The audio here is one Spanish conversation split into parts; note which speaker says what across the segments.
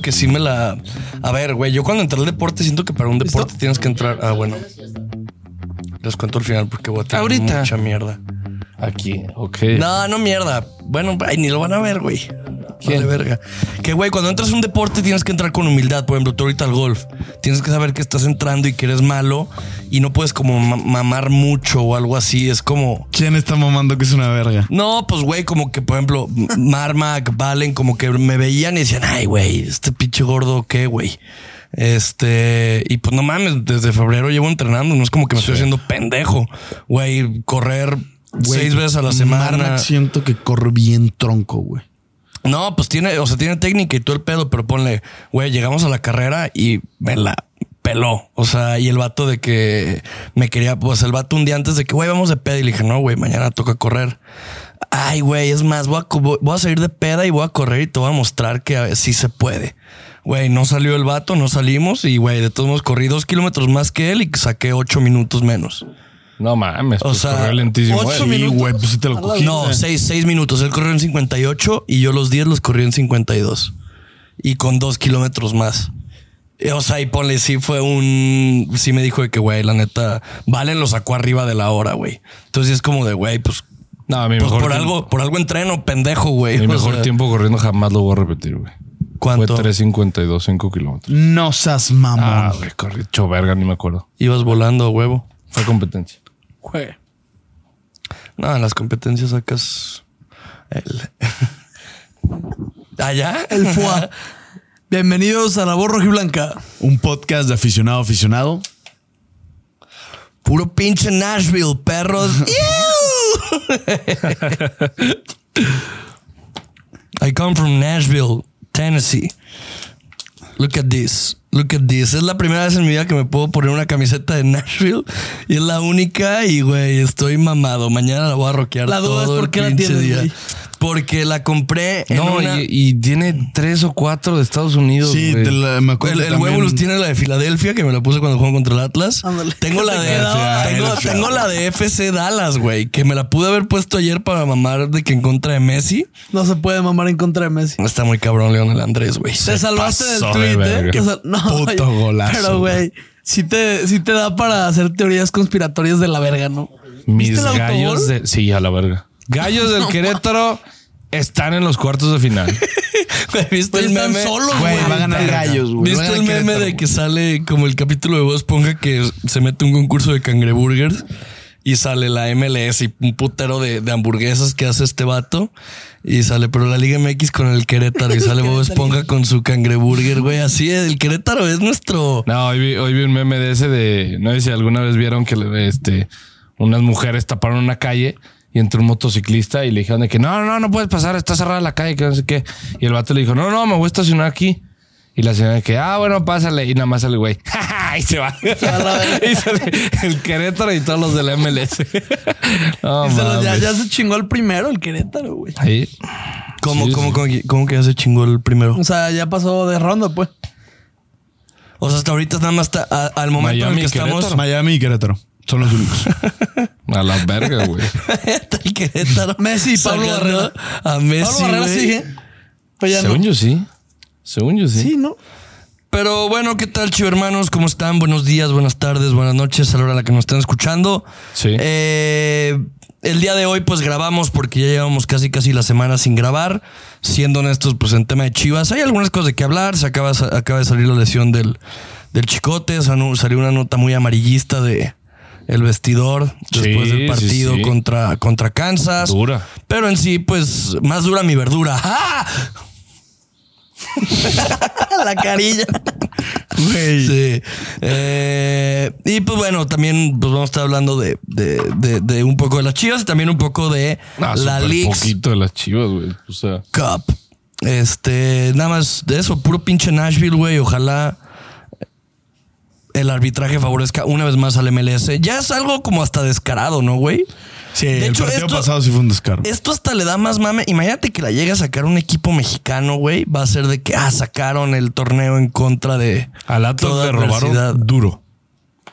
Speaker 1: que sí me la. A ver, güey, yo cuando entré al deporte siento que para un
Speaker 2: ¿Listo?
Speaker 1: deporte tienes que entrar. Ah, bueno. Les cuento al final porque voy a tener
Speaker 2: Ahorita.
Speaker 1: mucha mierda.
Speaker 3: Aquí, ok.
Speaker 1: No, no mierda. Bueno, ay, ni lo van a ver, güey. Vale, verga. Que, güey, cuando entras a un deporte tienes que entrar con humildad. Por ejemplo, tú ahorita al golf. Tienes que saber que estás entrando y que eres malo y no puedes como ma- mamar mucho o algo así. Es como...
Speaker 4: ¿Quién está mamando que es una verga?
Speaker 1: No, pues, güey, como que, por ejemplo, Marmac, Valen, como que me veían y decían, ay, güey, este pinche gordo, ¿qué, güey? Este, y pues no mames, desde febrero llevo entrenando, no es como que me estoy haciendo pendejo, güey, correr seis veces a la semana.
Speaker 4: Marmac siento que corre bien tronco, güey.
Speaker 1: No, pues tiene, o sea, tiene técnica y todo el pedo, pero ponle, güey, llegamos a la carrera y me la peló. O sea, y el vato de que me quería, pues el vato un día antes de que, güey, vamos de peda. Y le dije, no, güey, mañana toca correr. Ay, güey, es más, voy a, co- voy voy a salir de peda y voy a correr y te voy a mostrar que eh, sí se puede. Güey, no salió el vato, no salimos y, güey, de todos modos corrí dos kilómetros más que él y saqué ocho minutos menos.
Speaker 3: No mames,
Speaker 1: O
Speaker 3: pues
Speaker 1: sea,
Speaker 3: corrió lentísimo. eh.
Speaker 2: ocho
Speaker 3: él.
Speaker 4: Sí,
Speaker 2: minutos.
Speaker 4: güey, pues sí te lo
Speaker 2: A la
Speaker 4: cogí.
Speaker 1: No, seis, seis minutos. Él corrió en 58 y yo los 10 los corrí en 52. Y con dos kilómetros más. Eh, O sea, y ponle, sí fue un... Sí me dijo de que, güey, la neta, Valen lo sacó arriba de la hora, güey. Entonces es como de, güey, pues,
Speaker 3: No, mi
Speaker 1: pues
Speaker 3: mejor,
Speaker 1: por,
Speaker 3: tiempo-
Speaker 1: algo, por algo entreno, pendejo, güey.
Speaker 3: mi
Speaker 1: O
Speaker 3: mejor
Speaker 1: sea,
Speaker 3: tiempo corriendo jamás lo voy a repetir, güey.
Speaker 1: ¿Cuánto?
Speaker 3: Fue 3.52, 5 kilómetros.
Speaker 4: No seas mamón.
Speaker 3: Ah, güey, corrí hecho verga, ni me acuerdo.
Speaker 1: Ibas volando, huevo.
Speaker 3: Fue competencia.
Speaker 1: No, en las competencias sacas el... ¿Allá?
Speaker 2: El FUA. Bienvenidos a la voz rojiblanca.
Speaker 4: Un podcast de aficionado a aficionado.
Speaker 1: Puro pinche Nashville, perros. I come from Nashville, Tennessee. Look at this. Look at this. Es la primera vez en mi vida que me puedo poner una camiseta de Nashville y es la única y güey, estoy mamado. Mañana la voy a rockear
Speaker 2: La duda es
Speaker 1: todo el
Speaker 2: por qué la
Speaker 1: pinche
Speaker 2: tienes,
Speaker 1: día.
Speaker 2: güey.
Speaker 1: Porque la compré en
Speaker 3: No,
Speaker 1: una-
Speaker 3: y, y tiene tres o cuatro de Estados Unidos.
Speaker 4: Sí,
Speaker 3: güey.
Speaker 4: te la- me acuerdo.
Speaker 1: El,
Speaker 4: que
Speaker 1: el
Speaker 4: también-
Speaker 1: Huevulus tiene la de Filadelfia, que me la puse cuando jugó contra el Atlas.
Speaker 2: Ándale.
Speaker 1: Tengo la
Speaker 2: Te
Speaker 1: de
Speaker 2: quedaba.
Speaker 1: tengo,
Speaker 4: Filadelfia.
Speaker 1: tengo la de FC Dallas, güey, que me la pude haber puesto ayer para mamar de que en contra de Messi.
Speaker 2: No se puede mamar en contra de Messi.
Speaker 1: Está muy cabrón Leonel Andrés, güey.
Speaker 2: Te salvaste del
Speaker 3: pasó de
Speaker 2: tweet, ¿eh?
Speaker 3: verga.
Speaker 2: Te sal- No,
Speaker 4: puto
Speaker 2: güey.
Speaker 4: golazo,
Speaker 2: Pero, güey, sí te, sí te da para hacer teorías conspiratorias de la verga, ¿no? ¿Viste
Speaker 3: Mis
Speaker 2: el autogol?
Speaker 3: gallos de. Sí, a la verga. Gallos del Querétaro están en los cuartos de final.
Speaker 1: Güey, ¿Viste
Speaker 2: Güey,
Speaker 1: el
Speaker 2: están
Speaker 1: meme?
Speaker 2: solos,
Speaker 4: Güey,
Speaker 2: güey.
Speaker 4: va a ganar
Speaker 1: Verga.
Speaker 4: gallos, güey. Va a
Speaker 1: ¿Viste el
Speaker 4: ganar
Speaker 1: meme
Speaker 4: Querétaro,
Speaker 1: de que sale como el capítulo de Voz Ponga que se mete un concurso de cangreburgers y sale la MLS y un putero de, de hamburguesas que hace este vato y sale, pero la Liga MX con el Querétaro y sale Bob Esponja con su cangreburger, güey. Así es, el Querétaro es nuestro.
Speaker 3: No, hoy vi, hoy vi un meme de ese de. No sé si alguna vez vieron que este, unas mujeres taparon una calle y entró un motociclista y le dijeron de que no, no, no puedes pasar, está cerrada la calle, que no sé qué. Y el vato le dijo, no, no, me voy a estacionar aquí. Y la señora de que, ah, bueno, pásale. Y nada más sale, el güey. "Ja, ja", y se va. y sale el Querétaro y todos los del MLS. No,
Speaker 2: Y se los- ya,
Speaker 3: mames.
Speaker 2: ya se chingó el primero, el Querétaro, güey.
Speaker 3: Ahí.
Speaker 1: ¿Cómo,
Speaker 3: Sí,
Speaker 1: cómo,
Speaker 3: sí.
Speaker 1: cómo que- cómo que ya se chingó el primero?
Speaker 2: O sea, ya pasó de ronda, pues.
Speaker 1: O sea, hasta ahorita nada más está- a- al momento en el
Speaker 3: Miami,
Speaker 1: que estamos.
Speaker 3: Querétaro.
Speaker 4: Miami y Querétaro. Son los únicos.
Speaker 3: A la verga, güey.
Speaker 1: Está el Querétaro.
Speaker 2: Messi y Pablo
Speaker 1: sacando
Speaker 2: Barrera.
Speaker 1: A Messi.
Speaker 2: Pablo Barrera
Speaker 1: güey.
Speaker 2: sigue. Pero ya no.
Speaker 3: Según yo sí. Según yo sí.
Speaker 2: Sí, ¿no?
Speaker 1: Pero bueno, ¿qué tal, chivo hermanos? ¿Cómo están? Buenos días, buenas tardes, buenas noches a la hora a la que nos están escuchando.
Speaker 3: Sí.
Speaker 1: Eh, el día de hoy, pues grabamos porque ya llevamos casi casi la semana sin grabar. Siendo honestos, pues en tema de Chivas, hay algunas cosas de que hablar. Se acaba, acaba de salir la lesión del, del chicote. Sanu- Salió una nota muy amarillista de el vestidor después
Speaker 3: Sí,
Speaker 1: del
Speaker 3: sí,
Speaker 1: partido
Speaker 3: sí.
Speaker 1: contra, contra Kansas.
Speaker 3: Dura.
Speaker 1: Pero en sí, pues más dura mi verdura. ¡Ah!
Speaker 2: La carilla.
Speaker 1: Sí. Eh, y pues bueno, también pues vamos a estar hablando de, de, de- de un poco de las chivas y también un poco de
Speaker 3: Ah,
Speaker 1: la
Speaker 3: súper
Speaker 1: Leagues
Speaker 3: poquito de las chivas, güey. O sea,
Speaker 1: Cup. Este, nada más de eso, puro pinche Nashville, güey. Ojalá el arbitraje favorezca una vez más al MLS. Ya es algo como hasta descarado, ¿no, güey?
Speaker 4: Sí,
Speaker 1: De
Speaker 4: el
Speaker 1: hecho,
Speaker 4: partido
Speaker 1: esto-
Speaker 4: pasado sí fue un descaro.
Speaker 1: Esto hasta le da más mame. Imagínate que la llegue a sacar un equipo mexicano, güey. Va a ser de que, ah, sacaron el torneo en contra de...
Speaker 3: al Atlas
Speaker 1: toda
Speaker 3: le Ah, robaron
Speaker 1: adversidad.
Speaker 3: duro.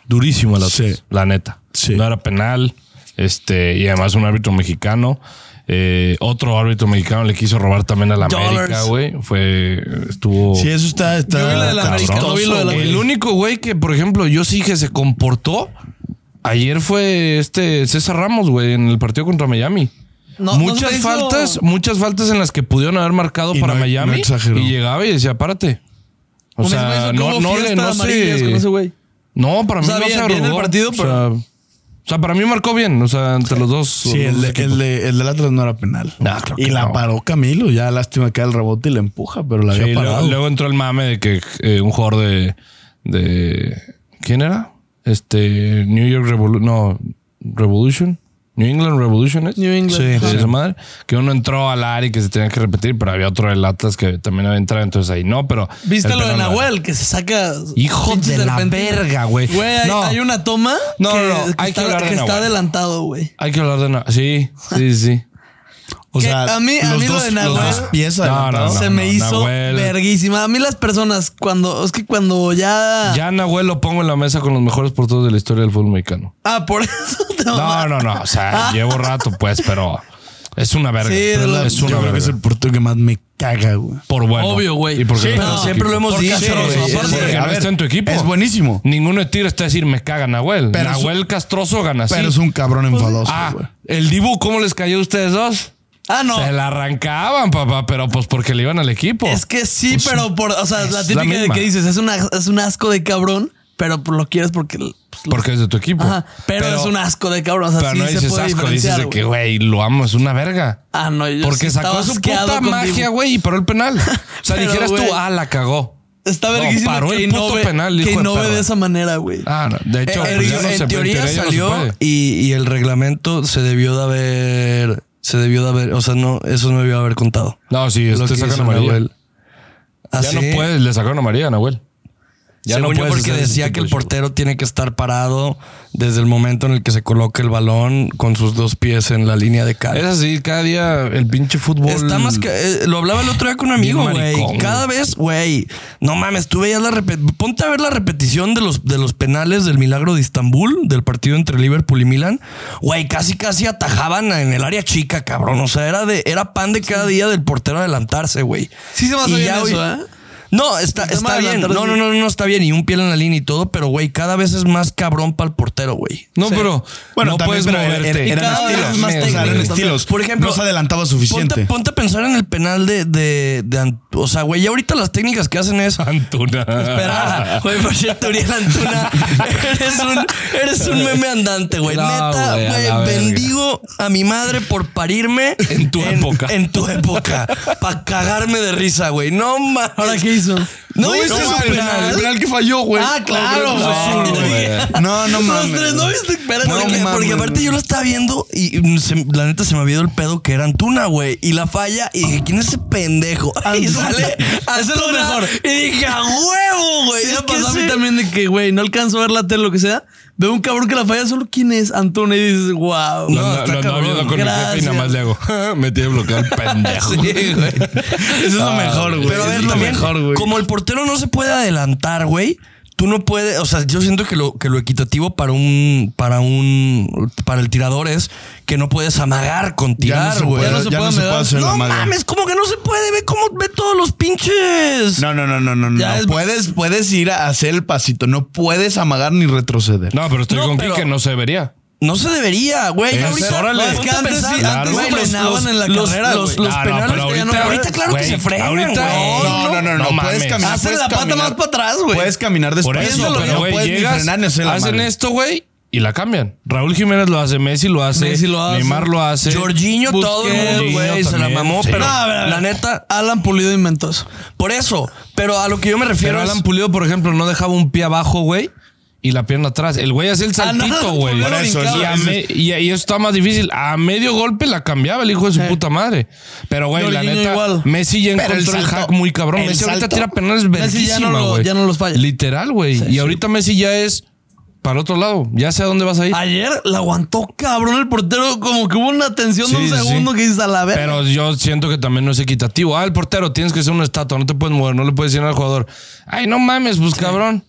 Speaker 3: Durísimo al Atlas.
Speaker 4: Sí.
Speaker 3: La neta.
Speaker 4: Sí.
Speaker 3: No era penal. Este, y además un árbitro mexicano. Eh, otro árbitro mexicano le quiso robar también a la
Speaker 1: Dollars.
Speaker 3: América, güey. Fue, estuvo.
Speaker 4: Sí, eso está. está
Speaker 2: Yo vi la de la
Speaker 4: cabrón.
Speaker 2: América, no vi lo de la-
Speaker 3: El único güey que, por ejemplo, yo sí que se comportó ayer fue este César Ramos, güey, en el partido contra Miami.
Speaker 2: No, no
Speaker 3: muchas
Speaker 2: se hizo-
Speaker 3: faltas, muchas faltas en las que pudieron haber marcado
Speaker 4: Y
Speaker 3: para
Speaker 4: no- no
Speaker 3: Miami
Speaker 4: exageró.
Speaker 3: y llegaba y decía, párate. O
Speaker 2: Pues
Speaker 3: sea,
Speaker 2: eso que
Speaker 3: no,
Speaker 2: hubo
Speaker 3: no, le-
Speaker 2: fiesta
Speaker 3: no
Speaker 2: de amarillas con
Speaker 3: se...
Speaker 2: ese güey.
Speaker 3: No, para
Speaker 2: O
Speaker 3: mí
Speaker 2: sea,
Speaker 3: no
Speaker 2: bien-
Speaker 3: se
Speaker 2: bien el
Speaker 3: arrugó.
Speaker 2: partido,
Speaker 3: o, sea,
Speaker 2: pero-
Speaker 3: o sea, para mí marcó bien. O sea, entre los dos.
Speaker 4: Sí, el, de- el de- el del Atlas no era penal.
Speaker 3: Nah, claro que
Speaker 4: y la
Speaker 3: no.
Speaker 4: paró Camilo. Ya lástima que da el rebote y la empuja, pero la
Speaker 3: Sí,
Speaker 4: había
Speaker 3: luego,
Speaker 4: parado.
Speaker 3: luego entró el mame de que eh, un jugador de, de- ¿Quién era? Este. New York Revolution. No, Revolution. New England Revolution es.
Speaker 2: New England.
Speaker 3: Sí,
Speaker 2: Ajá.
Speaker 3: esa madre. Que uno entró al área y que se tenía que repetir, pero había otro del Atlas que también había entrado, entonces ahí no, pero.
Speaker 2: ¿Viste
Speaker 3: el
Speaker 2: lo de
Speaker 3: penal no era.
Speaker 2: Nahuel? Que se saca.
Speaker 3: Hijo
Speaker 2: pinches
Speaker 3: de la
Speaker 2: serpentinas.
Speaker 3: verga, güey.
Speaker 2: Güey, hay,
Speaker 3: No.
Speaker 2: hay una toma
Speaker 3: No,
Speaker 2: que,
Speaker 3: no, no, hay que
Speaker 2: está,
Speaker 3: hablar de
Speaker 2: que está
Speaker 3: Nahuel.
Speaker 2: adelantado, güey.
Speaker 3: Hay que hablar de Nahuel. Sí, sí, sí.
Speaker 4: O
Speaker 2: que
Speaker 4: sea,
Speaker 2: a mí- a
Speaker 4: los
Speaker 2: mí lo
Speaker 4: dos-
Speaker 2: de
Speaker 4: los
Speaker 2: Nahuel-
Speaker 4: dos pies
Speaker 3: No,
Speaker 4: adelantados.
Speaker 3: no,
Speaker 2: se
Speaker 3: no,
Speaker 2: me hizo
Speaker 3: Nahuel.
Speaker 2: verguísima. A mí las personas cuando es que cuando ya
Speaker 3: Ya Nahuel lo pongo en la mesa con los mejores porteros de la historia del fútbol mexicano.
Speaker 2: ah por eso te
Speaker 3: No, no, no. O sea, llevo rato, pues, pero es una verga.
Speaker 2: Sí, de
Speaker 3: Pero
Speaker 2: los-
Speaker 3: es
Speaker 4: Yo
Speaker 3: una
Speaker 4: creo
Speaker 3: verga.
Speaker 4: que es el portero que más me caga, güey.
Speaker 3: Por bueno.
Speaker 2: Obvio, güey.
Speaker 3: Y porque
Speaker 2: Sí,
Speaker 3: no
Speaker 2: pero
Speaker 3: está en tu
Speaker 1: siempre lo
Speaker 3: equipo.
Speaker 1: hemos
Speaker 2: Por
Speaker 1: dicho,
Speaker 2: castroso,
Speaker 1: güey.
Speaker 2: aparte-
Speaker 1: Es-
Speaker 3: Porque
Speaker 4: A
Speaker 3: no
Speaker 4: ver,
Speaker 3: está en tu equipo.
Speaker 4: Es buenísimo.
Speaker 3: Ninguno de Tigres está a decir me caga Nahuel.
Speaker 4: Pero es un-
Speaker 3: Nahuel Castroso gana así.
Speaker 4: Pero es un cabrón enfadoso,
Speaker 3: Ah,
Speaker 4: güey.
Speaker 3: el Dibu, ¿cómo les cayó a ustedes dos?
Speaker 2: Ah, no.
Speaker 3: Se la arrancaban, papá, pero pues porque le iban al equipo.
Speaker 2: Es que sí, pero por o sea, la
Speaker 3: pues, es
Speaker 2: típica
Speaker 3: la
Speaker 2: de
Speaker 3: misma.
Speaker 2: que dices, es una es un asco de cabrón, pero pues, lo quieres porque pues, lo-
Speaker 3: Porque es de tu equipo.
Speaker 2: Ajá, pero, es un asco de cabrón, o
Speaker 3: Pero
Speaker 2: sea, sí
Speaker 3: no
Speaker 2: se
Speaker 3: dices
Speaker 2: puede
Speaker 3: asco, dices
Speaker 2: diferenciar.
Speaker 3: de que,
Speaker 2: güey.
Speaker 3: güey, lo amo, es una verga.
Speaker 2: ah, no, yo
Speaker 3: Porque
Speaker 2: sí
Speaker 3: sacó
Speaker 2: estaba
Speaker 3: su
Speaker 2: asqueado
Speaker 3: puta
Speaker 2: con Dibu.
Speaker 3: magia, güey, y paró el penal. O sea,
Speaker 2: Pero,
Speaker 3: dijeras tú,
Speaker 2: güey.
Speaker 3: ah, la cagó.
Speaker 2: Está
Speaker 3: No,
Speaker 2: verguísima
Speaker 3: paró
Speaker 2: que
Speaker 3: el puto
Speaker 2: innove,
Speaker 3: penal,
Speaker 2: que
Speaker 3: hijo de
Speaker 2: innove
Speaker 3: perra.
Speaker 2: de esa manera, güey.
Speaker 3: Ah, no, de hecho,
Speaker 1: Eh, en,
Speaker 3: pues, ya no
Speaker 1: en
Speaker 3: se- en
Speaker 1: teoría
Speaker 3: ya no se
Speaker 1: salió
Speaker 3: puede.
Speaker 1: y, y el reglamento se debió de haber. Se debió de haber. O sea, no, eso no debió haber contado.
Speaker 3: No, sí,
Speaker 1: Lo que
Speaker 3: este sacan
Speaker 1: hizo
Speaker 3: a María.
Speaker 1: Nahuel. ¿Ah,
Speaker 3: Ya
Speaker 1: sí?
Speaker 3: no puedes, le sacaron a María, Nahuel. Ya
Speaker 1: Según
Speaker 3: no este
Speaker 1: yo,
Speaker 3: puedes
Speaker 1: porque
Speaker 3: hacer ese
Speaker 1: decía
Speaker 3: tipo
Speaker 1: que
Speaker 3: de
Speaker 1: el
Speaker 3: show.
Speaker 1: portero tiene que estar parado desde el momento en el que se coloca el balón con sus dos pies en la línea de
Speaker 3: Es
Speaker 1: cara.
Speaker 3: así, cada día el pinche fútbol.
Speaker 1: Está más que. eh, lo hablaba el otro día con un
Speaker 3: Bien
Speaker 1: amigo,
Speaker 3: maricón,
Speaker 1: güey.
Speaker 3: güey.
Speaker 1: Cada vez, güey. No mames, tú veías la repet- Ponte a ver la repetición de los, de los penales del milagro de Istambul, del partido entre Liverpool y Milan. Güey, casi casi atajaban en el área chica, cabrón. O sea, era de, era pan de cada día del portero adelantarse, güey.
Speaker 2: Sí se me hace
Speaker 1: Y
Speaker 2: bien
Speaker 1: ya hoy-
Speaker 2: eso, ¿eh?
Speaker 1: No, está,
Speaker 2: El tema
Speaker 1: está
Speaker 2: de
Speaker 1: bien.
Speaker 2: adelantarse.
Speaker 1: No, no, no, no está bien. Y un pie en la línea y todo, pero güey, cada vez es más cabrón para el portero, güey.
Speaker 3: No,
Speaker 1: Sí.
Speaker 3: pero.
Speaker 4: Bueno,
Speaker 3: no
Speaker 4: también,
Speaker 3: puedes este.
Speaker 4: pero era-
Speaker 3: moverte.
Speaker 4: eran
Speaker 2: cada vez
Speaker 4: estilos.
Speaker 2: más
Speaker 4: o sea, eran
Speaker 2: técnicos.
Speaker 4: estilos.
Speaker 1: Por ejemplo,
Speaker 4: no se adelantaba
Speaker 1: Ponte,
Speaker 4: suficiente.
Speaker 1: ponte a pensar en el penal de, de, de Ant- O sea, güey, ya ahorita las técnicas que hacen es.
Speaker 3: Antuna.
Speaker 1: Espera, güey, por cierto, Uriel Antuna, eres un, eres un meme andante, güey.
Speaker 3: No,
Speaker 1: Neta,
Speaker 3: güey, a
Speaker 1: güey,
Speaker 3: la verga.
Speaker 1: bendigo a mi madre por parirme.
Speaker 3: En tu época.
Speaker 1: En tu época. Para cagarme de risa, güey. No mames.
Speaker 2: Ahora qué hizo?
Speaker 1: No,
Speaker 4: No,
Speaker 1: hizo
Speaker 4: no,
Speaker 1: su
Speaker 4: el
Speaker 1: penal. pues,
Speaker 4: El penal que falló, güey.
Speaker 2: Ah, claro,
Speaker 4: No,
Speaker 2: güey.
Speaker 4: güey. No, no
Speaker 2: Los tres,
Speaker 4: mames.
Speaker 2: ¿no viste? Espérate,
Speaker 1: Espérate,
Speaker 2: que-
Speaker 1: que-
Speaker 4: mames.
Speaker 1: porque aparte yo lo estaba viendo y mm, se- la neta se me había ido el pedo que era Antuna, güey. Y la falla y dije, ¿quién es ese pendejo? Y sale Antuna.
Speaker 2: Eso es lo mejor.
Speaker 1: Y dije, ¡a huevo, güey!
Speaker 2: Sí,
Speaker 1: Es
Speaker 2: me
Speaker 1: que
Speaker 2: pasó a mí
Speaker 1: ese-
Speaker 2: también de que, güey, no alcanzo a ver la tele, lo que sea. Veo un cabrón que la falla solo quién es, Antonio, y dices,
Speaker 3: Lo
Speaker 2: wow.
Speaker 1: No,
Speaker 3: anda-
Speaker 1: está
Speaker 3: lo andaba viendo
Speaker 1: cabrón.
Speaker 3: con mi jefe y nada más le hago. Me tiene bloqueado el pendejo.
Speaker 1: Sí, güey.
Speaker 4: Eso es lo
Speaker 3: Ah,
Speaker 4: mejor, güey.
Speaker 1: Pero a
Speaker 4: Es
Speaker 1: ver,
Speaker 4: lo
Speaker 1: también,
Speaker 4: mejor, güey.
Speaker 1: como el portero no se puede adelantar, güey. Tú no puedes, o sea, yo siento que lo, que lo equitativo para un, para un, para el tirador es que no puedes amagar con
Speaker 4: Ya no
Speaker 1: tirar,
Speaker 4: se
Speaker 1: güey.
Speaker 4: puede-
Speaker 2: no se
Speaker 4: ya no
Speaker 2: puede
Speaker 4: se puede
Speaker 2: amagar.
Speaker 4: hacer la
Speaker 1: No
Speaker 4: madre.
Speaker 1: mames, como que no se puede. Ve cómo ve todos los pinches.
Speaker 4: No, no, no, no, no. no.
Speaker 2: Ya es-
Speaker 4: Puedes, puedes ir a hacer el pasito. No puedes amagar ni retroceder.
Speaker 3: No, pero estoy
Speaker 1: No,
Speaker 3: con
Speaker 1: pero-
Speaker 3: Quique, no se vería.
Speaker 1: No se debería, güey.
Speaker 3: Es-
Speaker 1: ahorita,
Speaker 3: órale.
Speaker 1: No, es que antes sí,
Speaker 2: Claro.
Speaker 1: antes
Speaker 2: Güey,
Speaker 1: los-
Speaker 2: frenaban
Speaker 1: los-
Speaker 2: en la
Speaker 1: los-
Speaker 2: carrera,
Speaker 1: Los,
Speaker 2: güey.
Speaker 1: los
Speaker 3: Ah, no,
Speaker 1: penales
Speaker 3: pero
Speaker 1: que ya no-
Speaker 3: ahorita-
Speaker 1: ahorita, claro
Speaker 3: güey,
Speaker 1: que se frenan,
Speaker 3: ahorita-
Speaker 1: güey.
Speaker 4: No, no, no, no, no,
Speaker 3: no
Speaker 4: puedes
Speaker 3: mames.
Speaker 4: caminar.
Speaker 2: Haces
Speaker 4: puedes
Speaker 2: la pata
Speaker 4: caminar-
Speaker 2: más para atrás, güey.
Speaker 4: Puedes caminar
Speaker 3: Por
Speaker 4: despacio.
Speaker 3: eso,
Speaker 4: pero
Speaker 3: pero
Speaker 4: no
Speaker 3: güey,
Speaker 4: puedes ni
Speaker 3: llegas,
Speaker 4: frenar ni hacer la
Speaker 3: hacen
Speaker 4: madre.
Speaker 3: esto, güey, y la cambian. Raúl Jiménez lo hace, Messi lo hace,
Speaker 2: Messi lo hace.
Speaker 3: Neymar lo hace.
Speaker 1: Jorginho, todo el
Speaker 3: Busquets,
Speaker 1: mundo, güey, se la
Speaker 3: también.
Speaker 1: mamó,
Speaker 3: Sí.
Speaker 1: pero
Speaker 2: No, a ver, a ver.
Speaker 1: la neta,
Speaker 2: Alan Pulido inventó eso.
Speaker 1: por eso. Pero a lo que yo me refiero
Speaker 3: Pero
Speaker 1: es-
Speaker 3: Alan Pulido, por ejemplo, no dejaba un pie abajo, güey, y la pierna atrás. El güey hace el
Speaker 2: Ah, no,
Speaker 3: saltito, güey.
Speaker 2: Pulido
Speaker 4: Por eso,
Speaker 2: brincaba.
Speaker 3: y, a me- y- y eso está más difícil. A medio golpe la cambiaba el hijo de su puta madre. Pero, güey, la
Speaker 2: Jorginho
Speaker 3: neta,
Speaker 2: igual.
Speaker 3: Messi ya
Speaker 4: Pero el
Speaker 3: encontró el,
Speaker 4: salto-
Speaker 3: hack muy cabrón.
Speaker 4: el
Speaker 3: Messi ahorita
Speaker 4: salto-
Speaker 3: tira penales
Speaker 2: Messi ya no
Speaker 3: verguísima,
Speaker 2: lo-
Speaker 3: güey.
Speaker 2: ya no los falla.
Speaker 3: Literal, güey. y ahorita Messi ya es para otro lado. Ya sé a dónde vas a ir.
Speaker 2: Ayer la aguantó cabrón el portero, como que hubo una tensión de
Speaker 3: Sí,
Speaker 2: un
Speaker 3: sí, sí.
Speaker 2: segundo que dices a la verga.
Speaker 3: Pero yo siento que también no es equitativo. Ah, el portero, tienes que ser una estatua, no te puedes mover, no le puedes decir al jugador. Ay, no mames, pues cabrón.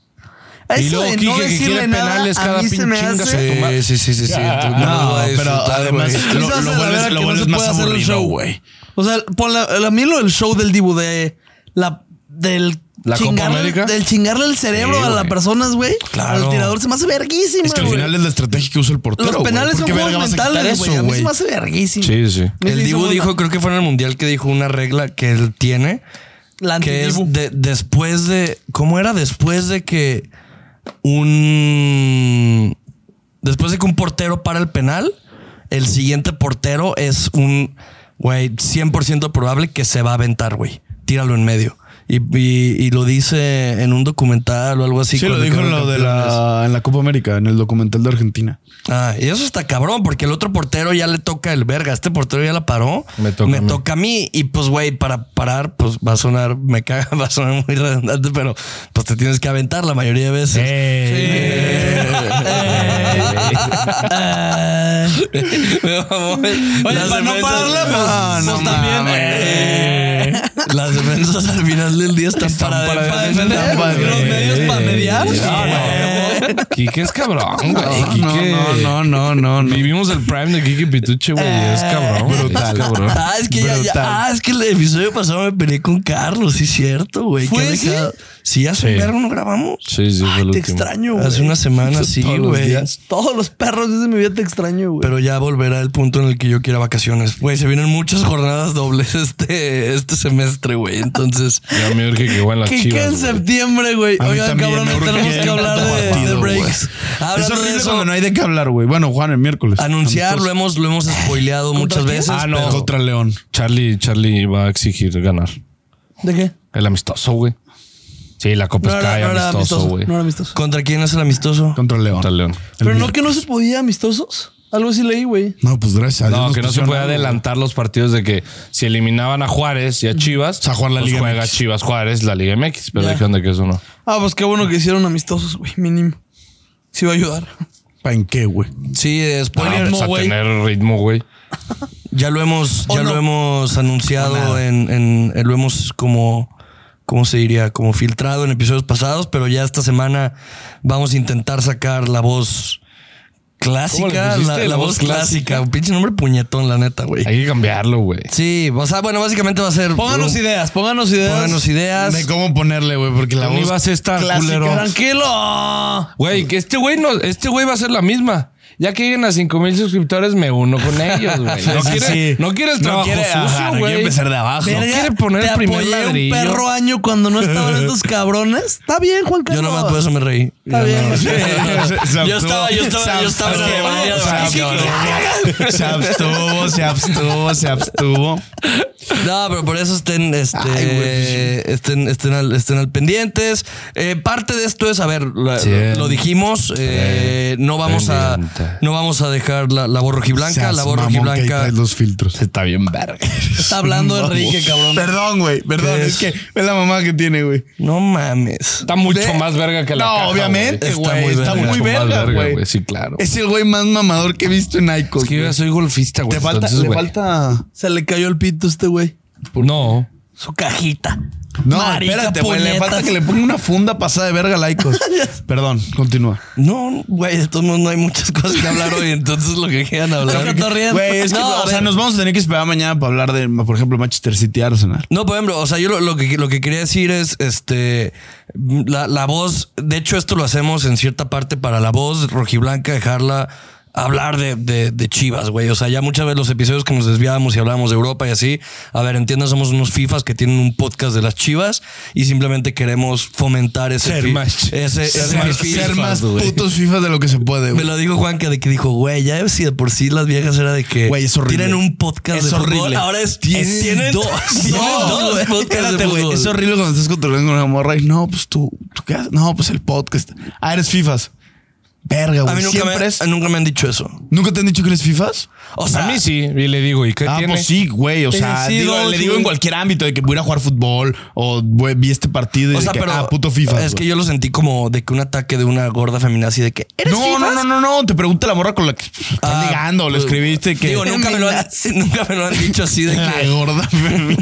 Speaker 2: Eso
Speaker 3: Y luego
Speaker 2: de no
Speaker 3: Quique, que
Speaker 2: decirle
Speaker 3: quiere
Speaker 2: nada,
Speaker 3: penales
Speaker 2: a
Speaker 3: cada
Speaker 2: mí se me
Speaker 3: pinche chinga
Speaker 2: hace...
Speaker 3: su-
Speaker 1: Sí, sí, sí, sí, sí. Tú no lo
Speaker 4: No,
Speaker 1: vas a
Speaker 4: pero
Speaker 1: disfrutar,
Speaker 4: además
Speaker 1: güey.
Speaker 4: lo,
Speaker 2: Eso hace
Speaker 4: lo
Speaker 2: la verdad
Speaker 4: vuelves, lo
Speaker 2: que no
Speaker 4: vuelves
Speaker 2: se
Speaker 4: más
Speaker 2: puede hacer un
Speaker 4: aburrido,
Speaker 2: show.
Speaker 4: güey.
Speaker 2: O sea, por la, a mí lo del show del Dibu de la del
Speaker 3: ¿La Copa América?
Speaker 2: del chingarle el cerebro
Speaker 3: Sí,
Speaker 2: a las
Speaker 3: güey.
Speaker 2: personas, güey.
Speaker 1: Claro.
Speaker 2: Al tirador se me hace verguísima,
Speaker 4: Es que al
Speaker 2: güey.
Speaker 4: final es la estrategia que usa el portero.
Speaker 2: Los
Speaker 4: güey.
Speaker 2: penales
Speaker 4: ¿Por
Speaker 2: son
Speaker 4: qué
Speaker 2: juegos
Speaker 4: verga vas a quitar
Speaker 2: mentales,
Speaker 4: eso,
Speaker 2: güey. A mí se me hace verguísima.
Speaker 3: Sí, sí.
Speaker 1: El Dibu dijo, creo que fue en el mundial que dijo una regla que él tiene,
Speaker 2: La
Speaker 1: que es
Speaker 2: anti-Dibu.
Speaker 1: de- después de, ¿cómo era? Después de que un, después de que un portero para el penal, el siguiente portero es un, güey, 100% probable que se va a aventar, güey. Tíralo en medio. Y, y- y lo dice en un documental o algo así.
Speaker 4: Sí, lo
Speaker 1: cuando
Speaker 4: dijo en
Speaker 1: quedaron
Speaker 4: lo de
Speaker 1: campeones.
Speaker 4: la, en la Copa América, en el documental de Argentina.
Speaker 1: Ah, y eso está cabrón, porque el otro portero ya le toca el verga. Este portero ya la paró.
Speaker 3: Me toca a mí.
Speaker 1: a mí. Y pues, güey, para parar, pues va a sonar, me caga, va a sonar muy redundante, pero pues te tienes que aventar la mayoría de veces.
Speaker 2: Eh.
Speaker 3: Eh.
Speaker 1: Me mamó, güey.
Speaker 2: Oye,
Speaker 1: Las
Speaker 2: para no
Speaker 1: defensas-
Speaker 2: pararla, pues,
Speaker 1: Ah,
Speaker 2: pues, también, eh.
Speaker 1: Las defensas al final del día están, para,
Speaker 3: para
Speaker 1: para
Speaker 3: defender,
Speaker 1: defender.
Speaker 2: Los
Speaker 4: Para
Speaker 1: güey.
Speaker 2: medios para
Speaker 1: Ah,
Speaker 2: mediar.
Speaker 3: No, no. Eh. Quique es cabrón, güey. Quique-
Speaker 4: no, no, no,
Speaker 3: Vivimos el prime de Kiki Pituche, güey. Es
Speaker 2: Eh,
Speaker 3: cabrón, brutal. Es cabrón.
Speaker 1: Ah, es que ya, ya-
Speaker 4: Brutal.
Speaker 1: ah, es que el episodio pasado me peleé con Carlos, sí, cierto, güey.
Speaker 2: ¿Fue
Speaker 1: Qué
Speaker 2: ese?
Speaker 1: dejado. Sí, hace
Speaker 3: Sí.
Speaker 1: un vergo no grabamos.
Speaker 3: Sí, sí, fue el
Speaker 2: Te
Speaker 3: último.
Speaker 2: extraño, güey.
Speaker 1: Hace una semana, sí,
Speaker 4: Todos los
Speaker 1: güey.
Speaker 4: días.
Speaker 2: Todos los perros de mi vida te extraño, güey.
Speaker 1: Pero ya volverá el punto en el que yo quiera vacaciones. Güey, se vienen muchas jornadas dobles este, este semestre, güey. Entonces,
Speaker 3: Ya me urge que igual las
Speaker 2: Que que en
Speaker 3: chivas. güey.
Speaker 2: septiembre, güey.
Speaker 4: A mí
Speaker 2: Oigan,
Speaker 4: también
Speaker 2: cabrón,
Speaker 4: me urge
Speaker 2: tenemos
Speaker 4: que
Speaker 2: que hablar de, de
Speaker 4: partido,
Speaker 2: breaks.
Speaker 1: güey. Hablando
Speaker 4: Es
Speaker 1: de
Speaker 4: horrible
Speaker 1: eso-
Speaker 4: cuando no hay de qué hablar, güey. Bueno, Juan, el miércoles.
Speaker 1: anunciar, lo hemos, lo hemos spoileado muchas
Speaker 2: quién?
Speaker 1: veces.
Speaker 4: Ah, no.
Speaker 1: pero-
Speaker 4: Contra León.
Speaker 3: Charlie, Charlie va a exigir ganar.
Speaker 2: ¿De qué?
Speaker 3: El amistoso, güey. Sí, la Copa
Speaker 2: No era,
Speaker 3: Sky,
Speaker 2: no era
Speaker 3: pues amistoso,
Speaker 2: amistoso.
Speaker 3: güey.
Speaker 2: No era amistoso.
Speaker 1: ¿Contra quién es el amistoso?
Speaker 4: Contra León.
Speaker 3: Contra León.
Speaker 2: Pero no que no se podía amistosos. Algo así leí, güey.
Speaker 4: No, pues gracias. a Dios
Speaker 3: No,
Speaker 4: nos
Speaker 3: que no se
Speaker 4: pusieron
Speaker 3: puede
Speaker 4: algo,
Speaker 3: adelantar los partidos de que si eliminaban a Juárez y a Chivas,
Speaker 4: sea, jugar la
Speaker 3: pues
Speaker 4: Liga
Speaker 3: juega
Speaker 4: MX.
Speaker 3: Chivas Juárez, la Liga MX, pero
Speaker 2: Ya.
Speaker 3: dijeron de que eso no.
Speaker 2: Ah, pues qué bueno que hicieron amistosos, güey. Mínimo. Sí va a ayudar.
Speaker 4: güey. ¿Pa' en qué, güey?
Speaker 1: Sí, eh,
Speaker 3: Ah,
Speaker 1: spoiler.
Speaker 3: pues a
Speaker 1: güey.
Speaker 3: tener ritmo, güey.
Speaker 1: Ya lo hemos,
Speaker 2: ¿O
Speaker 1: ya
Speaker 2: no?
Speaker 1: lo hemos anunciado
Speaker 4: nada.
Speaker 1: en, en- en- lo hemos como, ¿cómo se diría? Como filtrado en episodios pasados, pero ya esta semana vamos a intentar sacar la voz
Speaker 3: ¿Cómo le
Speaker 1: clásica,
Speaker 3: pusiste?
Speaker 1: la,
Speaker 3: ¿La
Speaker 1: la
Speaker 3: voz
Speaker 1: voz clásica.
Speaker 3: clásica?
Speaker 1: Un pinche nombre puñetón, la neta, güey.
Speaker 3: Hay que cambiarlo, güey.
Speaker 1: Sí, o sea, bueno, básicamente va a ser.
Speaker 2: Pónganos
Speaker 1: un-
Speaker 2: ideas, pónganos ideas.
Speaker 1: Uh. Pónganos ideas.
Speaker 4: De cómo ponerle, güey, porque la
Speaker 3: Tú ni
Speaker 4: voz...
Speaker 3: vas a estar, culero.
Speaker 2: Tranquilo.
Speaker 3: Güey, que este güey no, este güey va a ser la misma. Ya que lleguen a 5 mil suscriptores, me uno con ellos, güey. No,
Speaker 4: Sí,
Speaker 3: quiere,
Speaker 4: sí.
Speaker 3: no quiere el trabajo
Speaker 4: quiere, ajá,
Speaker 3: sucio,
Speaker 4: no
Speaker 3: güey.
Speaker 4: quiere empezar de abajo.
Speaker 3: No quiere poner
Speaker 2: te
Speaker 3: el primer
Speaker 2: apoyé
Speaker 3: ladrillo.
Speaker 2: un perro año cuando no estaban estos cabrones. Está bien, Juan
Speaker 1: Yo
Speaker 2: Carlos.
Speaker 1: nomás por eso me reí.
Speaker 2: Está
Speaker 1: Yo
Speaker 2: bien.
Speaker 1: no-
Speaker 4: Yo
Speaker 1: estaba- yo estaba- yo estaba-
Speaker 4: Se abstuvo, se abstuvo, se abstuvo.
Speaker 1: No, pero por eso estén, este, estén, estén, al, estén al pendientes. Eh, parte de esto es, a ver, la-
Speaker 3: Siempre.
Speaker 1: lo dijimos, eh, no vamos a,
Speaker 3: pendiente.
Speaker 1: no vamos a dejar la, la voz rojiblanca, la voz
Speaker 4: borra
Speaker 1: rojiblanca.
Speaker 4: los filtros.
Speaker 3: Está bien verga.
Speaker 2: Está hablando Enrique, cabrón.
Speaker 4: Perdón, güey. Perdón,
Speaker 1: ¿Qué
Speaker 4: es
Speaker 1: es?
Speaker 4: que es la mamá que tiene, güey.
Speaker 1: No mames.
Speaker 3: Está mucho
Speaker 4: De-
Speaker 3: más verga que la
Speaker 4: No,
Speaker 3: caja,
Speaker 4: obviamente,
Speaker 1: güey.
Speaker 4: güey.
Speaker 1: Está
Speaker 4: Está
Speaker 1: muy
Speaker 3: güey.
Speaker 4: muy
Speaker 3: Mucho más
Speaker 4: verga, güey.
Speaker 3: güey. Sí, claro.
Speaker 4: Es el güey más mamador que he visto en Icon.
Speaker 3: Es que yo ya soy golfista, güey.
Speaker 4: Te falta,
Speaker 3: entonces,
Speaker 4: le
Speaker 3: güey.
Speaker 4: falta.
Speaker 2: Se le cayó el pito a este güey.
Speaker 3: No.
Speaker 2: Su cajita.
Speaker 4: No,
Speaker 2: Marica,
Speaker 4: espérate, güey. Le falta
Speaker 2: puñetas.
Speaker 4: que le ponga una funda pasada de verga a Icon. Perdón, continúa.
Speaker 1: No, güey, de todos modos no hay muchas cosas que hablar hoy, entonces lo que quieran hablar.
Speaker 2: Está cotorreando.
Speaker 4: Güey, es que,
Speaker 2: No, a
Speaker 4: o sea,
Speaker 2: ver.
Speaker 4: nos vamos a tener que esperar mañana para hablar de, por ejemplo, Manchester City Arsenal.
Speaker 1: No, por ejemplo, o sea, yo lo, lo que, lo que quería decir es, este, la, la voz, de hecho esto lo hacemos en cierta parte para la voz rojiblanca, dejarla hablar de, de- de Chivas, güey. O sea, ya muchas veces los episodios que nos desviábamos y hablábamos de Europa y así, a ver, entiendan, somos unos FIFAs que tienen un podcast de las Chivas y simplemente queremos fomentar ese...
Speaker 3: Ser
Speaker 1: fi-
Speaker 3: más-
Speaker 1: ese,
Speaker 3: ser
Speaker 1: ese
Speaker 3: más
Speaker 1: FIFA,
Speaker 4: Ser más
Speaker 1: güey.
Speaker 4: putos FIFA de lo que se puede,
Speaker 1: Me
Speaker 4: güey.
Speaker 1: lo dijo Juan que de que dijo, güey, ya si de por sí las viejas era de que
Speaker 4: Güey, es horrible.
Speaker 1: tienen un podcast
Speaker 4: Es
Speaker 1: de fútbol,
Speaker 4: horrible.
Speaker 1: ahora es
Speaker 4: Tienen
Speaker 1: dos, tienen dos
Speaker 4: güey.
Speaker 1: podcasts
Speaker 4: Espérate,
Speaker 1: de
Speaker 4: güey.
Speaker 1: fútbol.
Speaker 4: Es horrible cuando estás controlando con una morra y no, pues tú, ¿tú qué haces? No, pues el podcast. Ah, eres FIFAs. Verga,
Speaker 1: A mí
Speaker 4: güey.
Speaker 1: nunca
Speaker 4: Siempre
Speaker 1: me,
Speaker 4: es.
Speaker 1: nunca me han dicho eso.
Speaker 4: ¿Nunca te han dicho que eres FIFAs?
Speaker 1: O sea,
Speaker 3: a mí sí. Y le digo, ¿y qué
Speaker 4: Ah,
Speaker 3: tiene?
Speaker 4: pues sí, güey. O
Speaker 2: Te
Speaker 4: sea,
Speaker 2: decido,
Speaker 4: digo- le digo
Speaker 2: sí.
Speaker 4: en cualquier ámbito de que voy a ir a jugar fútbol o güey, vi este partido y
Speaker 1: o
Speaker 4: de
Speaker 1: sea,
Speaker 4: que,
Speaker 1: pero
Speaker 4: ah, puto FIFA.
Speaker 1: Es que yo lo sentí como de que un ataque de una gorda feminazi de que eres
Speaker 4: no,
Speaker 1: fifas?".
Speaker 4: no, no, no, no. Te pregunta la morra con la que estás
Speaker 1: Ah,
Speaker 4: ligando. Le
Speaker 1: pues,
Speaker 4: escribiste que.
Speaker 1: Digo, nunca me, lo han, nunca me lo han dicho así de
Speaker 4: la
Speaker 1: que
Speaker 4: gorda.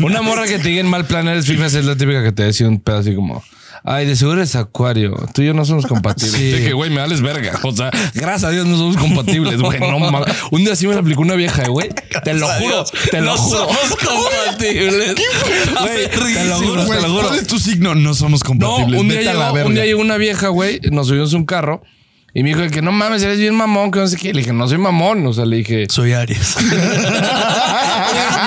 Speaker 3: Una morra que te diga en mal plan eres FIFA es la típica que te decía un pedo así como, Ay, de seguro es Acuario. Tú y yo no somos compatibles.
Speaker 1: Sí.
Speaker 3: De que, güey, me vales verga. O sea, gracias a Dios no somos compatibles, güey. No mames. Un día sí me la aplicó una vieja, güey. Te lo juro. Te lo juro.
Speaker 1: somos compatibles.
Speaker 3: Güey, te lo juro, te
Speaker 4: Güey,
Speaker 3: lo juro.
Speaker 4: ¿Cuál es tu signo? No somos
Speaker 3: No,
Speaker 4: compatibles.
Speaker 3: un día,
Speaker 4: Vete a la
Speaker 3: llegó,
Speaker 4: verga.
Speaker 3: un día llegó una vieja, güey, nos subimos un carro y me dijo de que no mames, eres bien mamón, que no sé qué. Le dije, no soy mamón. O sea, le dije.
Speaker 1: Soy Aries.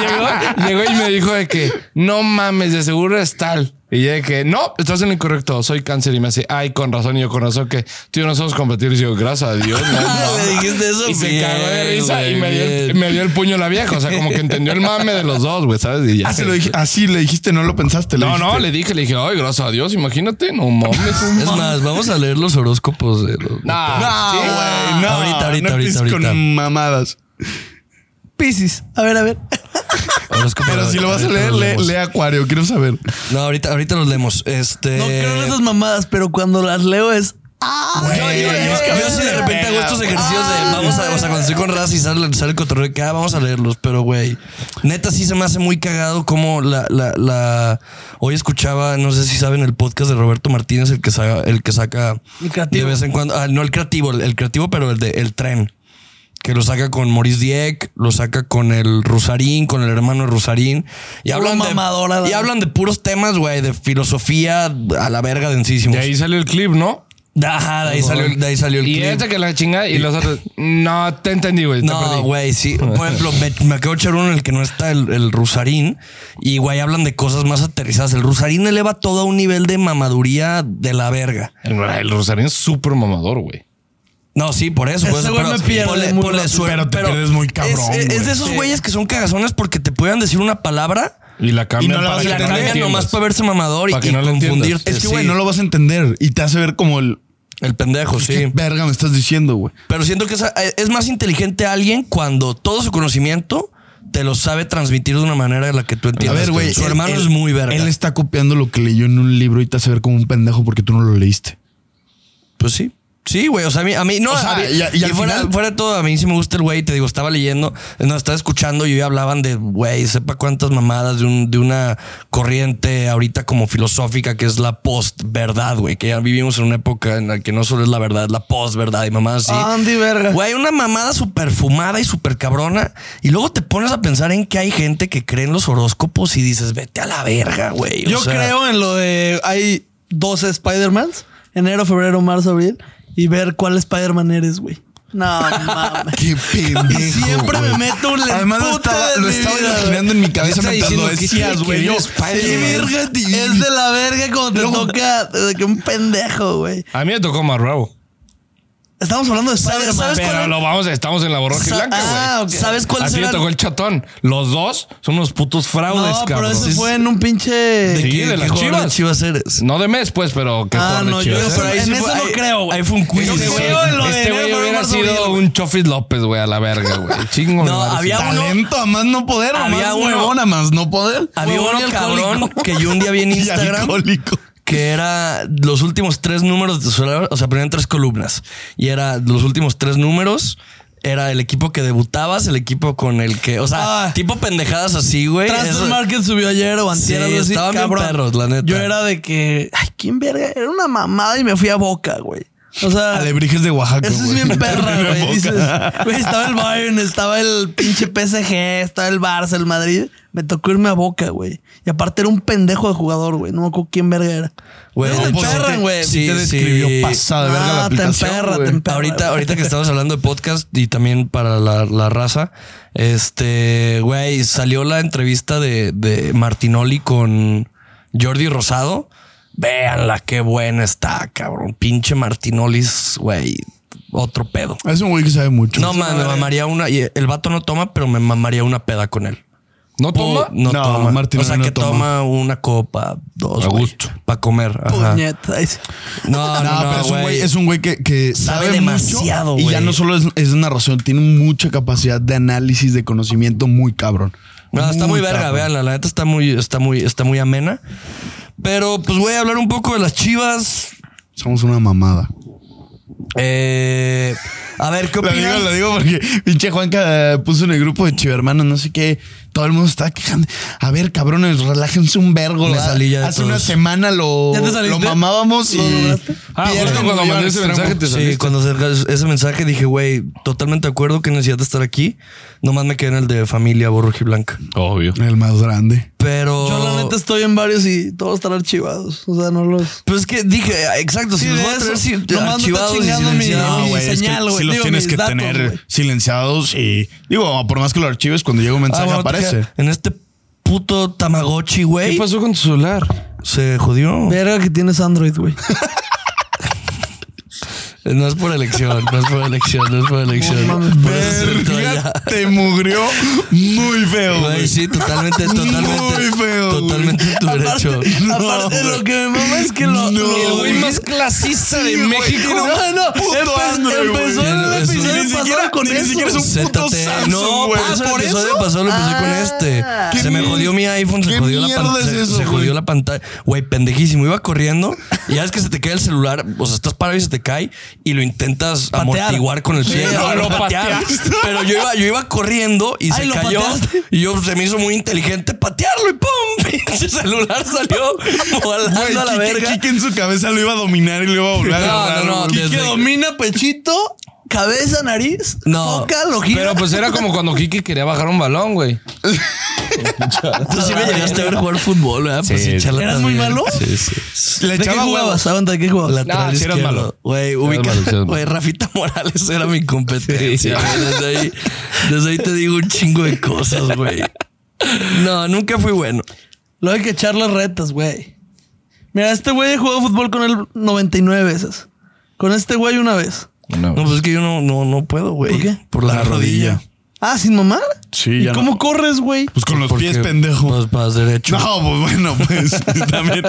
Speaker 3: llegó, llegó y me dijo de que no mames, de seguro es tal. Y yo de que no, estás en lo incorrecto, soy cáncer. Y me hace, ay, con razón. Y yo con razón que tú y yo no somos compatibles. Y yo, gracias a Dios. no, no".
Speaker 1: Le dijiste eso.
Speaker 3: Y se
Speaker 1: bien,
Speaker 3: cagó de risa
Speaker 1: güey,
Speaker 3: y me dio, el,
Speaker 1: bien.
Speaker 3: me dio el puño la vieja. O sea, como que entendió el mame de los dos, güey, ¿sabes? Y ya.
Speaker 4: Ah, se lo dije- así le dijiste, no lo pensaste.
Speaker 3: No,
Speaker 4: dijiste.
Speaker 3: no, le dije, le dije, ay, gracias a Dios, imagínate, no mames.
Speaker 1: Es más, vamos a leer los horóscopos de los.
Speaker 3: Nah,
Speaker 4: No,
Speaker 3: sí,
Speaker 4: Ah, güey, no.
Speaker 1: Ahorita, ahorita, ahorita,
Speaker 4: No empieces
Speaker 1: ahorita.
Speaker 4: con mamadas.
Speaker 2: Piscis. A ver, a ver.
Speaker 1: horóscopos
Speaker 4: Pero
Speaker 1: de-
Speaker 4: si lo vas a
Speaker 1: ahorita
Speaker 4: leer,
Speaker 1: los
Speaker 4: lee,
Speaker 1: leemos.
Speaker 4: lee Acuario. Quiero saber.
Speaker 1: No, ahorita, ahorita los leemos. Este.
Speaker 2: No creo en esas mamadas, pero cuando las leo es. ¡Ah!
Speaker 1: Yo, yo, yo, yo sí de repente hago estos ejercicios de vamos a, o sea, cuando estoy con Raz y sale, sale el cotorreo de que, ah, vamos a leerlos, pero güey, neta sí se me hace muy cagado como la, la, la, hoy escuchaba, no sé si saben el podcast de Roberto Martínez, el que saca, el que saca
Speaker 2: El creativo.
Speaker 1: de vez en cuando, ah, no el creativo, el, el creativo, pero el de el tren. Que lo saca con Maurice Dieck, lo saca con el Rusarín, con el hermano de Rusarín. Y
Speaker 2: Puro
Speaker 1: hablan
Speaker 2: mamadora,
Speaker 1: de,
Speaker 2: la-
Speaker 1: y hablan de puros temas, güey, de filosofía a la verga de encísimos.
Speaker 3: De ahí salió el clip, ¿no?
Speaker 1: Ajá, de ahí salió, el- de ahí salió el
Speaker 3: y
Speaker 1: clip.
Speaker 3: esta que la chingada y los otros. No, te entendí, güey. te
Speaker 1: No,
Speaker 3: perdí.
Speaker 1: güey, sí. Por ejemplo, me, me acabo de echar uno en el que no está el, el Rusarín. Y, güey, hablan de cosas más aterrizadas. El Rusarín eleva todo a un nivel de mamaduría de la verga.
Speaker 3: El, el Rosarín es súper mamador, güey.
Speaker 1: No, sí, por eso. por
Speaker 2: Ese
Speaker 1: eso,
Speaker 2: güey me pierde muy rápido.
Speaker 1: suerte,
Speaker 4: Pero te pierdes muy cabrón,
Speaker 1: Es, es- es
Speaker 4: güey.
Speaker 1: de esos
Speaker 2: Sí.
Speaker 1: güeyes que son cagazones porque te puedan decir una palabra
Speaker 3: Y la cambian
Speaker 4: Y no la vas
Speaker 3: para
Speaker 1: y
Speaker 4: a
Speaker 3: que
Speaker 1: la
Speaker 3: no la
Speaker 1: cambian
Speaker 3: entiendas.
Speaker 1: nomás para verse mamador y,
Speaker 3: Para que
Speaker 1: y
Speaker 3: no la entiendas.
Speaker 1: confundirte.
Speaker 4: Es que, güey,
Speaker 1: sí.
Speaker 4: no lo vas a entender y te hace ver como el.
Speaker 1: El pendejo,
Speaker 4: ¿Qué
Speaker 1: Pues sí.
Speaker 4: verga me estás diciendo, güey?
Speaker 1: Pero siento que esa- eh, es más inteligente alguien cuando todo su conocimiento te lo sabe transmitir de una manera en la que tú
Speaker 4: A
Speaker 1: entiendes.
Speaker 4: ver, güey.
Speaker 1: Su
Speaker 4: él-
Speaker 1: hermano
Speaker 4: él-
Speaker 1: es muy verga.
Speaker 4: Él está copiando lo que leyó en un libro y te hace ver como un pendejo porque tú no lo leíste.
Speaker 1: Pues sí. Sí, güey. O sea, a mí, a mí no.
Speaker 4: O sea,
Speaker 1: a mí-
Speaker 4: y a- y
Speaker 1: y
Speaker 4: al
Speaker 1: fuera,
Speaker 4: final-
Speaker 1: fuera de todo, a mí sí me gusta el güey. Te digo, estaba leyendo, no, estaba escuchando y hoy hablaban de, güey, sepa cuántas mamadas de, un, de una corriente ahorita como filosófica que es la post-verdad, güey. Que ya vivimos en una época en la que no solo es la verdad, es la post-verdad y mamadas así.
Speaker 2: Andy, verga.
Speaker 1: Güey, una mamada súper fumada y súper cabrona. Y luego te pones a pensar en que hay gente que cree en los horóscopos y dices, vete a la verga, güey. O
Speaker 2: Yo
Speaker 1: sea,
Speaker 2: creo en lo de hay 12 Spider-Mans, enero, febrero, marzo, abril, y ver cuál Spider-Man eres, güey. No mames.
Speaker 4: Qué pendejo.
Speaker 2: Y siempre me meto un
Speaker 4: Además, lo
Speaker 2: puta
Speaker 4: estaba,
Speaker 2: de
Speaker 4: lo
Speaker 2: mi
Speaker 4: estaba
Speaker 2: vida,
Speaker 4: imaginando en mi cabeza
Speaker 1: Está
Speaker 4: mientras
Speaker 1: diciendo
Speaker 4: lo
Speaker 1: que
Speaker 4: decías,
Speaker 1: tiene
Speaker 4: güey.
Speaker 1: que
Speaker 4: Yo,
Speaker 1: ver
Speaker 4: qué
Speaker 1: Spider-Man.
Speaker 4: verga, tío.
Speaker 2: Es de la verga cuando te
Speaker 4: Luego-
Speaker 2: toca eh, que un pendejo, güey.
Speaker 3: A mí me tocó más bravo.
Speaker 2: Estamos hablando de Spider-Man.
Speaker 1: sabes
Speaker 2: pero-
Speaker 1: cuál
Speaker 3: Pero
Speaker 1: es?
Speaker 3: lo vamos, estamos en la borroja y
Speaker 1: Sa-
Speaker 3: blanca, güey.
Speaker 2: Ah, ok.
Speaker 1: ¿Sabes cuáles
Speaker 3: Así me
Speaker 1: eran?
Speaker 3: tocó el chatón. Los dos son unos putos fraudes,
Speaker 2: No, pero
Speaker 3: cabrón.
Speaker 2: eso
Speaker 3: Sí,
Speaker 2: fue en un pinche.
Speaker 3: Sí,
Speaker 1: ¿Qué-
Speaker 3: de
Speaker 1: qué
Speaker 3: las
Speaker 1: jugador
Speaker 3: Chivas.
Speaker 1: eres?
Speaker 3: No de mes, pues, pero que
Speaker 2: Ah,
Speaker 3: jugador de
Speaker 2: no, yo
Speaker 3: Chivas.
Speaker 2: no
Speaker 1: Pero ahí
Speaker 2: En
Speaker 1: sí
Speaker 2: eso
Speaker 1: fue-
Speaker 2: no
Speaker 1: ahí-
Speaker 2: creo, güey.
Speaker 1: Ahí fue un quiz.
Speaker 2: Yo
Speaker 1: güey.
Speaker 2: creo en lo de
Speaker 3: Este güey hubiera
Speaker 2: enero, febrero, marzo, abril,
Speaker 3: sido
Speaker 2: güey.
Speaker 3: un Chofis López, güey, a la verga, güey. Chingo.
Speaker 1: No,
Speaker 3: me vale
Speaker 1: había uno-
Speaker 4: Talento a más no poder,
Speaker 1: Había
Speaker 4: nomás
Speaker 1: uno-
Speaker 4: huevón a más no poder.
Speaker 1: Había
Speaker 2: Huevón
Speaker 1: un
Speaker 2: y
Speaker 1: cabrón
Speaker 2: alcohólico.
Speaker 1: que yo un día vi en
Speaker 4: Y
Speaker 1: Instagram
Speaker 4: alcohólico.
Speaker 1: que era los últimos tres números de su o sea, ponían tres columnas y era los últimos tres números. Era el equipo que debutabas, el equipo con el que, o sea,
Speaker 2: Ah.
Speaker 1: tipo pendejadas así, güey.
Speaker 2: Transfer
Speaker 1: Eso-
Speaker 2: Market subió ayer o antier,
Speaker 1: Sí,
Speaker 2: algo así,
Speaker 1: estaban bien
Speaker 2: cabrón.
Speaker 1: perros, la neta.
Speaker 2: Yo era de que, ay, ¿quién verga? Era una mamada y me fui a Boca, güey. O sea,
Speaker 4: Alebrijes de Oaxaca.
Speaker 2: eso es
Speaker 4: güey.
Speaker 2: bien perra,
Speaker 4: Terminó en
Speaker 2: güey.
Speaker 4: boca.
Speaker 2: Dices, güey, estaba el Bayern, estaba el pinche PSG, estaba el Barça, el Madrid. Me tocó irme a Boca, güey. Y aparte era un pendejo de jugador, güey. No me acuerdo quién verga era.
Speaker 1: Güey,
Speaker 2: Luego
Speaker 1: no,
Speaker 2: te
Speaker 1: pues,
Speaker 2: emperran,
Speaker 1: sí,
Speaker 2: güey.
Speaker 1: sí,
Speaker 4: Te
Speaker 1: sí.
Speaker 4: describió pasada de verga la
Speaker 2: Ah, te
Speaker 4: aplicación.
Speaker 2: emperra,
Speaker 4: güey.
Speaker 2: te emperra.
Speaker 1: Ahorita,
Speaker 2: güey.
Speaker 1: ahorita que estamos hablando de podcast y también para la, la raza, este, güey, salió la entrevista de, de Martinoli con Jordi Rosado. Véanla, qué buena está, cabrón. Pinche Martinolis, güey, otro pedo.
Speaker 4: Es un güey que sabe mucho.
Speaker 1: No, man, me mamaría una. y el vato no toma, pero me mamaría una peda con él.
Speaker 3: ¿No toma?
Speaker 1: No,
Speaker 4: No,
Speaker 1: toma.
Speaker 4: Martinoli
Speaker 1: o sea,
Speaker 4: no
Speaker 1: que toma. una copa, dos.
Speaker 3: A
Speaker 1: güey,
Speaker 3: gusto.
Speaker 1: Para comer. Ajá.
Speaker 2: Puñeta. Ay, sí.
Speaker 1: No, no,
Speaker 4: No,
Speaker 1: no,
Speaker 4: pero es un güey,
Speaker 1: güey.
Speaker 4: es un güey que, que
Speaker 1: Sabe
Speaker 4: sabe, mucho
Speaker 1: demasiado,
Speaker 4: Y ya
Speaker 1: güey.
Speaker 4: no solo es, es narración, tiene mucha capacidad de análisis, de conocimiento muy cabrón.
Speaker 1: No, está muy verga,
Speaker 4: cabrón.
Speaker 1: veanla. La neta está muy, está muy, está muy amena. Pero, pues voy a hablar un poco de las chivas.
Speaker 4: Somos una mamada.
Speaker 1: Eh, a ver, ¿qué
Speaker 4: Lo digo,
Speaker 1: opinan?
Speaker 4: lo digo porque pinche Juanca eh, puso en el grupo de Chivermanos, no sé qué. Todo el mundo está quejando. A ver, cabrones, relájense un vergo.
Speaker 1: Me
Speaker 4: la-
Speaker 1: salí ya de
Speaker 4: Hace una
Speaker 1: todos.
Speaker 4: semana lo,
Speaker 2: ¿Ya te saliste?
Speaker 4: lo mamábamos
Speaker 2: ¿Lo
Speaker 4: y.
Speaker 2: lograste?
Speaker 3: Ah,
Speaker 4: pierden,
Speaker 3: justo cuando
Speaker 4: güey,
Speaker 3: mandé
Speaker 4: al
Speaker 3: ese
Speaker 4: extremo.
Speaker 3: mensaje te
Speaker 1: Sí,
Speaker 3: saliste.
Speaker 1: cuando se- ese mensaje dije, güey, totalmente de acuerdo que necesidad de estar aquí. Nomás me quedé en el de familia borroji blanca.
Speaker 3: Obvio.
Speaker 4: El más
Speaker 2: Eh,
Speaker 4: grande.
Speaker 1: Pero.
Speaker 2: Yo la neta estoy en varios y todos están archivados. O sea, no los.
Speaker 1: Pues es que dije, ah, exacto, si
Speaker 2: Sí,
Speaker 1: los
Speaker 2: de
Speaker 1: voy a traer
Speaker 2: eso.
Speaker 1: si,
Speaker 2: Nomás no está
Speaker 1: archivados y
Speaker 2: chingando mi-
Speaker 1: silenciados.
Speaker 2: mi-
Speaker 1: güey.
Speaker 2: güey, es que señal, güey.
Speaker 4: Sí, los
Speaker 2: Digo,
Speaker 4: tienes
Speaker 2: mis
Speaker 4: que
Speaker 2: datos,
Speaker 4: tener
Speaker 2: güey.
Speaker 4: silenciados y. Digo, por más que lo archives, cuando llega un
Speaker 1: Ah,
Speaker 4: mensaje
Speaker 1: bueno, te-
Speaker 4: aparece.
Speaker 1: En este puto Tamagotchi,
Speaker 3: ¿Qué
Speaker 1: güey.
Speaker 3: pasó con tu celular?
Speaker 1: Se jodió.
Speaker 2: Verga que tienes Android, güey.
Speaker 1: No es por elección, no es por elección, no es por elección.
Speaker 2: No mames,
Speaker 1: Por eso se soltó
Speaker 4: Verga,
Speaker 1: ya.
Speaker 4: te mugrió muy feo,
Speaker 1: Güey,
Speaker 4: güey.
Speaker 1: sí, totalmente, totalmente.
Speaker 4: Muy feo, güey.
Speaker 1: Totalmente en tu
Speaker 2: Aparte,
Speaker 1: derecho.
Speaker 2: aparte lo que me mama es que lo.
Speaker 4: No,
Speaker 2: lo-
Speaker 4: el güey más
Speaker 3: clasista
Speaker 4: de México.
Speaker 2: No, no, no.
Speaker 4: Puto
Speaker 2: Empe-
Speaker 4: Android, güey.
Speaker 2: empezó el
Speaker 1: Es un-
Speaker 2: episodio
Speaker 1: ni
Speaker 2: pasado
Speaker 4: siquiera-
Speaker 2: con
Speaker 4: ni
Speaker 2: eso.
Speaker 4: siquiera es un- puto Samsung,
Speaker 1: no,
Speaker 4: güey.
Speaker 1: por eso
Speaker 4: Ah,
Speaker 1: el
Speaker 4: ¿por
Speaker 1: episodio
Speaker 4: eso?
Speaker 1: pasado lo empecé con
Speaker 2: Ah.
Speaker 1: este.
Speaker 4: ¿Qué
Speaker 1: Se me
Speaker 4: mier-
Speaker 1: jodió mi iPhone, se
Speaker 4: qué
Speaker 1: jodió la
Speaker 4: mierda
Speaker 1: pantalla.
Speaker 4: es
Speaker 1: se-
Speaker 4: eso,
Speaker 1: se
Speaker 4: güey?
Speaker 1: jodió la pantalla. Güey, pendejísimo. Iba corriendo y ya es que se te cae el celular. O sea, estás parado y se te cae y lo intentas
Speaker 2: Patear.
Speaker 1: amortiguar con el pie.
Speaker 2: Sí,
Speaker 3: lo pateaste.
Speaker 1: Pero yo iba, yo iba corriendo y
Speaker 2: Ay,
Speaker 1: se
Speaker 2: ¿lo
Speaker 1: cayó.
Speaker 2: pateaste?
Speaker 1: Y yo se me hizo muy inteligente patearlo y ¡pum! Pinche celular salió
Speaker 4: Güey,
Speaker 1: volando a la
Speaker 4: Kike-
Speaker 1: verga.
Speaker 4: Kike en su cabeza lo iba a dominar y lo iba a volver a
Speaker 1: No,
Speaker 4: agarrar,
Speaker 1: no, no,
Speaker 4: güey. pues,
Speaker 1: desde-
Speaker 2: Que domina pechito, cabeza, nariz,
Speaker 1: No.
Speaker 2: boca, lo gira.
Speaker 3: Pero pues era como cuando Kiki quería bajar un balón, güey.
Speaker 1: Tú sí me llegaste a ver jugar fútbol, ¿verdad? Pues
Speaker 3: Sí,
Speaker 1: sí, chala
Speaker 2: ¿Eras muy
Speaker 1: también.
Speaker 2: malo?
Speaker 1: Sí, sí.
Speaker 4: Le
Speaker 2: ¿De qué
Speaker 4: echaba huevos.
Speaker 2: jugabas? Aguanta, ¿de qué jugabas?
Speaker 1: Lateral
Speaker 3: Nah, sí eras
Speaker 1: izquierdo.
Speaker 3: malo.
Speaker 1: Güey, ubica.
Speaker 3: malo, sí eras malo.
Speaker 1: Güey, Rafita Morales era mi competencia. güey. Desde, ahí, desde ahí te digo un chingo de cosas, güey. No, nunca fui bueno.
Speaker 2: Luego hay que echar las retas, güey. Mira, este güey jugó fútbol con él 99 veces. Con este güey una vez.
Speaker 3: No.
Speaker 1: No, pues es que yo no, no, no puedo, güey.
Speaker 2: ¿Por qué?
Speaker 1: Por la, rodilla.
Speaker 2: Ah, sin mamar.
Speaker 4: Sí,
Speaker 2: ¿Y
Speaker 4: ya
Speaker 2: cómo
Speaker 4: no.
Speaker 2: corres, güey?
Speaker 4: Pues con los
Speaker 1: Porque
Speaker 4: pies, pendejo.
Speaker 1: Vas para derecho.
Speaker 4: No, pues bueno, pues también.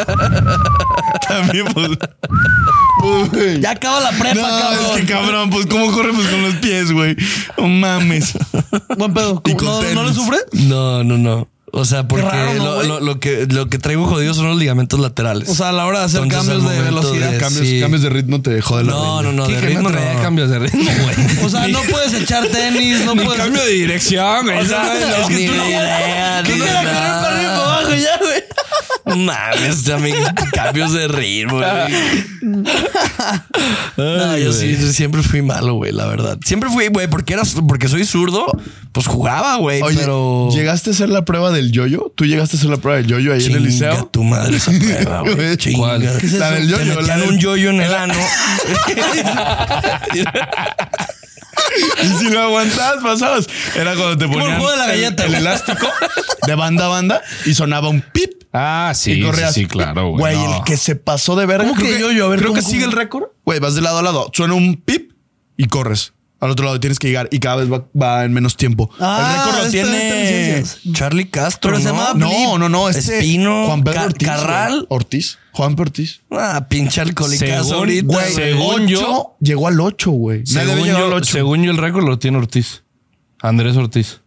Speaker 4: también, pues. pues, güey.
Speaker 2: Ya acaba la prepa,
Speaker 4: no,
Speaker 2: cabrón.
Speaker 4: es que cabrón, pues cómo corre pues con los pies, güey. No mames.
Speaker 2: Buen pedo.
Speaker 4: Y
Speaker 2: ¿Cómo-
Speaker 4: con
Speaker 2: ¿No,
Speaker 4: tenis.
Speaker 2: ¿No le sufres?
Speaker 1: No, no, no. O sea, porque
Speaker 2: ¿eh? raro, ¿no,
Speaker 1: lo-
Speaker 2: güey?
Speaker 1: lo, lo que, lo que traigo jodido son los ligamentos laterales.
Speaker 2: O sea, a la hora de hacer
Speaker 1: Entonces, al
Speaker 2: cambios de
Speaker 1: momento
Speaker 2: velocidad.
Speaker 1: de-
Speaker 4: Cambios,
Speaker 1: sí.
Speaker 4: cambios de ritmo te jode la
Speaker 1: No,
Speaker 4: rodilla.
Speaker 1: no, no. De
Speaker 3: Kike
Speaker 1: ritmo
Speaker 3: no traía
Speaker 1: no.
Speaker 3: cambios de ritmo, güey.
Speaker 2: O sea, no puedes echar tenis, no puedes.
Speaker 3: Cambio de dirección, güey. ¿sabes?
Speaker 1: Es que
Speaker 2: Ni
Speaker 1: tú no-
Speaker 2: idea,
Speaker 1: Tú
Speaker 2: ni
Speaker 1: no
Speaker 2: nada.
Speaker 1: la correr para arriba y para abajo ya, güey. Mames, también cambios de ritmo. No, yo sí, yo siempre fui malo, güey, la verdad. Siempre fui, güey, porque eras, porque soy zurdo, pues jugaba, güey,
Speaker 4: Oye,
Speaker 1: pero.
Speaker 4: ¿llegaste a hacer la prueba del yoyo? ¿Tú llegaste a hacer la prueba del yoyo ahí en el
Speaker 1: Chinga
Speaker 4: liceo?
Speaker 1: tu madre esa prueba, güey.
Speaker 4: Güey,
Speaker 1: Chinga.
Speaker 3: ¿cuál? ¿Qué
Speaker 4: es
Speaker 1: Te
Speaker 4: eso? Te
Speaker 1: metían
Speaker 4: metían
Speaker 1: un yoyo en el ano.
Speaker 4: Y si lo aguantabas, pasabas. Era cuando te
Speaker 2: el
Speaker 4: ponían
Speaker 2: juego de la galleta,
Speaker 4: el,
Speaker 2: güey.
Speaker 4: elástico de banda a banda y sonaba un pip.
Speaker 3: Ah, sí.
Speaker 4: y corrías.
Speaker 3: sí, sí, claro, güey.
Speaker 4: Güey,
Speaker 3: no.
Speaker 4: el que se pasó de verga.
Speaker 2: ¿Cómo
Speaker 4: creo
Speaker 2: que yoyo? A ver,
Speaker 4: creo
Speaker 2: ¿cómo,
Speaker 4: que
Speaker 2: cómo?
Speaker 4: sigue el récord. Güey, vas de lado a lado. Suena un pip y corres. Al otro lado tienes que llegar y cada vez va, va en menos tiempo.
Speaker 2: Ah,
Speaker 4: el récord lo
Speaker 2: este- este
Speaker 4: tiene.
Speaker 2: licencias.
Speaker 1: Charlie Castro.
Speaker 2: Pero se
Speaker 1: ¿no?
Speaker 2: llamaba
Speaker 4: No, no, no. Este
Speaker 1: Espino,
Speaker 4: Juan Pedro
Speaker 1: Ca-
Speaker 4: Ortiz. güey.
Speaker 1: Carral.
Speaker 4: Ortiz. Juan Pedro Ortiz.
Speaker 1: Ah, pinche alcohólicazo
Speaker 3: Según-
Speaker 1: ahorita.
Speaker 3: güey,
Speaker 1: güey.
Speaker 3: Según yo-
Speaker 4: Ocho, Llegó al 8, güey. Nadie
Speaker 3: Según
Speaker 4: había llegado al
Speaker 3: yo,
Speaker 4: 8.
Speaker 3: según yo, el récord lo tiene Ortiz. Andrés Ortiz.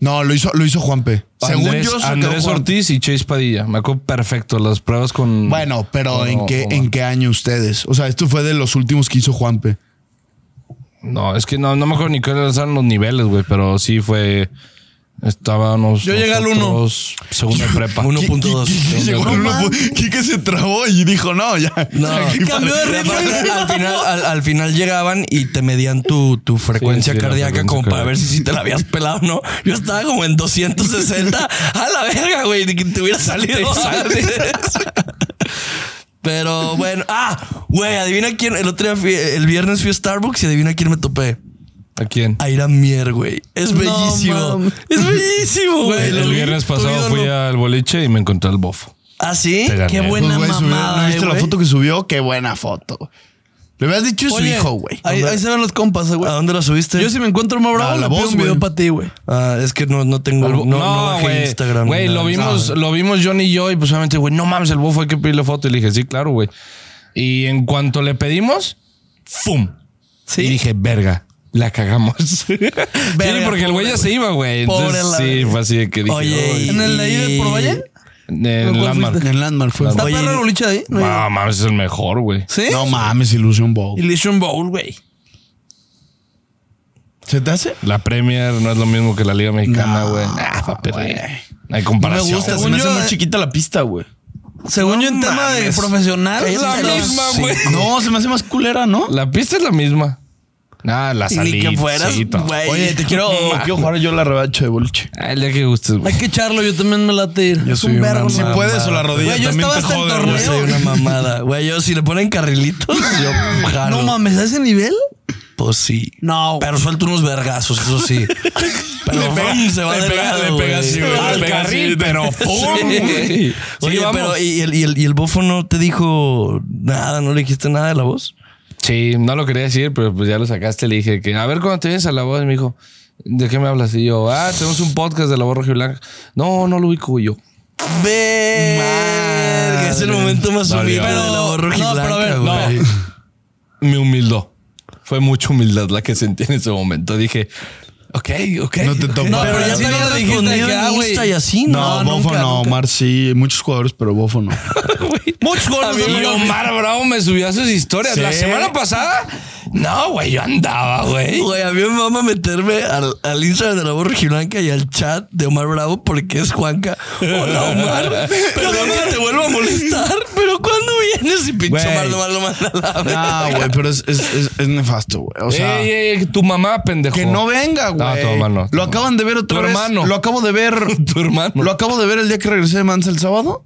Speaker 4: No, lo hizo, lo hizo Juanpe. Según
Speaker 3: Andrés,
Speaker 4: yo, se quedó
Speaker 3: Andrés
Speaker 4: Juan-
Speaker 3: Ortiz y Chase Padilla. Me acuerdo perfecto las pruebas con.
Speaker 4: Bueno, pero
Speaker 3: con-
Speaker 4: ¿en, qué,
Speaker 3: con-
Speaker 4: ¿en qué año ustedes? O sea, esto fue de los últimos que hizo Juanpe.
Speaker 3: No, es que no, no me acuerdo ni cuáles eran los niveles, güey, pero sí fue. Estábamos.
Speaker 2: Yo llegué al uno.
Speaker 3: nosotros, Segunda prepa.
Speaker 1: Uno.
Speaker 4: Qui-
Speaker 1: 1.2.
Speaker 4: Qui- Qui- llegó
Speaker 3: No
Speaker 4: uno pu- Quique se trabó y dijo, no, ya.
Speaker 1: No,
Speaker 4: Aquí
Speaker 2: cambió de
Speaker 4: para-
Speaker 2: ritmo.
Speaker 1: Aparte, al, final, al, al final llegaban y te medían tu, tu frecuencia
Speaker 3: Sí, sí, la
Speaker 1: cardíaca
Speaker 3: frecuencia
Speaker 1: como para
Speaker 3: cardíaca.
Speaker 1: ver si, si te la habías pelado o no. Yo estaba como en 260. a la verga, güey, de que te hubiera salido antes. Pero bueno, ah, güey, adivina quién. El otro día fui- el viernes fui a Starbucks y adivina quién me topé.
Speaker 3: ¿A quién?
Speaker 1: A Ira Mier, güey. Es
Speaker 2: No,
Speaker 1: bellísimo.
Speaker 2: mames.
Speaker 1: es bellísimo, güey.
Speaker 3: el
Speaker 1: Lo vi,
Speaker 3: viernes
Speaker 1: tu
Speaker 3: pasado
Speaker 1: ídolo.
Speaker 3: fui al boliche y me encontré al bofo.
Speaker 1: ¿Ah, sí?
Speaker 3: Te gané.
Speaker 2: Qué
Speaker 4: Pues,
Speaker 2: buena
Speaker 4: güey, subió- ¿No
Speaker 2: mamada. eh,
Speaker 4: viste la
Speaker 2: güey.
Speaker 4: foto que subió? Qué buena foto. Le habías dicho es su
Speaker 2: Oye,
Speaker 4: hijo, güey.
Speaker 2: Ahí, ahí se ven los compas, eh,
Speaker 1: ¿A
Speaker 2: güey.
Speaker 1: dónde la subiste?
Speaker 2: Yo si me encuentro más bravo,
Speaker 4: A Ah, la
Speaker 2: le pido
Speaker 4: voz,
Speaker 2: un video
Speaker 4: güey.
Speaker 2: para ti, güey.
Speaker 1: Ah, es que no, no tengo. No, no, bajé Instagram.
Speaker 3: Güey,
Speaker 1: ni
Speaker 3: lo
Speaker 1: nada. Ah.
Speaker 3: vimos, lo vimos John y yo, y pues obviamente, güey, no mames, el bofo hay que pedirle foto. Y le dije, sí, claro, güey. Y en cuanto le pedimos, ¡fum!
Speaker 2: Sí.
Speaker 3: Y dije, verga, la cagamos. sí, porque el güey ya se iba, güey.
Speaker 2: Pobre
Speaker 3: Entonces,
Speaker 2: la
Speaker 3: sí,
Speaker 2: verga.
Speaker 3: fue así de que dije,
Speaker 1: Oye,
Speaker 3: "Ay".
Speaker 1: y-
Speaker 2: ¿En el de ahí de por Valle?
Speaker 3: En el
Speaker 2: ¿Cuál
Speaker 3: Landmark.
Speaker 2: fuiste?
Speaker 4: En Landmark fue.
Speaker 2: ¿Está
Speaker 1: Oye,
Speaker 2: perra la boliche ahí? No.
Speaker 3: No, mames, es el mejor, güey.
Speaker 2: ¿Sí?
Speaker 4: No mames, Illusion Bowl.
Speaker 2: Illusion Bowl, güey.
Speaker 1: Se
Speaker 4: ¿Se te hace?
Speaker 3: La Premier no es lo mismo que la Liga Mexicana,
Speaker 4: No,
Speaker 3: güey. Ah, papi,
Speaker 4: güey.
Speaker 3: No hay comparación.
Speaker 4: Me gusta, se
Speaker 2: Según
Speaker 4: me hace
Speaker 2: yo,
Speaker 4: muy
Speaker 2: eh,
Speaker 4: chiquita la pista, güey.
Speaker 2: Según yo, en tema de
Speaker 1: mames.
Speaker 2: profesional,
Speaker 1: Es la
Speaker 2: sí, los-
Speaker 1: misma,
Speaker 2: sí.
Speaker 1: güey.
Speaker 4: No, se me hace más culera, ¿no?
Speaker 3: La pista es la misma. Ah, la
Speaker 2: Y ni
Speaker 3: salida.
Speaker 2: que fueras,
Speaker 3: sí, todo.
Speaker 2: güey.
Speaker 4: Oye, te quiero, quiero jugar yo la revancha de boliche.
Speaker 3: Ah, el día que gustes, güey.
Speaker 2: Hay que echarlo, yo también me late ir.
Speaker 1: Yo
Speaker 2: Es
Speaker 1: soy
Speaker 2: un
Speaker 1: una
Speaker 2: vergo.
Speaker 1: Si
Speaker 2: güey.
Speaker 1: puedes, o la
Speaker 2: rodilla
Speaker 4: Güey, yo
Speaker 2: también
Speaker 4: estaba
Speaker 2: te
Speaker 4: hasta en
Speaker 2: jode,
Speaker 1: Yo
Speaker 2: güey.
Speaker 1: soy una mamada. Güey, yo si le ponen carrilitos, yo jalo.
Speaker 2: No mames, ¿a ese nivel?
Speaker 1: Pues sí.
Speaker 2: No.
Speaker 1: Pero suelto unos vergazos, eso sí. Pero ¡fum! se va
Speaker 3: le
Speaker 1: de
Speaker 3: pega-
Speaker 1: lado,
Speaker 3: le pega
Speaker 1: güey.
Speaker 3: así, güey, le
Speaker 1: Al
Speaker 3: pega así,
Speaker 1: carril,
Speaker 3: pero ¡fum!
Speaker 1: Sí.
Speaker 3: Sí,
Speaker 1: Oye,
Speaker 3: vamos.
Speaker 1: pero ¿y el, y, el, y el bofo no te dijo nada? ¿No le dijiste nada de la voz?
Speaker 3: Sí, no lo quería decir, pero pues ya lo sacaste. Le dije que, a ver, cuando te vienes a la voz, me dijo, ¿de qué me hablas? Y yo, ah, tenemos un podcast de la voz roja y blanca. No, no lo ubico güey, yo.
Speaker 1: Verga, es el momento más humilde
Speaker 3: Valió.
Speaker 1: de la voz
Speaker 2: Pero- no, pero a ver,
Speaker 1: rojiblanca,
Speaker 3: no.
Speaker 1: güey.
Speaker 3: Me humildó. Fue mucha humildad la que sentí en ese momento. Dije, ok, ok.
Speaker 4: No te
Speaker 3: ok".
Speaker 4: topa.
Speaker 2: Eh, No, pero ya
Speaker 1: Sí,
Speaker 2: te
Speaker 1: no
Speaker 2: habías
Speaker 1: dijiste
Speaker 2: respondido
Speaker 1: que,
Speaker 2: en
Speaker 1: ah, güey.
Speaker 2: Insta y así,
Speaker 4: No,
Speaker 2: no,
Speaker 4: Bofo
Speaker 2: nunca,
Speaker 4: no,
Speaker 2: nunca.
Speaker 4: Omar sí, muchos jugadores, pero Bofo no.
Speaker 3: Güey.
Speaker 2: Muchos gordos,
Speaker 3: A mí
Speaker 2: güey.
Speaker 3: Omar Bravo me subió a sus historias.
Speaker 4: Sí.
Speaker 3: La semana pasada, no, güey, yo andaba, güey.
Speaker 1: Güey, a mí me mama meterme al, al Instagram de la voz rojiblanca y al chat de Omar Bravo porque es Juanca. Hola, Omar. Perdón que te vuelvo a molestar, pero ¿cuándo vienes? Y pinche
Speaker 4: Güey.
Speaker 1: Omar nomás lo manda a la verga.
Speaker 4: No, güey, pero es, es, es, es nefasto, güey. O sea,
Speaker 3: Ey, ey, ey, eh, tu mamá, pendejo.
Speaker 4: que no venga,
Speaker 3: No,
Speaker 4: güey.
Speaker 3: tu mamá no, tu
Speaker 4: Lo
Speaker 3: mamá.
Speaker 4: acaban de ver otra
Speaker 3: Tu
Speaker 4: vez.
Speaker 3: hermano.
Speaker 4: Lo acabo de ver.
Speaker 3: Tu hermano.
Speaker 4: Lo acabo de ver el día que regresé de Mansa el sábado.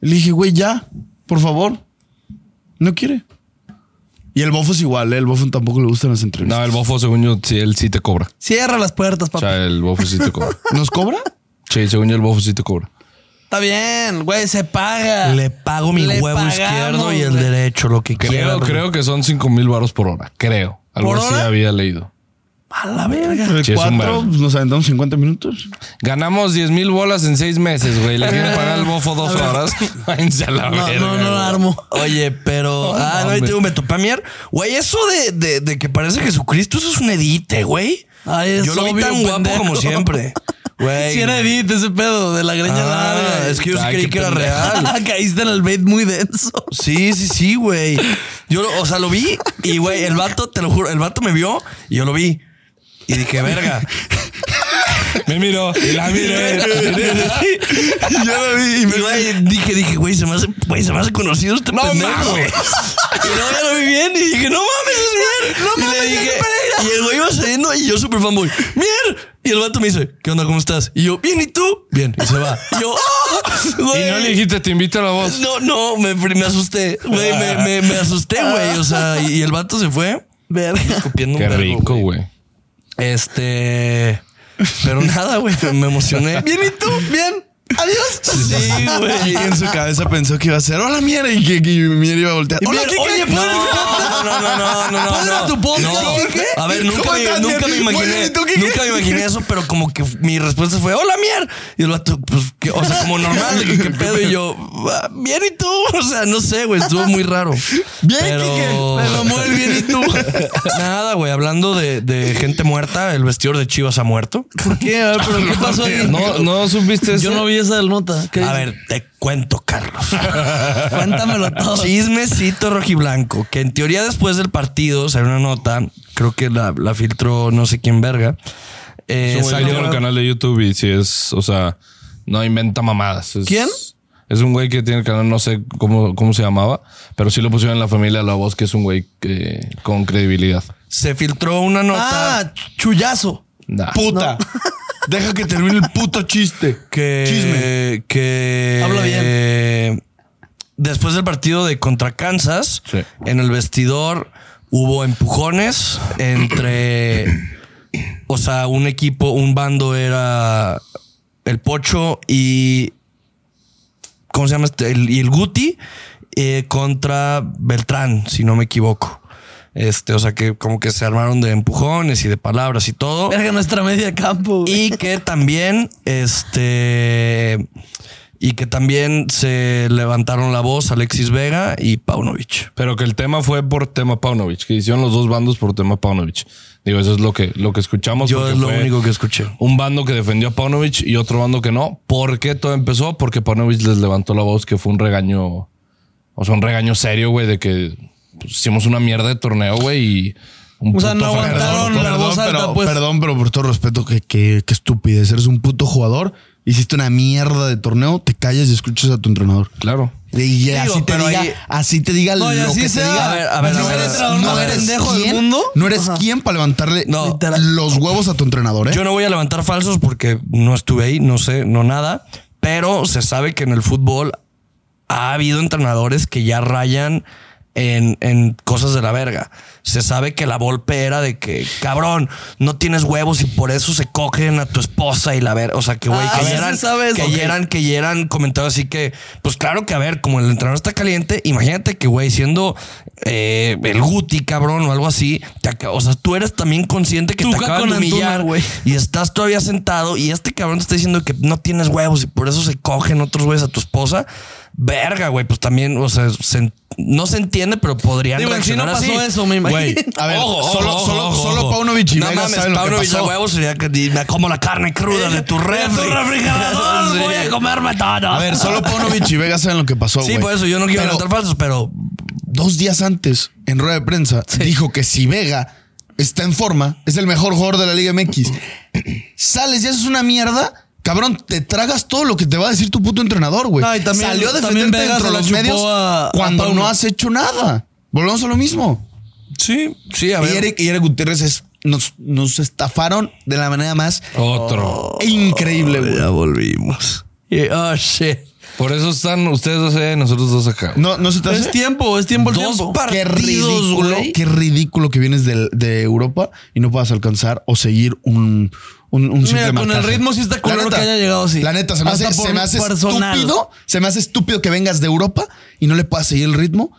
Speaker 4: Le dije, güey, ya, por favor. No quiere. Y el bofo es igual, ¿eh? El bofo tampoco le gustan las entrevistas.
Speaker 3: No, el bofo, según yo, sí, él sí te cobra.
Speaker 2: Cierra las puertas,
Speaker 3: O
Speaker 2: papá.
Speaker 3: sea, el bofo sí te cobra.
Speaker 4: ¿Nos cobra?
Speaker 3: Sí, según yo, el bofo sí te cobra.
Speaker 2: Está bien, güey, se paga.
Speaker 1: Le pago mi
Speaker 2: Le
Speaker 1: huevo
Speaker 2: pagamos,
Speaker 1: izquierdo y el
Speaker 2: güey.
Speaker 1: derecho, lo que quiera.
Speaker 3: Creo, creo que son 5 mil baros por hora. Creo. Algo
Speaker 2: ¿Por
Speaker 3: así
Speaker 2: hora?
Speaker 3: había leído.
Speaker 2: A la verga.
Speaker 4: El
Speaker 3: Sí, es un
Speaker 4: cuatro,
Speaker 3: verbo.
Speaker 4: pues, nos aventamos 50 minutos.
Speaker 3: Ganamos 10 mil bolas en 6 meses, güey. Le quieren pagar al bofo dos horas. Váyanse a la
Speaker 2: No,
Speaker 3: verga,
Speaker 2: no, no
Speaker 3: güey.
Speaker 2: la armo.
Speaker 1: Oye, pero. ah, no, y
Speaker 3: mames.
Speaker 1: tengo, me topé a mier. Güey, eso de, de, de que parece Jesucristo, eso es un edite, güey.
Speaker 2: Ay, es
Speaker 1: Yo lo vi
Speaker 2: obvio,
Speaker 1: tan guapo
Speaker 2: pendejo.
Speaker 1: como siempre. Güey.
Speaker 2: Si era Edith ese pedo de la greña
Speaker 1: Ah,
Speaker 2: larga.
Speaker 1: es que yo sí
Speaker 3: Ay,
Speaker 1: creí
Speaker 3: qué
Speaker 1: que era
Speaker 3: pendejo.
Speaker 1: real.
Speaker 2: Caíste en el bait muy denso.
Speaker 1: Sí, sí, sí, güey. Yo, lo- o sea, lo vi y, güey, el vato, te lo juro, el vato me vio y yo lo vi. Y dije, verga.
Speaker 3: Me miro eh. y la miro.
Speaker 1: yo lo vi y me güey, dije, dije, güey, se me hace, güey, se me hace conocido este
Speaker 3: No
Speaker 1: pendejo.
Speaker 3: mames.
Speaker 1: Y luego ya lo vi bien y dije, no mames, es Mier. No y le dije, y el güey iba saliendo y yo súper fanboy, Mier. Y el vato me dice, ¿qué onda? ¿Cómo estás? Y yo, bien, ¿y tú? Bien. Y se va. Y yo, ¡ah!
Speaker 3: Y no le dijiste, te invito a la voz.
Speaker 1: No, no, me, me asusté. Güey, me, me, me asusté, güey. O sea, y, y el vato se fue
Speaker 2: Verga.
Speaker 1: escupiendo
Speaker 3: Qué
Speaker 1: un vergo,
Speaker 3: rico,
Speaker 1: güey.
Speaker 3: güey.
Speaker 1: Este. Pero nada, güey. Me emocioné.
Speaker 2: Bien, ¿y tú? Bien. Adiós.
Speaker 1: Sí, güey.
Speaker 4: Y en su cabeza pensó que iba a ser, hola, mierda. Y que, que mierda iba a voltear.
Speaker 1: Y
Speaker 4: Hola,
Speaker 1: mira,
Speaker 4: ¿qué
Speaker 1: oye,
Speaker 4: crees?
Speaker 1: no, no, no, no, no, no,
Speaker 2: Ponle
Speaker 1: no.
Speaker 2: a tu podcast,
Speaker 1: No.
Speaker 2: Quique.
Speaker 1: A ver, nunca
Speaker 4: ¿Cómo
Speaker 1: me,
Speaker 4: estás,
Speaker 1: nunca me
Speaker 4: Mier? Oye,
Speaker 1: imaginé,
Speaker 4: ¿y tú qué
Speaker 1: nunca me imaginé eso, pero como que mi respuesta fue, hola, mier. Y el vato, pues, que- o sea, como normal, de que qué pedo. Y yo, "Ah, bien, ¿y tú? O sea, no sé, güey, estuvo muy raro.
Speaker 4: Bien,
Speaker 1: pero...
Speaker 4: Quique.
Speaker 2: Pero muy bien, ¿y tú?
Speaker 1: Nada, güey, hablando de, de gente muerta, el vestidor de Chivas ha muerto.
Speaker 2: ¿Por qué? A ver, ¿pero qué pasó ahí?
Speaker 3: No, no supiste eso.
Speaker 2: Yo no vi esa del nota. ¿Qué
Speaker 1: A
Speaker 2: dice?
Speaker 1: ver, te cuento, Carlos.
Speaker 2: Cuéntamelo todo.
Speaker 1: Chismecito rojiblanco, que en teoría después del partido salió una nota, creo que la, la filtró no sé quién verga. Eh,
Speaker 3: Es un güey que
Speaker 1: salió-
Speaker 3: tiene un canal de YouTube y si es, o sea, no inventa mamadas. Es-
Speaker 2: ¿Quién?
Speaker 3: Es un güey que tiene el canal, no sé cómo, cómo se llamaba, pero sí lo pusieron en la familia La Voz, que es un güey que- con credibilidad.
Speaker 1: se filtró una nota
Speaker 2: Ah, chullazo.
Speaker 3: Nah.
Speaker 4: Puta. Deja que termine el puto chiste.
Speaker 1: que
Speaker 4: Chisme.
Speaker 1: que
Speaker 2: Habla
Speaker 1: bien. Después del partido de contra Kansas,
Speaker 3: Sí.
Speaker 1: en el vestidor hubo empujones entre o sea, un equipo, un bando era el Pocho y ¿cómo se llama este? El, y el Guti eh, contra Beltrán, si no me equivoco. Este, o sea que como que se armaron de empujones y de palabras y todo.
Speaker 2: Verga, nuestra media campo. güey.
Speaker 1: Y que también, este. Y que también se levantaron la voz Alexis Vega y Paunovic.
Speaker 3: Pero que el tema fue por tema Paunovic, que hicieron los dos bandos por tema Paunovic. Digo, eso es lo que, lo que escuchamos.
Speaker 1: Yo
Speaker 3: porque
Speaker 1: es lo
Speaker 3: fue
Speaker 1: único que escuché.
Speaker 3: Un bando que defendió a Paunovic y otro bando que no. ¿Por qué todo empezó? Porque Paunovic les levantó la voz, que fue un regaño, o sea, un regaño serio, güey, de que pues, hicimos una mierda de torneo, güey, y Un
Speaker 2: O sea, no
Speaker 3: puto
Speaker 2: aguantaron
Speaker 3: fracaso.
Speaker 2: Perdón, la voz alta,
Speaker 4: pero,
Speaker 2: pues.
Speaker 4: perdón, pero por todo respeto, que, que, que estupidez. Eres un puto jugador, hiciste una mierda de torneo, te callas y escuchas a tu entrenador.
Speaker 3: Claro.
Speaker 4: Y así, te
Speaker 2: pero
Speaker 4: diga,
Speaker 2: ahí-
Speaker 4: así te diga
Speaker 2: No, y
Speaker 4: lo
Speaker 2: así
Speaker 4: que
Speaker 2: sea-
Speaker 4: te diga.
Speaker 1: A ver, a ver,
Speaker 4: no
Speaker 1: a ver,
Speaker 4: eres,
Speaker 1: a ver.
Speaker 4: no
Speaker 1: Más
Speaker 4: eres
Speaker 2: pendejo del
Speaker 4: quien-
Speaker 2: mundo.
Speaker 4: No eres
Speaker 2: Ajá.
Speaker 4: quien para levantarle
Speaker 1: No.
Speaker 2: Literal.
Speaker 4: los huevos a tu entrenador, ¿eh?
Speaker 1: Yo no voy a levantar falsos porque no estuve ahí, no sé, no nada, pero se sabe que en el fútbol ha habido entrenadores que ya rayan en, en cosas de la verga. Se sabe que la golpe era de que, cabrón, no tienes huevos y por eso se cogen a tu esposa y la verga. O sea, que güey,
Speaker 2: Ah,
Speaker 1: que
Speaker 2: sí
Speaker 1: ya eran,
Speaker 2: se sabe eso.
Speaker 1: que
Speaker 2: Ok.
Speaker 1: ya eran, que ya eran comentarios así que, pues claro que a ver, como el entrenador está caliente, imagínate que, güey, siendo eh, el Guti, cabrón, o algo así, te aca- o sea, tú eres también consciente que
Speaker 2: Tuca
Speaker 1: te acaban
Speaker 2: con
Speaker 1: de humillar,
Speaker 2: Antuna, güey.
Speaker 1: y estás todavía sentado y este cabrón te está diciendo que no tienes huevos y por eso se cogen otros güeyes a tu esposa. Verga, güey, pues también, o sea, se- no se entiende, pero podrían
Speaker 2: Digo, en sí no
Speaker 1: reaccionar así.
Speaker 2: pasó eso, me imagino.
Speaker 1: Güey,
Speaker 4: A ver, solo- solo- solo Paunovic y
Speaker 1: No
Speaker 4: Vega
Speaker 1: mames,
Speaker 4: saben lo que
Speaker 1: Paunovic
Speaker 4: pasó.
Speaker 1: a huevos sería que di- me como la carne cruda de tu refri.
Speaker 2: tu refrigerador, voy a
Speaker 1: comerme todo.
Speaker 4: A ver, solo Ponovich y Vega saben lo que pasó,
Speaker 1: Sí,
Speaker 4: güey.
Speaker 1: por eso yo no quiero
Speaker 4: Pero
Speaker 1: levantar falsos, pero
Speaker 4: Dos días antes, en rueda de prensa, dijo que si Vega está en forma, es el mejor jugador de la Liga MX. Sales y haces una mierda. Cabrón, te tragas todo lo que te va a decir tu puto entrenador, güey.
Speaker 2: No, y también-
Speaker 4: Salió a
Speaker 2: también
Speaker 4: defenderte
Speaker 2: Vega
Speaker 4: dentro
Speaker 2: se
Speaker 4: de
Speaker 2: la
Speaker 4: los
Speaker 2: chupó
Speaker 4: medios
Speaker 2: a- a
Speaker 4: cuando
Speaker 2: Pauno.
Speaker 4: no has hecho nada. Volvemos a lo mismo.
Speaker 1: sí, sí, a
Speaker 4: Y
Speaker 1: ver.
Speaker 4: Eric, y Eric Gutiérrez es- nos, nos estafaron de la manera más
Speaker 2: Oh,
Speaker 3: Otro.
Speaker 4: increíble, güey.
Speaker 1: ya volvimos. Y- oh, shit.
Speaker 3: Por eso están ustedes dos allá y nosotros dos acá.
Speaker 4: No, no se te hace.
Speaker 2: Es tiempo, es tiempo el
Speaker 1: Dos
Speaker 2: tiempo.
Speaker 1: par-
Speaker 4: Qué
Speaker 1: partidos,
Speaker 4: ridículo,
Speaker 1: güey.
Speaker 4: qué ridículo que vienes del- de, Europa y no puedas alcanzar o seguir un, un, un simple
Speaker 2: con el
Speaker 4: marcaje.
Speaker 2: ritmo sí está
Speaker 4: La
Speaker 2: culero
Speaker 4: neta,
Speaker 2: que haya llegado así.
Speaker 4: La neta, se me
Speaker 2: Hasta
Speaker 4: hace,
Speaker 2: por
Speaker 4: se me hace
Speaker 2: personal.
Speaker 4: estúpido. Se me hace estúpido que vengas de Europa y no le puedas seguir el ritmo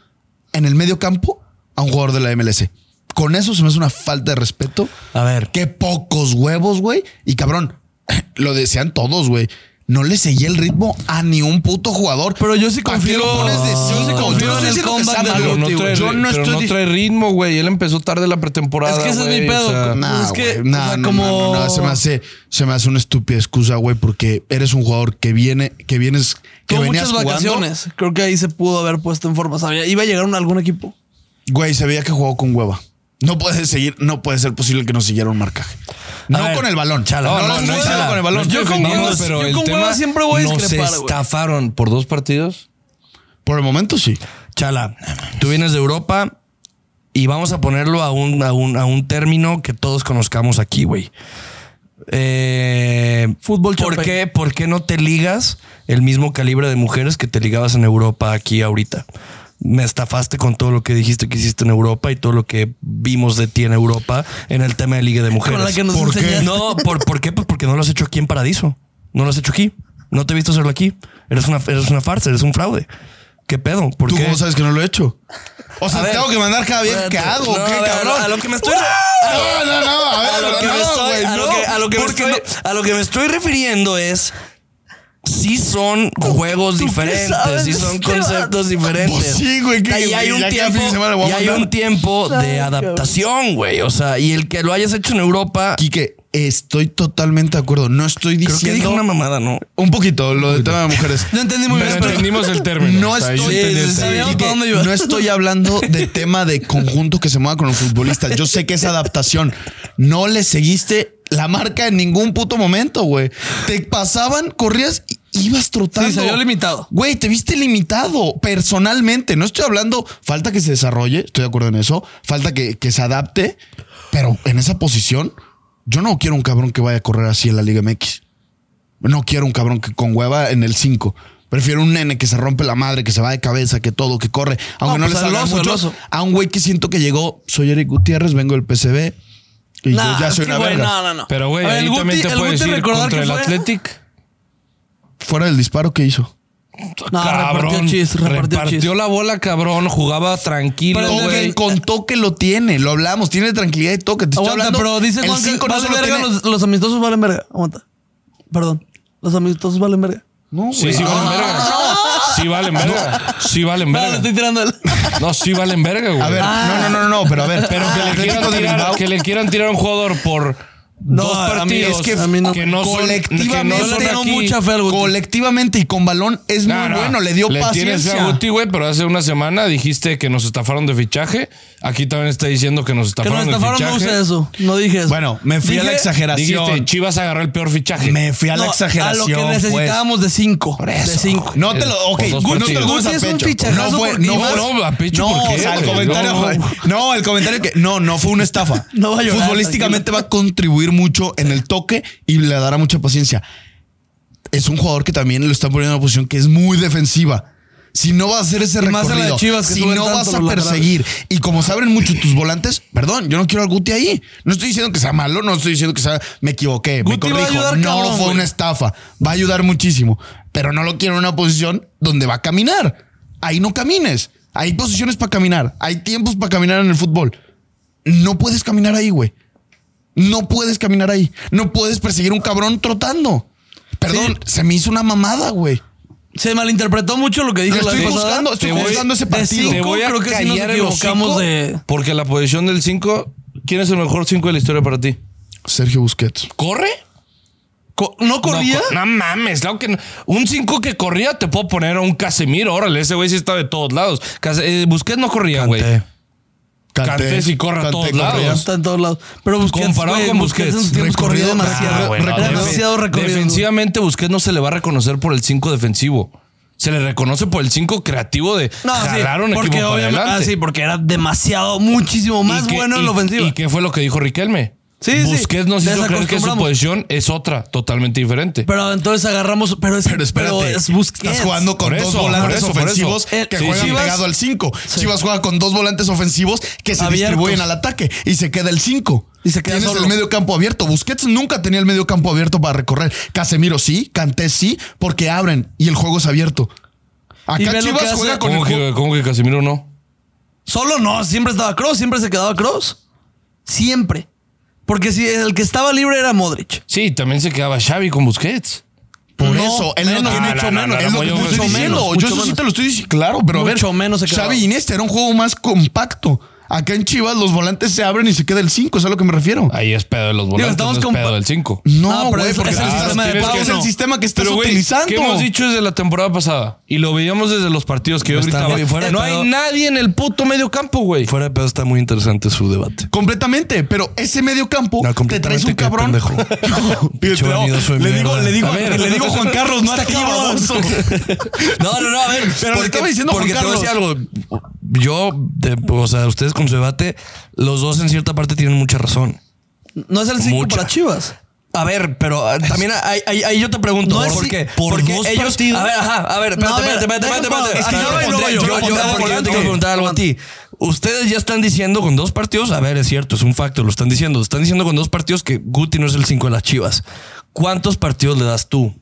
Speaker 4: en el medio campo a un jugador de la MLS. Con eso se me hace una falta de respeto.
Speaker 1: A ver.
Speaker 4: Qué pocos huevos, güey. Y cabrón, lo desean todos, güey. No le seguía el ritmo a ni un puto jugador.
Speaker 2: Pero yo sí
Speaker 4: ¿Para qué
Speaker 2: confío-
Speaker 4: lo pones de
Speaker 2: yo sí
Speaker 4: cinco?
Speaker 2: confío
Speaker 4: Yo no
Speaker 2: en
Speaker 4: estoy
Speaker 2: el
Speaker 4: diciendo que
Speaker 2: comeback
Speaker 4: sea
Speaker 2: del
Speaker 4: malo.
Speaker 3: Pero no
Speaker 2: Guti,
Speaker 3: trae,
Speaker 4: Yo no
Speaker 3: pero
Speaker 4: estoy
Speaker 3: no
Speaker 4: di-
Speaker 3: trae ritmo, güey. Él empezó tarde la pretemporada.
Speaker 2: Es que ese es mi
Speaker 3: güey,
Speaker 2: pedo,
Speaker 3: o sea,
Speaker 2: con-
Speaker 4: Nah,
Speaker 2: Es que,
Speaker 4: güey, nah,
Speaker 2: o sea,
Speaker 4: no,
Speaker 2: como-
Speaker 4: no, no, no, se me hace, se me hace una estúpida excusa, güey, porque eres un jugador que viene, que vienes, que
Speaker 2: Tuvo
Speaker 4: venías
Speaker 2: muchas
Speaker 4: jugando.
Speaker 2: vacaciones. Creo que ahí se pudo haber puesto en forma. Sabía, iba a llegar un- algún equipo.
Speaker 4: Güey, se veía que jugó con hueva. No puede seguir, no puede ser posible que no siguiera un marcaje. No
Speaker 1: ver,
Speaker 4: con el balón.
Speaker 1: chala,
Speaker 4: no,
Speaker 1: no,
Speaker 4: no,
Speaker 1: no,
Speaker 4: estoy
Speaker 1: no,
Speaker 4: diciendo
Speaker 1: chala.
Speaker 4: con el balón.
Speaker 1: Yo
Speaker 3: Yo
Speaker 1: con
Speaker 3: conmigo,
Speaker 1: huevos-
Speaker 3: pero
Speaker 2: yo
Speaker 3: el
Speaker 2: con
Speaker 3: tema
Speaker 2: huevos siempre voy a
Speaker 3: nos
Speaker 2: discrepar, güey.
Speaker 3: estafaron por dos partidos.
Speaker 4: Por el momento sí.
Speaker 1: Chala, tú vienes de Europa y vamos a ponerlo a un, a un, a un término que todos conozcamos aquí, güey. Eh,
Speaker 2: Fútbol
Speaker 1: ¿por
Speaker 2: chape.
Speaker 1: qué, ¿Por qué no te ligas el mismo calibre de mujeres que te ligabas en Europa aquí ahorita? Me estafaste con todo lo que dijiste que hiciste en Europa y todo lo que vimos de ti en Europa en el tema de Liga de Mujeres.
Speaker 2: la que nos
Speaker 1: ¿Por qué?
Speaker 2: enseñaste.
Speaker 1: No, ¿por, ¿por qué? Pues porque no lo has hecho aquí en Paradiso. No lo has hecho aquí. No te he visto hacerlo aquí. Eres una, eres una farsa, eres un fraude. ¿Qué pedo? ¿Por
Speaker 4: ¿Tú
Speaker 1: qué?
Speaker 4: cómo sabes que no lo he hecho? O sea,
Speaker 1: A ver.
Speaker 4: tengo que mandar cada vez que hago.
Speaker 1: No,
Speaker 4: ¿Qué
Speaker 1: a ver,
Speaker 4: cabrón?
Speaker 1: A lo que me estoy.
Speaker 4: No, no, no. A ver,
Speaker 1: A lo que
Speaker 4: no,
Speaker 1: me estoy-
Speaker 4: güey,
Speaker 1: a lo
Speaker 4: no.
Speaker 1: que- a lo que me
Speaker 4: Porque
Speaker 1: estoy- a lo que me estoy refiriendo es. Sí son juegos
Speaker 2: qué
Speaker 1: diferentes,
Speaker 2: sabes
Speaker 1: sí
Speaker 2: de
Speaker 1: son
Speaker 2: este vato?
Speaker 1: conceptos diferentes.
Speaker 4: Pues sí, güey, que-
Speaker 1: y hay un
Speaker 4: ya cada
Speaker 1: tiempo,
Speaker 4: fin de semana le voy a
Speaker 1: y hay
Speaker 4: mandar.
Speaker 1: un tiempo
Speaker 2: Ay,
Speaker 1: de
Speaker 2: cabrón.
Speaker 1: adaptación, güey. O sea, y el que lo hayas hecho en Europa,
Speaker 4: Quique, estoy totalmente de acuerdo. No estoy
Speaker 1: creo
Speaker 4: diciendo.
Speaker 1: que dije una mamada, ¿no?
Speaker 4: Un poquito, lo del tema de mujeres.
Speaker 2: No entendí muy bien,
Speaker 3: Pero
Speaker 2: pero
Speaker 3: entendimos el término.
Speaker 4: No
Speaker 3: O sea,
Speaker 4: estoy,
Speaker 3: yo entendí el
Speaker 2: sí,
Speaker 3: término.
Speaker 2: sí, sí.
Speaker 4: Quique,
Speaker 2: ¿Para dónde iba?
Speaker 4: no estoy hablando de tema de conjunto que se mueva con un futbolista. Yo sé que es adaptación. No le seguiste la marca en ningún puto momento, güey. Te pasaban, corrías y ibas trotando.
Speaker 2: Sí, se vio limitado.
Speaker 4: Güey, te viste limitado personalmente. No estoy hablando, falta que se desarrolle, estoy de acuerdo en eso. Falta que, que se adapte. Pero en esa posición, yo no quiero un cabrón que vaya a correr así en la Liga MX. No quiero un cabrón que con hueva en el 5. Prefiero un nene que se rompe la madre, que se va de cabeza, que todo, que corre. Aunque no,
Speaker 2: pues,
Speaker 4: le
Speaker 2: al
Speaker 4: salga
Speaker 2: oso, al
Speaker 4: mucho.
Speaker 2: oso.
Speaker 4: A un güey que siento que llegó, soy Eric Gutiérrez, vengo del PCB. Y
Speaker 2: Nah,
Speaker 4: yo ya
Speaker 2: es
Speaker 4: soy
Speaker 2: que,
Speaker 4: una
Speaker 2: güey,
Speaker 4: verga.
Speaker 2: no, no, no.
Speaker 3: Pero, güey,
Speaker 2: A ver, el
Speaker 3: ahí
Speaker 2: Guti-
Speaker 3: también te
Speaker 2: el
Speaker 3: puedes
Speaker 2: Guti
Speaker 3: ir
Speaker 2: recordar
Speaker 3: contra
Speaker 2: que
Speaker 3: el
Speaker 2: fue-
Speaker 3: Athletic.
Speaker 4: Fuera del disparo que hizo.
Speaker 2: No, Ah, repartió chis, repartió
Speaker 3: repartió
Speaker 2: chis.
Speaker 3: la bola, cabrón. Jugaba tranquilo,
Speaker 2: Pero
Speaker 4: Todo
Speaker 2: güey.
Speaker 4: que contó que lo tiene, lo hablamos, tiene tranquilidad y toque. Te estoy
Speaker 2: Aguanta,
Speaker 4: hablando,
Speaker 2: pero dice
Speaker 4: el
Speaker 2: Juan que
Speaker 4: cinco no
Speaker 2: vale
Speaker 4: solo
Speaker 2: verga,
Speaker 4: tiene-
Speaker 2: los, los amistosos valen verga. Aguanta. Perdón. Los amistosos valen verga.
Speaker 4: No, güey. Ah,
Speaker 3: Sí, sí valen verga. Sí valen verga. Sí valen
Speaker 2: Ah. No, le
Speaker 3: verga.
Speaker 2: estoy tirando el...
Speaker 3: No, sí valen verga, güey.
Speaker 4: A ver, no, no, no, no, pero a ver.
Speaker 3: Pero que le,
Speaker 4: Atlético
Speaker 3: quieran
Speaker 4: de
Speaker 3: tirar,
Speaker 4: Bilbao-
Speaker 3: que le quieran tirar a un jugador por
Speaker 2: No,
Speaker 3: dos
Speaker 2: a mí-
Speaker 3: partidos
Speaker 2: es que- a mí no-
Speaker 3: que no son- que no
Speaker 4: colectivamente,
Speaker 3: son de
Speaker 2: tengo
Speaker 3: aquí.
Speaker 2: mucha fe al Guti.
Speaker 4: colectivamente y con balón es
Speaker 3: No,
Speaker 4: muy
Speaker 3: no.
Speaker 4: bueno. Le dio
Speaker 3: tienes fe a
Speaker 4: paciencia.
Speaker 3: Guti, güey, pero hace una semana dijiste que nos estafaron de fichaje. Aquí también está diciendo que nos
Speaker 2: Que
Speaker 3: estafaron,
Speaker 2: nos
Speaker 3: de
Speaker 2: estafaron, no
Speaker 3: fichaje.
Speaker 2: usé eso. No dije eso.
Speaker 4: Bueno, me fui a la
Speaker 2: Dije-
Speaker 4: exageración.
Speaker 3: Dijiste, Chivas agarró el peor fichaje.
Speaker 4: me fui a la
Speaker 2: No,
Speaker 4: exageración.
Speaker 2: A lo que
Speaker 4: pues.
Speaker 2: necesitábamos de cinco. De cinco.
Speaker 4: No te lo. Ok,
Speaker 3: Por dos
Speaker 4: Guti, no te
Speaker 3: partidos.
Speaker 4: lo tomes a
Speaker 2: Guti es un
Speaker 4: pecho.
Speaker 2: fichajazo
Speaker 4: No fue.
Speaker 2: porque
Speaker 4: No,
Speaker 2: ibas-
Speaker 3: No,
Speaker 4: fue,
Speaker 3: a pecho,
Speaker 4: no,
Speaker 3: ¿por qué,
Speaker 4: o sea, el
Speaker 3: güey?
Speaker 4: comentario.
Speaker 3: No,
Speaker 4: fue- No, el comentario que. No, no fue una estafa.
Speaker 2: No va a llorar,
Speaker 4: Futbolísticamente
Speaker 2: tranquilo.
Speaker 4: va a contribuir mucho en el toque y le dará mucha paciencia. Es un jugador que también lo está poniendo en una posición que es muy defensiva. Si no va a hacer ese
Speaker 2: Y más a la de
Speaker 4: recorrido,
Speaker 2: Chivas, que
Speaker 4: si
Speaker 2: suben
Speaker 4: no
Speaker 2: tanto
Speaker 4: vas a
Speaker 2: los laterales.
Speaker 4: perseguir y como se abren mucho tus volantes, perdón, yo no quiero al Guti ahí. No estoy diciendo que sea malo, no estoy diciendo que sea me equivoqué, me
Speaker 2: Guti va a
Speaker 4: corrijo,
Speaker 2: ayudar,
Speaker 4: no
Speaker 2: cabrón,
Speaker 4: fue
Speaker 2: güey.
Speaker 4: una estafa. Va a ayudar muchísimo, pero no lo quiero en una posición donde va a caminar. Ahí no camines. Hay posiciones para caminar, hay tiempos para caminar en el fútbol. No puedes caminar ahí, güey. No puedes caminar ahí. No puedes perseguir un cabrón trotando. Perdón, se me hizo una mamada, güey.
Speaker 2: Se malinterpretó mucho lo que dije
Speaker 4: Lo
Speaker 2: la
Speaker 4: estoy
Speaker 2: vez pasada.
Speaker 4: buscando, estoy
Speaker 2: Te voy-
Speaker 4: buscando ese
Speaker 2: de
Speaker 4: partido.
Speaker 2: cinco,
Speaker 3: Te voy a
Speaker 2: creo que sí nos
Speaker 3: callar el
Speaker 2: equivocamos
Speaker 3: hocico,
Speaker 2: de...
Speaker 3: Porque la posición del 5, ¿quién es el mejor 5 de la historia para ti?
Speaker 4: Sergio Busquets.
Speaker 3: ¿Corre?
Speaker 2: Co- ¿No corría?
Speaker 3: No, co- no mames, claro que no. Un 5 que corría te puedo poner a un Casemiro. Órale, ese güey sí está de todos lados. Case- eh, Busquets no corría, güey.
Speaker 1: Canté.
Speaker 3: Canté sí corre a todos
Speaker 4: corría.
Speaker 3: lados.
Speaker 2: Está en todos lados. Pero Busquets,
Speaker 3: Comparado
Speaker 2: güey,
Speaker 3: con Busquets,
Speaker 2: en sus tiempos corría
Speaker 4: recorrido,
Speaker 2: demasiado.
Speaker 4: ah,
Speaker 3: güey, no,
Speaker 2: Era
Speaker 3: defe-
Speaker 2: demasiado recorrido. güey.
Speaker 3: Defensivamente, Busquets no se le va a reconocer por el 5 defensivo. Se le reconoce por el 5 creativo de
Speaker 2: No, sí,
Speaker 3: jalar un equipo
Speaker 2: porque
Speaker 3: para
Speaker 2: obviamente,
Speaker 3: adelante.
Speaker 2: ah, sí, porque era demasiado, muchísimo
Speaker 3: ¿Y
Speaker 2: más
Speaker 3: qué-
Speaker 2: bueno en
Speaker 3: y-
Speaker 2: la ofensiva.
Speaker 3: ¿Y qué fue lo que dijo Riquelme?
Speaker 2: Sí, sí.
Speaker 3: Busquets nos hizo creer que su
Speaker 2: Desacostumbramos.
Speaker 3: posición es otra, totalmente diferente.
Speaker 2: Pero entonces agarramos, pero es,
Speaker 4: Pero espérate,
Speaker 2: pero es Busquets.
Speaker 4: estás jugando con
Speaker 3: Por
Speaker 4: dos
Speaker 3: eso,
Speaker 4: volantes
Speaker 3: por eso, por
Speaker 4: ofensivos
Speaker 2: eso.
Speaker 4: que
Speaker 2: Sí,
Speaker 4: juegan
Speaker 2: Chivas-
Speaker 4: pegado al 5.
Speaker 2: Sí.
Speaker 4: Chivas juega con dos volantes ofensivos que se
Speaker 2: Abiertos.
Speaker 4: distribuyen al ataque y se queda el 5.
Speaker 2: Y se queda
Speaker 4: Tienes
Speaker 2: solo.
Speaker 4: el medio campo abierto. Busquets nunca tenía el medio campo abierto para recorrer. Casemiro sí, Canté sí, porque abren y el juego es abierto.
Speaker 2: Y ve
Speaker 4: Acá
Speaker 2: lo que
Speaker 4: Chivas
Speaker 2: hace-
Speaker 4: juega con el
Speaker 3: ¿Cómo
Speaker 4: ju-
Speaker 3: que, cómo que Casemiro no?
Speaker 2: Solo no, siempre estaba Cross, siempre se quedaba Cross. Siempre. Porque si el que estaba libre era Modric.
Speaker 3: Sí, también se quedaba Xavi con Busquets. pues,
Speaker 4: Por
Speaker 2: No,
Speaker 4: eso, él
Speaker 2: menos.
Speaker 4: no tiene
Speaker 3: No,
Speaker 4: hecho
Speaker 3: no,
Speaker 4: menos.
Speaker 3: no,
Speaker 4: es
Speaker 3: no,
Speaker 4: lo que
Speaker 3: yo-
Speaker 4: te estoy
Speaker 3: mucho
Speaker 4: diciendo.
Speaker 2: menos,
Speaker 4: yo
Speaker 2: mucho
Speaker 4: eso sí
Speaker 2: menos.
Speaker 4: te lo estoy diciendo. Claro, pero a ver.
Speaker 2: Mucho menos se quedaba.
Speaker 4: Xavi y Iniesta era un juego más compacto. Acá en Chivas los volantes se abren y se queda el 5, es a lo que me refiero.
Speaker 3: Ahí es pedo de los volantes,
Speaker 2: estamos
Speaker 3: no es
Speaker 2: con-
Speaker 3: pedo del 5.
Speaker 2: Ah,
Speaker 4: No,
Speaker 2: pero
Speaker 4: güey,
Speaker 2: es-
Speaker 4: porque
Speaker 2: es el
Speaker 4: estás-
Speaker 2: sistema de
Speaker 4: tienes
Speaker 2: Pau,
Speaker 4: que- es
Speaker 2: ¿no?
Speaker 4: el sistema que estás
Speaker 3: Pero, güey,
Speaker 4: utilizando.
Speaker 3: ¿Qué hemos dicho desde la temporada pasada? Y lo veíamos desde los partidos que yo
Speaker 1: Está
Speaker 3: gritaba.
Speaker 1: muy fuera de
Speaker 3: no
Speaker 1: pedo.
Speaker 3: hay nadie en el puto medio campo, güey.
Speaker 1: Fuera de pedo está muy interesante su debate.
Speaker 4: Completamente, pero ese medio campo
Speaker 1: No,
Speaker 4: te traes
Speaker 1: completamente, qué
Speaker 4: un cabrón.
Speaker 1: pendejo. Pinche vanidoso de
Speaker 4: le, digo,
Speaker 1: mierda.
Speaker 4: le, digo,
Speaker 1: A ver.
Speaker 4: le digo Juan Carlos, no a ti, baboso.
Speaker 1: No, no, no, a ver.
Speaker 4: Pero le estaba diciendo
Speaker 1: porque
Speaker 4: Juan
Speaker 1: te voy a
Speaker 4: Carlos.
Speaker 1: decir algo. Yo, de- o sea, ustedes con su debate, los dos en cierta parte tienen mucha razón.
Speaker 2: No es el 5
Speaker 1: Mucha.
Speaker 2: para Chivas.
Speaker 1: A ver, pero ah, también ahí, ahí- ahí yo te pregunto,
Speaker 2: No es
Speaker 1: ¿por
Speaker 2: si-
Speaker 1: qué?
Speaker 2: por
Speaker 1: porque
Speaker 2: dos
Speaker 1: ellos.
Speaker 2: partidos.
Speaker 1: A ver, ajá, a ver,
Speaker 2: No,
Speaker 1: espérate,
Speaker 2: a ver,
Speaker 1: espérate, espérate,
Speaker 2: deja
Speaker 1: espérate,
Speaker 2: Pablo.
Speaker 1: espérate.
Speaker 2: Es que yo
Speaker 1: Espérate,
Speaker 2: lo pondré,
Speaker 1: yo-
Speaker 2: yo
Speaker 1: yo-
Speaker 2: lo
Speaker 1: yo-
Speaker 2: pondré
Speaker 1: porque yo te
Speaker 2: volante.
Speaker 1: quiero preguntar algo a ti. Ustedes ya están diciendo con dos partidos, a ver, es cierto, es un facto, lo están diciendo. Están diciendo con dos partidos que Guti no es el 5 de las Chivas. ¿Cuántos partidos le das tú?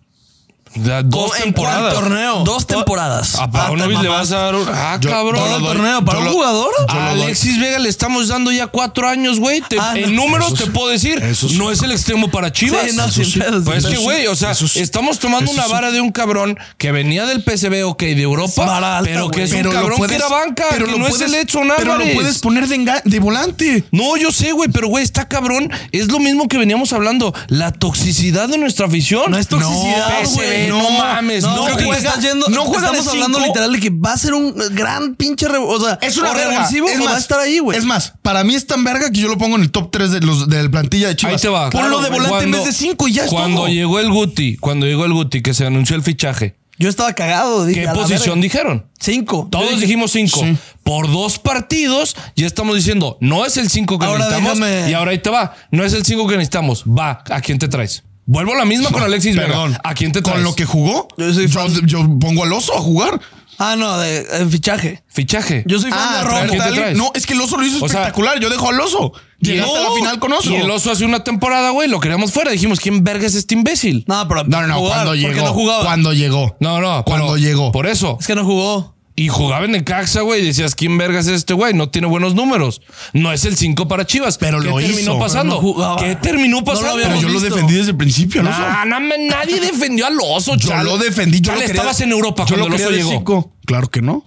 Speaker 3: Da- Dos
Speaker 1: ¿Cómo- en
Speaker 3: temporadas.
Speaker 1: cuál torneo? Dos temporadas.
Speaker 3: A Paunovic
Speaker 2: Ah, te
Speaker 3: le vas a dar un... Ah,
Speaker 4: Yo-
Speaker 3: cabrón.
Speaker 4: yo lo
Speaker 2: Todo el
Speaker 4: doy.
Speaker 2: torneo para
Speaker 4: Yo
Speaker 2: un
Speaker 4: lo-
Speaker 2: jugador.
Speaker 3: A Alexis Vega le estamos dando ya cuatro años, güey. Te-
Speaker 2: Ah,
Speaker 3: en
Speaker 2: no.
Speaker 3: números te puedo decir,
Speaker 4: eso sí.
Speaker 3: no es el extremo para Chivas.
Speaker 2: Sí, no, sin
Speaker 3: Eso sí.
Speaker 2: pedos,
Speaker 3: Pues
Speaker 2: eso
Speaker 3: es que,
Speaker 2: sí.
Speaker 3: güey, o sea, estamos tomando una vara de un cabrón que venía del PSV, ok, de Europa,
Speaker 2: vara alta,
Speaker 3: pero que es
Speaker 2: güey.
Speaker 3: un cabrón que era banca,
Speaker 4: pero
Speaker 3: que
Speaker 4: lo
Speaker 3: no
Speaker 4: puedes-
Speaker 3: es el hecho nada.
Speaker 4: Pero lo puedes poner de, enga- de volante.
Speaker 3: No, yo sé, güey, pero güey, está cabrón. Es lo mismo que veníamos hablando. La toxicidad de nuestra afición.
Speaker 2: No es toxicidad,
Speaker 3: PSV,
Speaker 2: güey.
Speaker 3: No, mames,
Speaker 2: No,
Speaker 3: no,
Speaker 2: creo que
Speaker 3: güey.
Speaker 2: te estás yendo.
Speaker 4: no juega de
Speaker 2: Estamos hablando
Speaker 4: cinco.
Speaker 2: literal de que va a ser un gran pinche. re- o sea,
Speaker 4: Es una
Speaker 2: o
Speaker 4: verga.
Speaker 2: revulsivo
Speaker 4: es
Speaker 2: o va a estar ahí, güey.
Speaker 4: Es más, para mí es tan verga que yo lo pongo en el top 3 de los del plantilla de Chivas.
Speaker 3: Ahí te va.
Speaker 4: Ponlo
Speaker 3: Claro,
Speaker 4: de volante en
Speaker 3: cuando-
Speaker 4: vez de 5 y ya es
Speaker 3: Cuando
Speaker 4: todo.
Speaker 3: llegó el Guti, cuando llegó el Guti, que se anunció el fichaje,
Speaker 2: Yo estaba cagado.
Speaker 3: ¿qué posición dijeron?
Speaker 2: 5.
Speaker 3: Todos dijimos cinco. Por dos partidos ya estamos diciendo, no es el cinco que
Speaker 2: Ahora
Speaker 3: necesitamos.
Speaker 2: déjame-
Speaker 3: Y ahora ahí te va. No es el cinco que necesitamos. Va, ¿a quién te traes? Vuelvo a la misma con Alexis
Speaker 4: Perdón.
Speaker 3: Vega. ¿A quién te traes?
Speaker 4: Con lo que jugó,
Speaker 2: Yo soy
Speaker 4: yo, yo pongo al oso a jugar.
Speaker 2: Ah, no, de, en fichaje.
Speaker 3: Fichaje.
Speaker 2: Yo soy fan de
Speaker 4: traer
Speaker 3: ¿a
Speaker 2: Romo.
Speaker 3: quién te
Speaker 4: tal-
Speaker 3: traes?
Speaker 4: No, es que el oso lo hizo
Speaker 3: O sea,
Speaker 4: espectacular. yo dejo al oso. Llegaste a la final con oso.
Speaker 3: Y el oso hace una temporada, güey, lo queríamos fuera. Dijimos, ¿quién verga es este imbécil?
Speaker 2: No, pero
Speaker 4: No, no, no.
Speaker 2: jugar,
Speaker 4: cuando
Speaker 2: porque
Speaker 4: llegó.
Speaker 2: no jugaba.
Speaker 4: Cuando llegó.
Speaker 3: No, no.
Speaker 4: Cuando
Speaker 3: pero-
Speaker 4: llegó.
Speaker 3: Por eso.
Speaker 2: Es que no jugó.
Speaker 3: Y jugaba en Necaxa, güey. y Decías, ¿quién vergas es este güey? No tiene buenos números. No es el 5 para Chivas.
Speaker 4: Pero
Speaker 3: ¿Qué
Speaker 4: lo
Speaker 3: terminó
Speaker 4: hizo.
Speaker 3: pasando?
Speaker 2: Pero no jugaba.
Speaker 3: ¿Qué terminó
Speaker 2: No lo
Speaker 3: pasando?
Speaker 2: habíamos
Speaker 4: Pero yo lo
Speaker 2: visto.
Speaker 4: defendí desde el principio, al oso.
Speaker 3: Nah, nah, me- nadie defendió al oso,
Speaker 4: Yo
Speaker 3: chale.
Speaker 4: lo defendí. Yo
Speaker 3: Chale,
Speaker 4: lo quería-
Speaker 3: estabas en Europa
Speaker 4: yo
Speaker 3: cuando
Speaker 4: lo
Speaker 3: el oso
Speaker 4: quería de
Speaker 3: llegó.
Speaker 4: cinco. Claro que no.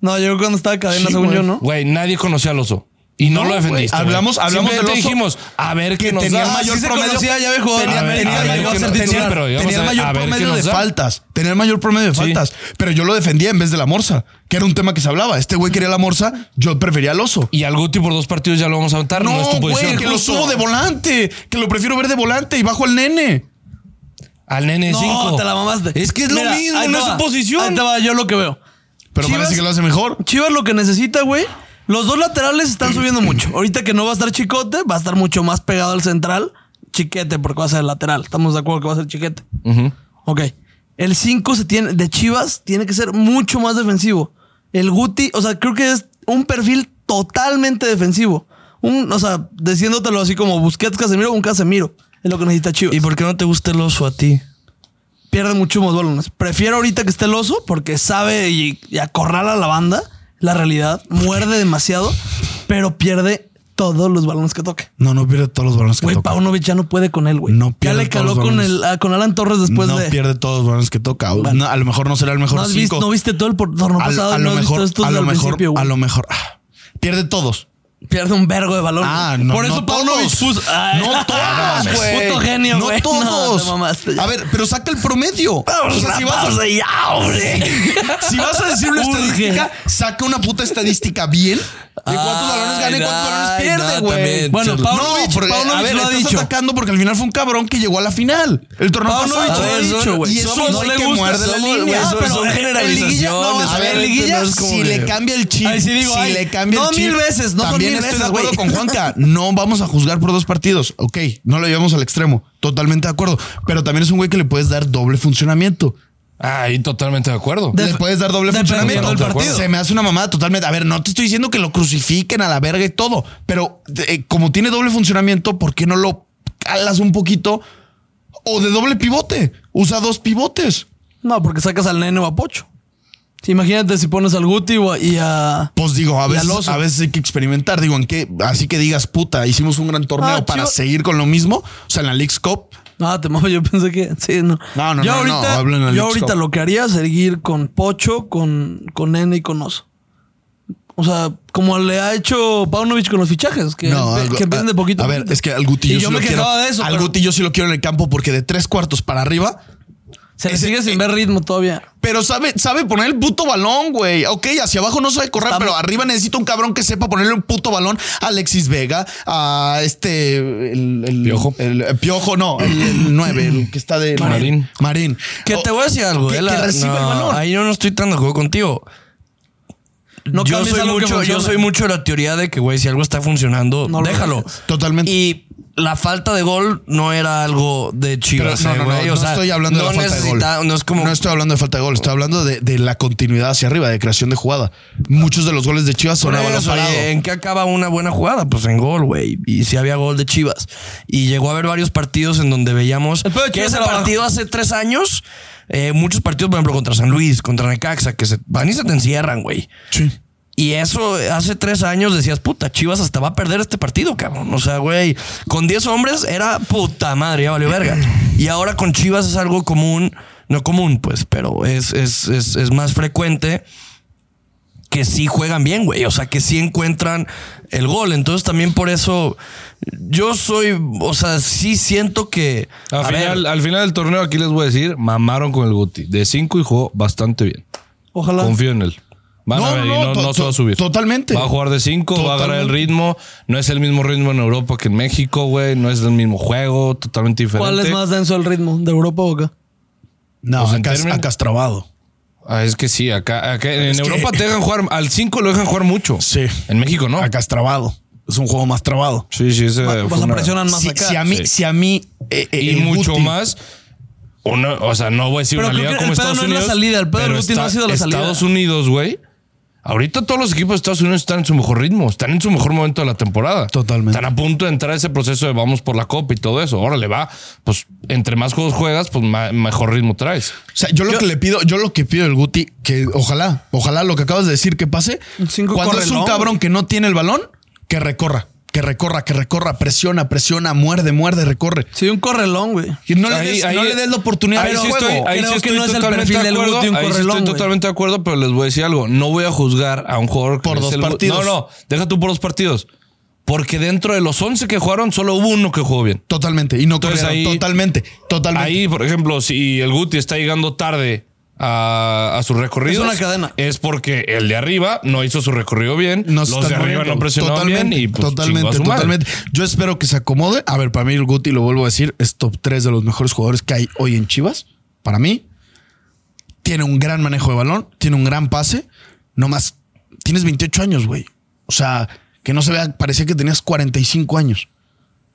Speaker 2: No, llegó cuando estaba cadena,
Speaker 4: Sí,
Speaker 2: según
Speaker 4: güey.
Speaker 2: yo, ¿no?
Speaker 3: Güey, nadie conocía al oso. Y no, lo
Speaker 4: güey.
Speaker 3: defendiste. güey.
Speaker 4: Hablamos- hablamos del
Speaker 3: Simplemente
Speaker 4: oso
Speaker 3: dijimos, a ver qué nos
Speaker 4: tenía
Speaker 3: da.
Speaker 4: mayor
Speaker 3: Sí se
Speaker 4: promedio.
Speaker 3: conocía, ya había jugado.
Speaker 4: Tenía,
Speaker 3: A ver,
Speaker 4: tenía-
Speaker 3: a ver
Speaker 4: llegó a
Speaker 3: qué
Speaker 4: ser
Speaker 3: nos da.
Speaker 4: titular.
Speaker 3: Sí, pero
Speaker 4: Tenía
Speaker 3: digamos,
Speaker 4: el
Speaker 3: a-
Speaker 4: mayor
Speaker 3: a ver qué
Speaker 4: promedio de
Speaker 3: nos da.
Speaker 4: faltas. Tenía el mayor promedio de
Speaker 3: Sí.
Speaker 4: faltas. Pero yo lo defendía en vez de la morsa, que era un tema que se hablaba. Este güey quería la morsa, yo prefería al oso.
Speaker 3: Y al Guti por dos partidos ya lo vamos a aventar. No,
Speaker 4: No,
Speaker 3: es tu
Speaker 4: güey,
Speaker 3: posición.
Speaker 4: que lo
Speaker 3: Justo.
Speaker 4: subo de volante. Que lo prefiero ver de volante y bajo al nene.
Speaker 3: Al nene
Speaker 2: No,
Speaker 3: 5.
Speaker 2: te la mamaste.
Speaker 3: Es que es
Speaker 2: Mira,
Speaker 3: lo mismo,
Speaker 2: ahí
Speaker 3: no
Speaker 2: te
Speaker 3: es
Speaker 2: va.
Speaker 3: su
Speaker 2: Ahí te
Speaker 3: posición.
Speaker 2: va, yo lo que veo.
Speaker 4: Pero
Speaker 2: Chivas-
Speaker 4: parece que lo hace mejor.
Speaker 2: Chivas lo que necesita, güey. Los dos laterales están subiendo mucho. Ahorita que no va a estar Chicote, va a estar mucho más pegado al central. Chiquete, porque va a ser el lateral. Estamos de acuerdo que va a ser Chiquete.
Speaker 3: Ujú.
Speaker 2: Ok. El 5 se tiene, de Chivas tiene que ser mucho más defensivo. El Guti, o sea, creo que es un perfil totalmente defensivo. Un, o sea, diciéndotelo así como Busquets, Casemiro, un Casemiro. Es lo que necesita Chivas.
Speaker 1: ¿Y por qué no te gusta el oso a ti?
Speaker 2: pierde mucho más balones. Prefiero ahorita que esté el oso porque sabe y, y acorrala a la banda. La realidad muerde demasiado, pero pierde todos los balones que toque.
Speaker 4: No, no pierde todos los balones que
Speaker 2: Güey,
Speaker 4: toca.
Speaker 2: Paunovic ya no puede con él, güey.
Speaker 4: No
Speaker 2: ya
Speaker 4: pierde
Speaker 2: le caló
Speaker 4: todos los
Speaker 2: con,
Speaker 4: balones.
Speaker 2: el, a- con Alan Torres después
Speaker 4: no
Speaker 2: pues de.
Speaker 4: pierde todos los balones que toca. No, a lo mejor no será el mejor
Speaker 2: ¿No, has
Speaker 4: cinco.
Speaker 2: visto, no viste todo el por- torneo
Speaker 4: a,
Speaker 2: pasado,
Speaker 4: a
Speaker 2: no
Speaker 4: lo
Speaker 2: has
Speaker 4: mejor,
Speaker 2: visto estos
Speaker 4: a lo
Speaker 2: al
Speaker 4: mejor,
Speaker 2: principio, güey.
Speaker 4: a lo mejor. ah, Pierde todos.
Speaker 2: Pierde un vergo de balón.
Speaker 4: Ah,
Speaker 2: güey.
Speaker 4: no,
Speaker 2: Por eso
Speaker 4: no
Speaker 2: Paunovic
Speaker 4: todos.
Speaker 2: puso. Ay,
Speaker 4: No todos, güey.
Speaker 2: Puto genio,
Speaker 4: no
Speaker 2: güey.
Speaker 4: todos.
Speaker 2: te mamaste ya.
Speaker 4: a ver, pero saca el promedio. O sea, si, vas a,
Speaker 1: ya, hombre.
Speaker 4: si vas a decir una
Speaker 2: Urge.
Speaker 4: estadística, saca una puta estadística bien. De cuántos
Speaker 1: Ay,
Speaker 4: balones gana y cuántos
Speaker 1: no, no,
Speaker 4: balones pierde, güey.
Speaker 1: también,
Speaker 2: Bueno,
Speaker 1: cholo.
Speaker 2: Pau-
Speaker 4: no,
Speaker 2: Paunovic-
Speaker 4: porque, a
Speaker 2: Paunovic
Speaker 4: ver,
Speaker 2: lo ha
Speaker 4: estás
Speaker 2: dicho.
Speaker 4: atacando porque al final fue un cabrón que llegó a la final. El torneo
Speaker 2: Paunovic
Speaker 4: pasado.
Speaker 2: lo ha
Speaker 4: A ver,
Speaker 2: dicho,
Speaker 4: son-
Speaker 2: güey.
Speaker 4: Y eso
Speaker 2: Somos-
Speaker 4: no
Speaker 2: no
Speaker 4: hay
Speaker 2: le
Speaker 4: que
Speaker 2: gusta,
Speaker 4: muerde la
Speaker 1: somos-
Speaker 4: línea. Ah,
Speaker 1: güey, son-
Speaker 4: pero
Speaker 1: son
Speaker 4: en Liguilla, no,
Speaker 1: generalizaciones,
Speaker 4: a ver,
Speaker 1: obviamente
Speaker 4: Liguilla,
Speaker 1: no es como
Speaker 4: si
Speaker 1: de-
Speaker 4: le cambia el chip.
Speaker 2: Ay, sí digo,
Speaker 4: si
Speaker 2: ay,
Speaker 4: le cambia
Speaker 2: no
Speaker 4: el chip.
Speaker 2: mil veces, no son
Speaker 4: También
Speaker 2: mil
Speaker 4: estoy
Speaker 2: veces,
Speaker 4: de acuerdo
Speaker 2: güey.
Speaker 4: con Juanca. No vamos a juzgar por dos partidos. Ok, no lo llevamos al extremo. Totalmente de acuerdo. Pero también es un güey que le puedes dar doble funcionamiento.
Speaker 3: Ahí totalmente de acuerdo.
Speaker 2: De-
Speaker 4: Le puedes dar doble
Speaker 2: Dependiendo
Speaker 4: funcionamiento.
Speaker 3: del partido.
Speaker 4: Se me hace una mamada totalmente. A ver, no te estoy diciendo que lo crucifiquen a la verga y todo, pero eh, como tiene doble funcionamiento, ¿por qué no lo calas un poquito? O de doble pivote. Usa dos pivotes.
Speaker 2: No, porque sacas al nene o a Pocho. Sí, imagínate si pones al Guti o a- y a.
Speaker 4: Pues digo, a
Speaker 2: Y al
Speaker 4: veces,
Speaker 2: oso.
Speaker 4: a veces hay que experimentar. Digo, en qué, así que digas, puta, hicimos un gran torneo
Speaker 2: Ah,
Speaker 4: para
Speaker 2: Chivas-
Speaker 4: seguir con lo mismo. O sea, en la League's Cup.
Speaker 2: Ah, te mames, yo pensé que. Sí, no.
Speaker 4: No, no,
Speaker 2: yo
Speaker 4: no, no,
Speaker 2: ahorita,
Speaker 4: hablo en la
Speaker 2: Yo
Speaker 4: League's
Speaker 2: ahorita
Speaker 4: Cup.
Speaker 2: lo que haría es seguir con Pocho, con, con Nene y con Oso. O sea, como le ha hecho Paunovic con los fichajes, que,
Speaker 4: no,
Speaker 2: empe-
Speaker 4: algo- ah,
Speaker 2: que empiezan de poquito.
Speaker 4: A ver,
Speaker 2: poquito.
Speaker 4: es que al Guti
Speaker 2: Y
Speaker 4: yo,
Speaker 2: yo
Speaker 4: sí
Speaker 2: me
Speaker 4: lo quiero.
Speaker 2: quejaba de eso,
Speaker 4: al
Speaker 2: pero-
Speaker 4: Guti yo sí lo quiero en el campo porque de tres cuartos para arriba
Speaker 2: se le
Speaker 4: ese-
Speaker 2: sigue sin
Speaker 4: eh,
Speaker 2: ver ritmo todavía.
Speaker 4: Pero sabe, sabe poner el puto balón, güey. Ok, hacia abajo no sabe correr,
Speaker 2: Está-
Speaker 4: pero arriba necesita un cabrón que sepa ponerle un puto balón a Alexis Vega, a este. El, el-
Speaker 3: Piojo.
Speaker 4: El, el piojo, no, el, 9, el que está de.
Speaker 3: Marín.
Speaker 4: Marín.
Speaker 1: Que te voy a decir algo,
Speaker 4: Oh, Que-
Speaker 1: eh,
Speaker 4: que
Speaker 1: la-
Speaker 4: reciba el
Speaker 1: no,
Speaker 4: balón.
Speaker 1: Ahí yo no estoy tan de acuerdo contigo.
Speaker 2: No
Speaker 1: yo
Speaker 2: cambies
Speaker 1: soy
Speaker 2: algo que
Speaker 1: mucho, yo
Speaker 2: funcione.
Speaker 1: soy mucho de la teoría de que, güey, si algo está funcionando,
Speaker 2: No lo
Speaker 1: déjalo.
Speaker 2: dejes.
Speaker 4: Totalmente.
Speaker 1: Y la falta de gol no era algo de chivas,
Speaker 4: Pero no,
Speaker 1: eh,
Speaker 4: no, no,
Speaker 1: güey.
Speaker 4: no
Speaker 1: o sea,
Speaker 4: estoy hablando
Speaker 1: no
Speaker 4: de la falta de gol.
Speaker 1: necesita- No es como
Speaker 4: No estoy hablando de falta de gol, estoy hablando de, de la continuidad hacia arriba, de creación de jugada. Muchos de los goles de Chivas son a balón
Speaker 1: Eso,
Speaker 4: parado.
Speaker 1: ¿y ¿En qué acaba una buena jugada? Pues en gol, güey. Y si había gol de Chivas. Y llegó a haber varios partidos en donde veíamos
Speaker 2: El pedo de
Speaker 1: que
Speaker 2: Chivas
Speaker 1: ese
Speaker 2: era abajo.
Speaker 1: partido hace tres años, eh, muchos partidos, por ejemplo, contra San Luis, contra Necaxa, que se van y se te encierran, güey.
Speaker 4: Sí.
Speaker 1: Y eso eh, hace tres años decías, puta, Chivas hasta va a perder este partido, cabrón. O sea, güey, con 10 hombres era puta madre, ya valió verga. Y ahora con Chivas es algo común, no común, pues, pero es, es, es, es más frecuente que sí juegan bien, güey. O sea, que sí encuentran el gol. Entonces también por eso yo soy, o sea, sí siento que...
Speaker 3: Al,
Speaker 1: a ver,
Speaker 3: final, al final del torneo, aquí les voy a decir, mamaron con el Guti. De 5 y jugó bastante bien.
Speaker 2: Ojalá.
Speaker 3: Confío en él. Van a
Speaker 4: No,
Speaker 3: ver, y
Speaker 4: no,
Speaker 3: no,
Speaker 4: to-
Speaker 3: no se va a
Speaker 4: to-
Speaker 3: subir.
Speaker 4: totalmente.
Speaker 3: Va a jugar de 5, va a agarrar el
Speaker 4: Totalmente.
Speaker 3: ritmo. No es el mismo ritmo en Europa que en México, güey. No es el mismo juego, totalmente diferente.
Speaker 2: ¿Cuál es más denso el ritmo? ¿De Europa o acá?
Speaker 4: No,
Speaker 3: Pues en
Speaker 4: acá,
Speaker 3: términos-
Speaker 4: acá es trabado.
Speaker 3: Ah, es que sí, acá, acá- en
Speaker 4: Es que-
Speaker 3: Europa te dejan jugar, al 5 lo dejan jugar mucho.
Speaker 4: Sí.
Speaker 3: En México no.
Speaker 4: Acá es trabado. Es un juego más trabado.
Speaker 3: Sí, sí, ese
Speaker 2: Vas
Speaker 3: fue
Speaker 2: a
Speaker 3: una-
Speaker 2: presionar más
Speaker 4: si,
Speaker 2: acá.
Speaker 4: si a mí,
Speaker 3: Sí.
Speaker 4: si a mí eh, eh,
Speaker 3: Y
Speaker 4: el
Speaker 3: e mucho
Speaker 4: Guti-
Speaker 3: más. una- o sea, no voy a decir
Speaker 2: Pero
Speaker 3: una
Speaker 2: creo
Speaker 3: liga
Speaker 2: que
Speaker 3: como
Speaker 2: el pedo
Speaker 3: Estados
Speaker 2: no es la
Speaker 3: Unidos.
Speaker 2: salida, el pedo del
Speaker 3: pero
Speaker 2: Guti no
Speaker 3: está-
Speaker 2: ha sido la salida.
Speaker 3: Estados Unidos, güey. Ahorita todos los equipos de Estados Unidos están en su mejor ritmo, están en su mejor momento de la temporada.
Speaker 4: Totalmente.
Speaker 3: Están a punto de entrar a ese proceso de vamos por la copa y todo eso. Órale, va. Pues entre más juegos juegas, pues ma- mejor ritmo traes.
Speaker 4: O sea, yo lo que le pido, yo lo que pido del Guti, que ojalá, ojalá lo que acabas de decir que pase,
Speaker 2: Un cinco
Speaker 4: cuando
Speaker 2: corre,
Speaker 4: es un
Speaker 2: ¿no?
Speaker 4: cabrón que no tiene el balón, que recorra, que recorra, que recorra, presiona, presiona, muerde, muerde, recorre.
Speaker 2: Sí, un correlón, güey.
Speaker 4: Y no,
Speaker 3: Ahí-
Speaker 4: le, des,
Speaker 3: ahí-
Speaker 4: no le des la oportunidad
Speaker 3: ahí
Speaker 4: del
Speaker 3: sí
Speaker 4: juego.
Speaker 3: estoy- ahí
Speaker 2: Creo
Speaker 3: sí
Speaker 2: que
Speaker 3: estoy
Speaker 2: no es el
Speaker 3: totalmente
Speaker 2: perfil
Speaker 3: de
Speaker 2: del
Speaker 3: acuerdo,
Speaker 2: Guti, un
Speaker 3: ahí sí
Speaker 2: correlón,
Speaker 3: estoy
Speaker 2: güey.
Speaker 3: totalmente de acuerdo, pero les voy a decir algo. No voy a juzgar a un jugador que
Speaker 4: Por
Speaker 3: es
Speaker 4: dos
Speaker 3: el Guti.
Speaker 4: partidos.
Speaker 3: No, no, deja tú por dos partidos. Porque dentro de los 11 que jugaron, solo hubo uno que jugó bien.
Speaker 4: Totalmente. Y no
Speaker 3: Entonces
Speaker 4: corrieron.
Speaker 3: ahí-
Speaker 4: totalmente. Totalmente.
Speaker 3: Ahí, por ejemplo, si el Guti está llegando tarde a, a su recorrido.
Speaker 2: Es una cadena.
Speaker 3: Es porque el de arriba no hizo su recorrido bien.
Speaker 4: No se
Speaker 3: los de
Speaker 4: están
Speaker 3: arriba
Speaker 4: moviendo.
Speaker 3: no presionaron
Speaker 4: totalmente,
Speaker 3: bien. Y pues, chingó a
Speaker 4: totalmente,
Speaker 3: su madre.
Speaker 4: totalmente. Yo espero que se acomode. A ver, para mí el Guti, lo vuelvo a decir, es top 3 de los mejores jugadores que hay hoy en Chivas. Para mí, tiene un gran manejo de balón, tiene un gran pase. No más, tienes 28 años, güey. O sea, que no se vea, parecía que tenías 45 años.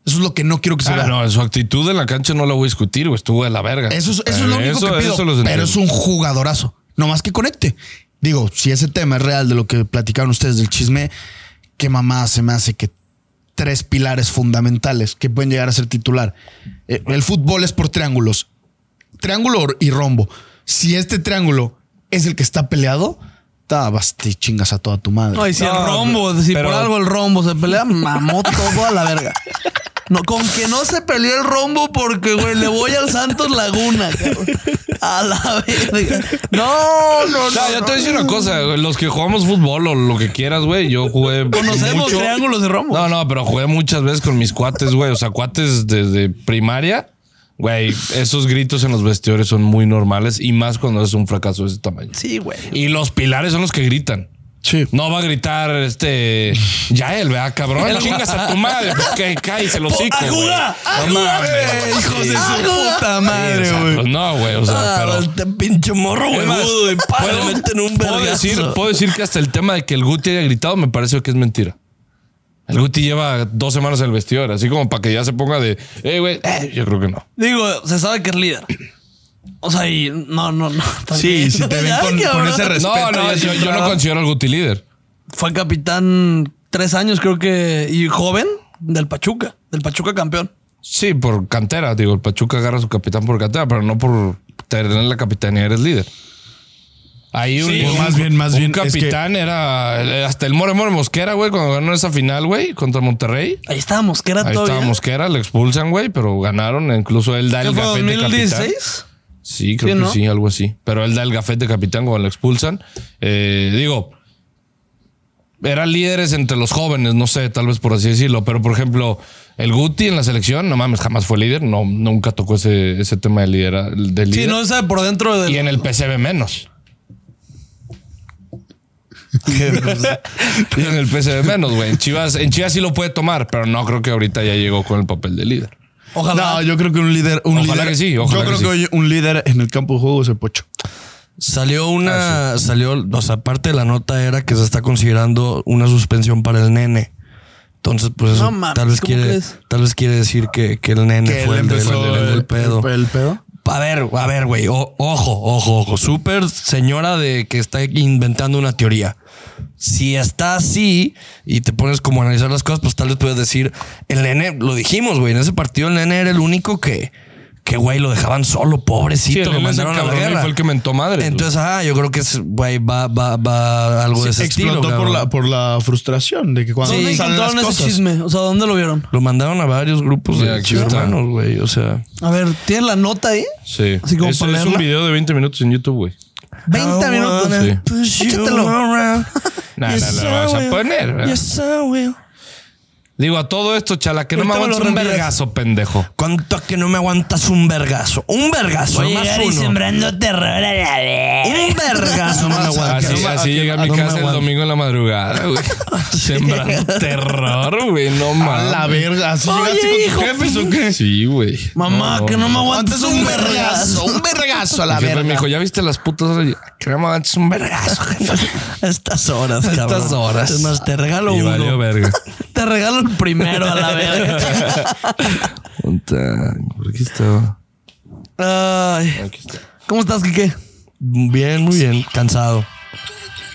Speaker 4: Eso es lo que no quiero que se
Speaker 3: Ah,
Speaker 4: vea.
Speaker 3: no, su actitud en la cancha no la voy a discutir, güey. Estuvo de la verga.
Speaker 4: Eso es, eso es
Speaker 3: Eh,
Speaker 4: lo único
Speaker 3: eso-
Speaker 4: que pido.
Speaker 3: eso los
Speaker 4: pero
Speaker 3: entiendo.
Speaker 4: es un jugadorazo. No más que conecte. Digo, si ese tema es real de lo que platicaron ustedes del chisme, qué mamá se me hace que tres pilares fundamentales que pueden llegar a ser titular. Eh, El fútbol es por triángulos. Triángulo y rombo. Si este triángulo es el que está peleado, tabas, te chingas a toda tu madre.
Speaker 2: No, y si
Speaker 3: No,
Speaker 2: el rombo, si
Speaker 3: pero-
Speaker 2: por algo el rombo se pelea, mamó todo a la verga. No, con que no se peleó el rombo porque, güey, le voy al Santos Laguna, cabrón. A la verga. No,
Speaker 3: No,
Speaker 2: no, no.
Speaker 3: yo te voy a
Speaker 2: no.
Speaker 3: decir una cosa. güey. Los que jugamos fútbol o lo que quieras, güey, yo jugué.
Speaker 2: Conocemos
Speaker 3: mucho.
Speaker 2: triángulos de rombo.
Speaker 3: No, no, pero jugué muchas veces con mis cuates, güey. O sea, cuates desde primaria. Güey, esos gritos en los vestidores son muy normales y más cuando es un fracaso de ese tamaño.
Speaker 2: Sí, güey.
Speaker 3: Y los pilares son los que gritan.
Speaker 4: Sí.
Speaker 3: No va a gritar este. Ya él, ¿verdad, cabrón? Chingas a tu madre. pues, Que cae, se lo hocico. güey.
Speaker 2: ¡Ayuda!
Speaker 3: No
Speaker 2: ¡Ayuda!
Speaker 3: mames.
Speaker 2: ¡Hijos
Speaker 3: Sí,
Speaker 2: de
Speaker 3: sí,
Speaker 2: su puta
Speaker 3: o
Speaker 2: madre,
Speaker 3: sea,
Speaker 2: güey!
Speaker 3: pues no, güey. O sea,
Speaker 2: Ah,
Speaker 3: pero.
Speaker 2: este pinche morro
Speaker 3: Es más,
Speaker 2: huevudo y pa, le
Speaker 3: puedo-
Speaker 2: meten un
Speaker 3: puedo
Speaker 2: vergazo.
Speaker 3: decir, puedo decir que hasta el tema de que el Guti haya gritado me parece que es mentira. El Guti lleva dos semanas en el vestidor, así como para que ya se ponga de, eh, güey, eh", yo creo que no.
Speaker 2: Digo, se sabe que es líder. O sea, y no, no, no.
Speaker 4: Sí, si te ven
Speaker 2: Ya,
Speaker 4: con- con
Speaker 2: cabrón.
Speaker 4: ese respeto.
Speaker 3: No, no,
Speaker 4: ya
Speaker 3: yo,
Speaker 4: sí,
Speaker 3: yo no
Speaker 4: bravo.
Speaker 3: considero al Guti líder.
Speaker 2: Fue capitán tres años, creo que, y joven del Pachuca, del Pachuca campeón.
Speaker 3: Sí, por cantera, digo, el Pachuca agarra a su capitán por cantera, pero no por tener la capitanía eres líder. Ahí un,
Speaker 4: Sí.
Speaker 3: un-
Speaker 4: Más bien, más
Speaker 3: un
Speaker 4: bien, es que-
Speaker 3: capitán era eh, hasta el More More Mosquera, güey, cuando ganó esa final, güey, contra Monterrey.
Speaker 2: Ahí estábamos, que era
Speaker 3: Ahí
Speaker 2: todavía.
Speaker 3: estaba Mosquera, lo expulsan, güey, pero ganaron. Incluso él da
Speaker 2: ¿Qué
Speaker 3: el
Speaker 2: fue
Speaker 3: gafete de capitán.
Speaker 2: 2016?
Speaker 3: Sí, creo
Speaker 2: Sí,
Speaker 3: que
Speaker 2: ¿no?
Speaker 3: sí, algo así. Pero él da el gafete de capitán cuando lo expulsan. Eh, digo, eran líderes entre los jóvenes, no sé, tal vez por así decirlo. Pero, por ejemplo, el Guti en la selección, no mames, jamás fue líder. No, nunca tocó ese, ese tema de lidera- del líder.
Speaker 2: Sí, no, esa por dentro del.
Speaker 3: Y en el PCB menos. y en el PCB menos, güey. En Chivas, en Chivas sí lo puede tomar, pero no creo que ahorita ya llegó con el papel de líder.
Speaker 2: Ojalá.
Speaker 4: No, yo creo que un líder. Un
Speaker 3: Ojalá
Speaker 4: líder-
Speaker 3: que sí, ojalá
Speaker 4: yo
Speaker 3: que
Speaker 4: creo
Speaker 3: sí.
Speaker 4: que hoy un líder en el campo de juego es el pocho.
Speaker 1: Salió
Speaker 2: Ah,
Speaker 1: una, salió, o sea, parte de la nota era que se está considerando una suspensión para el nene. Entonces, pues eso
Speaker 2: No mames,
Speaker 1: tal vez
Speaker 2: ¿cómo
Speaker 1: quiere,
Speaker 2: crees?
Speaker 1: tal vez quiere decir que, que el nene
Speaker 4: Que
Speaker 1: fue
Speaker 4: él
Speaker 1: el, del-
Speaker 4: empezó
Speaker 1: el del- del
Speaker 4: el-
Speaker 1: pedo.
Speaker 4: el pedo.
Speaker 1: A ver, a ver, güey. o- Ojo, ojo, ojo. Súper señora de que está inventando una teoría. Si está así y te pones como a analizar las cosas, pues tal vez puedes decir, el nene, lo dijimos, güey, en ese partido el nene era el único que, que güey, lo dejaban solo,
Speaker 3: Sí,
Speaker 1: pobrecito,
Speaker 3: el
Speaker 1: lo
Speaker 3: Nene es el
Speaker 1: mandaron a la
Speaker 3: cabrón y
Speaker 1: guerra.
Speaker 3: fue el que mentó madre.
Speaker 1: Entonces, ah, yo creo que es, güey, va, va, va algo de ese
Speaker 4: explotó
Speaker 1: estilo.
Speaker 4: por,
Speaker 1: cabrón.
Speaker 4: la, por la frustración de que cuando
Speaker 2: ¿Dónde
Speaker 4: salen las
Speaker 2: encontraron ese
Speaker 4: cosas.
Speaker 2: chisme? O sea, ¿dónde lo vieron?
Speaker 1: Lo mandaron a varios grupos
Speaker 3: Ya,
Speaker 1: de
Speaker 3: aquí está.
Speaker 1: hermanos, güey. O sea,
Speaker 2: A ver, ¿tienes la nota ahí?
Speaker 3: Sí.
Speaker 2: Así como
Speaker 3: es,
Speaker 2: para
Speaker 3: es un
Speaker 2: leerla.
Speaker 3: video de 20 minutos en YouTube, güey.
Speaker 2: 20
Speaker 1: I
Speaker 2: minutos. Pues,
Speaker 1: wanna
Speaker 3: Sí.
Speaker 1: push you
Speaker 2: Échatelo.
Speaker 1: around.
Speaker 3: No, no,
Speaker 1: Yes,
Speaker 3: no,
Speaker 1: I
Speaker 3: vas a
Speaker 1: will.
Speaker 3: poner, ¿verdad?
Speaker 1: Yes, I will.
Speaker 3: Digo, a todo esto, chala, que no
Speaker 1: Ahorita
Speaker 3: me
Speaker 1: me
Speaker 3: aguantes
Speaker 1: lo
Speaker 3: un
Speaker 1: reenvías.
Speaker 3: vergazo, pendejo.
Speaker 1: ¿Cuánto que no me aguantas un vergazo? Un vergazo, más uno.
Speaker 2: sembrando terror a la vez.
Speaker 1: Un vergazo no me aguantas.
Speaker 3: Así, así llegué a mi
Speaker 1: no me
Speaker 3: casa el
Speaker 1: aguanto.
Speaker 3: domingo en la madrugada, güey. Sembrando terror, güey. No
Speaker 4: A
Speaker 3: mames.
Speaker 4: la verga, así
Speaker 2: Oye,
Speaker 4: llegaste
Speaker 2: hijo.
Speaker 4: con tus jefes o qué?
Speaker 3: Sí, güey.
Speaker 2: Mamá, que no me aguantes
Speaker 4: Antes
Speaker 2: un vergazo.
Speaker 4: un vergazo a la
Speaker 3: Mi jefe me
Speaker 4: verga.
Speaker 3: dijo, ¿ya viste las putas? horas?" Y yo, "Ah, Que no me aguantes un vergazo.
Speaker 1: A Estas horas, cabrón.
Speaker 3: Estas horas.
Speaker 1: Es más, te regalo
Speaker 3: Y
Speaker 1: uno.
Speaker 3: valió verga.
Speaker 2: Te regalo el primero a la verga.
Speaker 3: Puta, ¿Por qué estaba?
Speaker 2: Ay.
Speaker 3: Aquí está.
Speaker 2: ¿Cómo estás, Kike?
Speaker 1: Bien, muy bien. Cansado.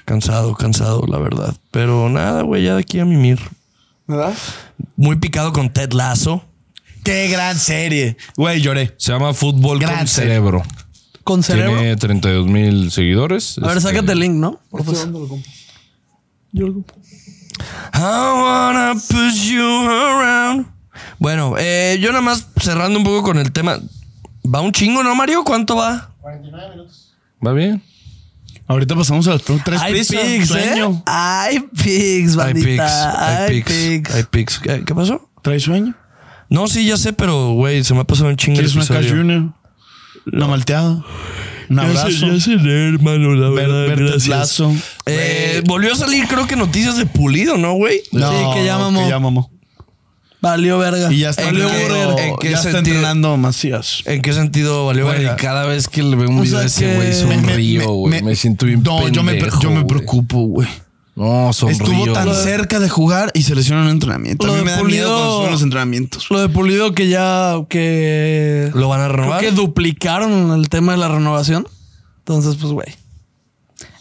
Speaker 1: Cansado, cansado, la verdad. Pero nada, güey, ya de aquí a mimir.
Speaker 4: ¿Verdad?
Speaker 1: Muy picado con Ted Lazo.
Speaker 4: Qué gran serie. Güey, lloré.
Speaker 3: Se llama Fútbol con
Speaker 4: Gran serie.
Speaker 3: Cerebro.
Speaker 2: ¿Con cerebro?
Speaker 3: Tiene 32 mil seguidores.
Speaker 2: A ver,
Speaker 3: Este,
Speaker 2: sácate el link, ¿no? Por favor.
Speaker 1: I wanna push you around. Bueno, eh, yo nada más cerrando un poco con el tema. Va un chingo, ¿no, Mario? ¿Cuánto va?
Speaker 3: ¿Va bien?
Speaker 4: Ahorita pasamos a las top tres
Speaker 2: Hay
Speaker 4: prisas.
Speaker 2: pigs,
Speaker 4: Sueño.
Speaker 2: ¿eh? Hay pigs,
Speaker 1: Hay
Speaker 2: bandita. Hay
Speaker 1: pics, hay pics, hay
Speaker 2: pigs.
Speaker 1: pics. ¿Qué, qué pasó?
Speaker 4: ¿Traes sueño?
Speaker 1: No, sí, ya sé, pero güey, se me ha pasado un chingo. el
Speaker 4: ¿Quieres una Cash
Speaker 1: episodio.
Speaker 4: Junior? Una malteada. Un abrazo.
Speaker 1: hermano, la
Speaker 4: Ver- verte el lazo.
Speaker 1: Eh, volvió a salir, creo que noticias de Pulido, ¿no, güey?
Speaker 4: No,
Speaker 2: Sí, que ya mamó.
Speaker 4: Que ya mamó.
Speaker 2: Valió verga. Eh,
Speaker 4: Y ya está,
Speaker 1: ¿En qué-
Speaker 2: Valió verga.
Speaker 1: en qué
Speaker 4: ya está
Speaker 1: sentido?
Speaker 4: entrenando Macías.
Speaker 1: ¿En qué sentido valió
Speaker 3: Güey,
Speaker 1: verga?
Speaker 3: cada vez que le veo un
Speaker 2: O
Speaker 3: video
Speaker 2: sea
Speaker 3: de ese
Speaker 2: que-
Speaker 3: güey, sonrío, güey. Me, siento bien
Speaker 4: No, yo me, pre-
Speaker 3: pendejo,
Speaker 4: yo me
Speaker 3: güey.
Speaker 4: preocupo, güey.
Speaker 3: No, sonrío.
Speaker 4: Estuvo tan
Speaker 3: güey.
Speaker 4: cerca de jugar y se lesionó en un entrenamiento.
Speaker 2: Lo
Speaker 4: a mí
Speaker 2: de
Speaker 4: me da
Speaker 2: Pulido-
Speaker 4: miedo cuando se suben los entrenamientos.
Speaker 2: Lo de Pulido que ya que
Speaker 1: ¿Lo van a
Speaker 2: creo
Speaker 1: renovar?
Speaker 2: que duplicaron el tema de la renovación. Entonces, pues güey.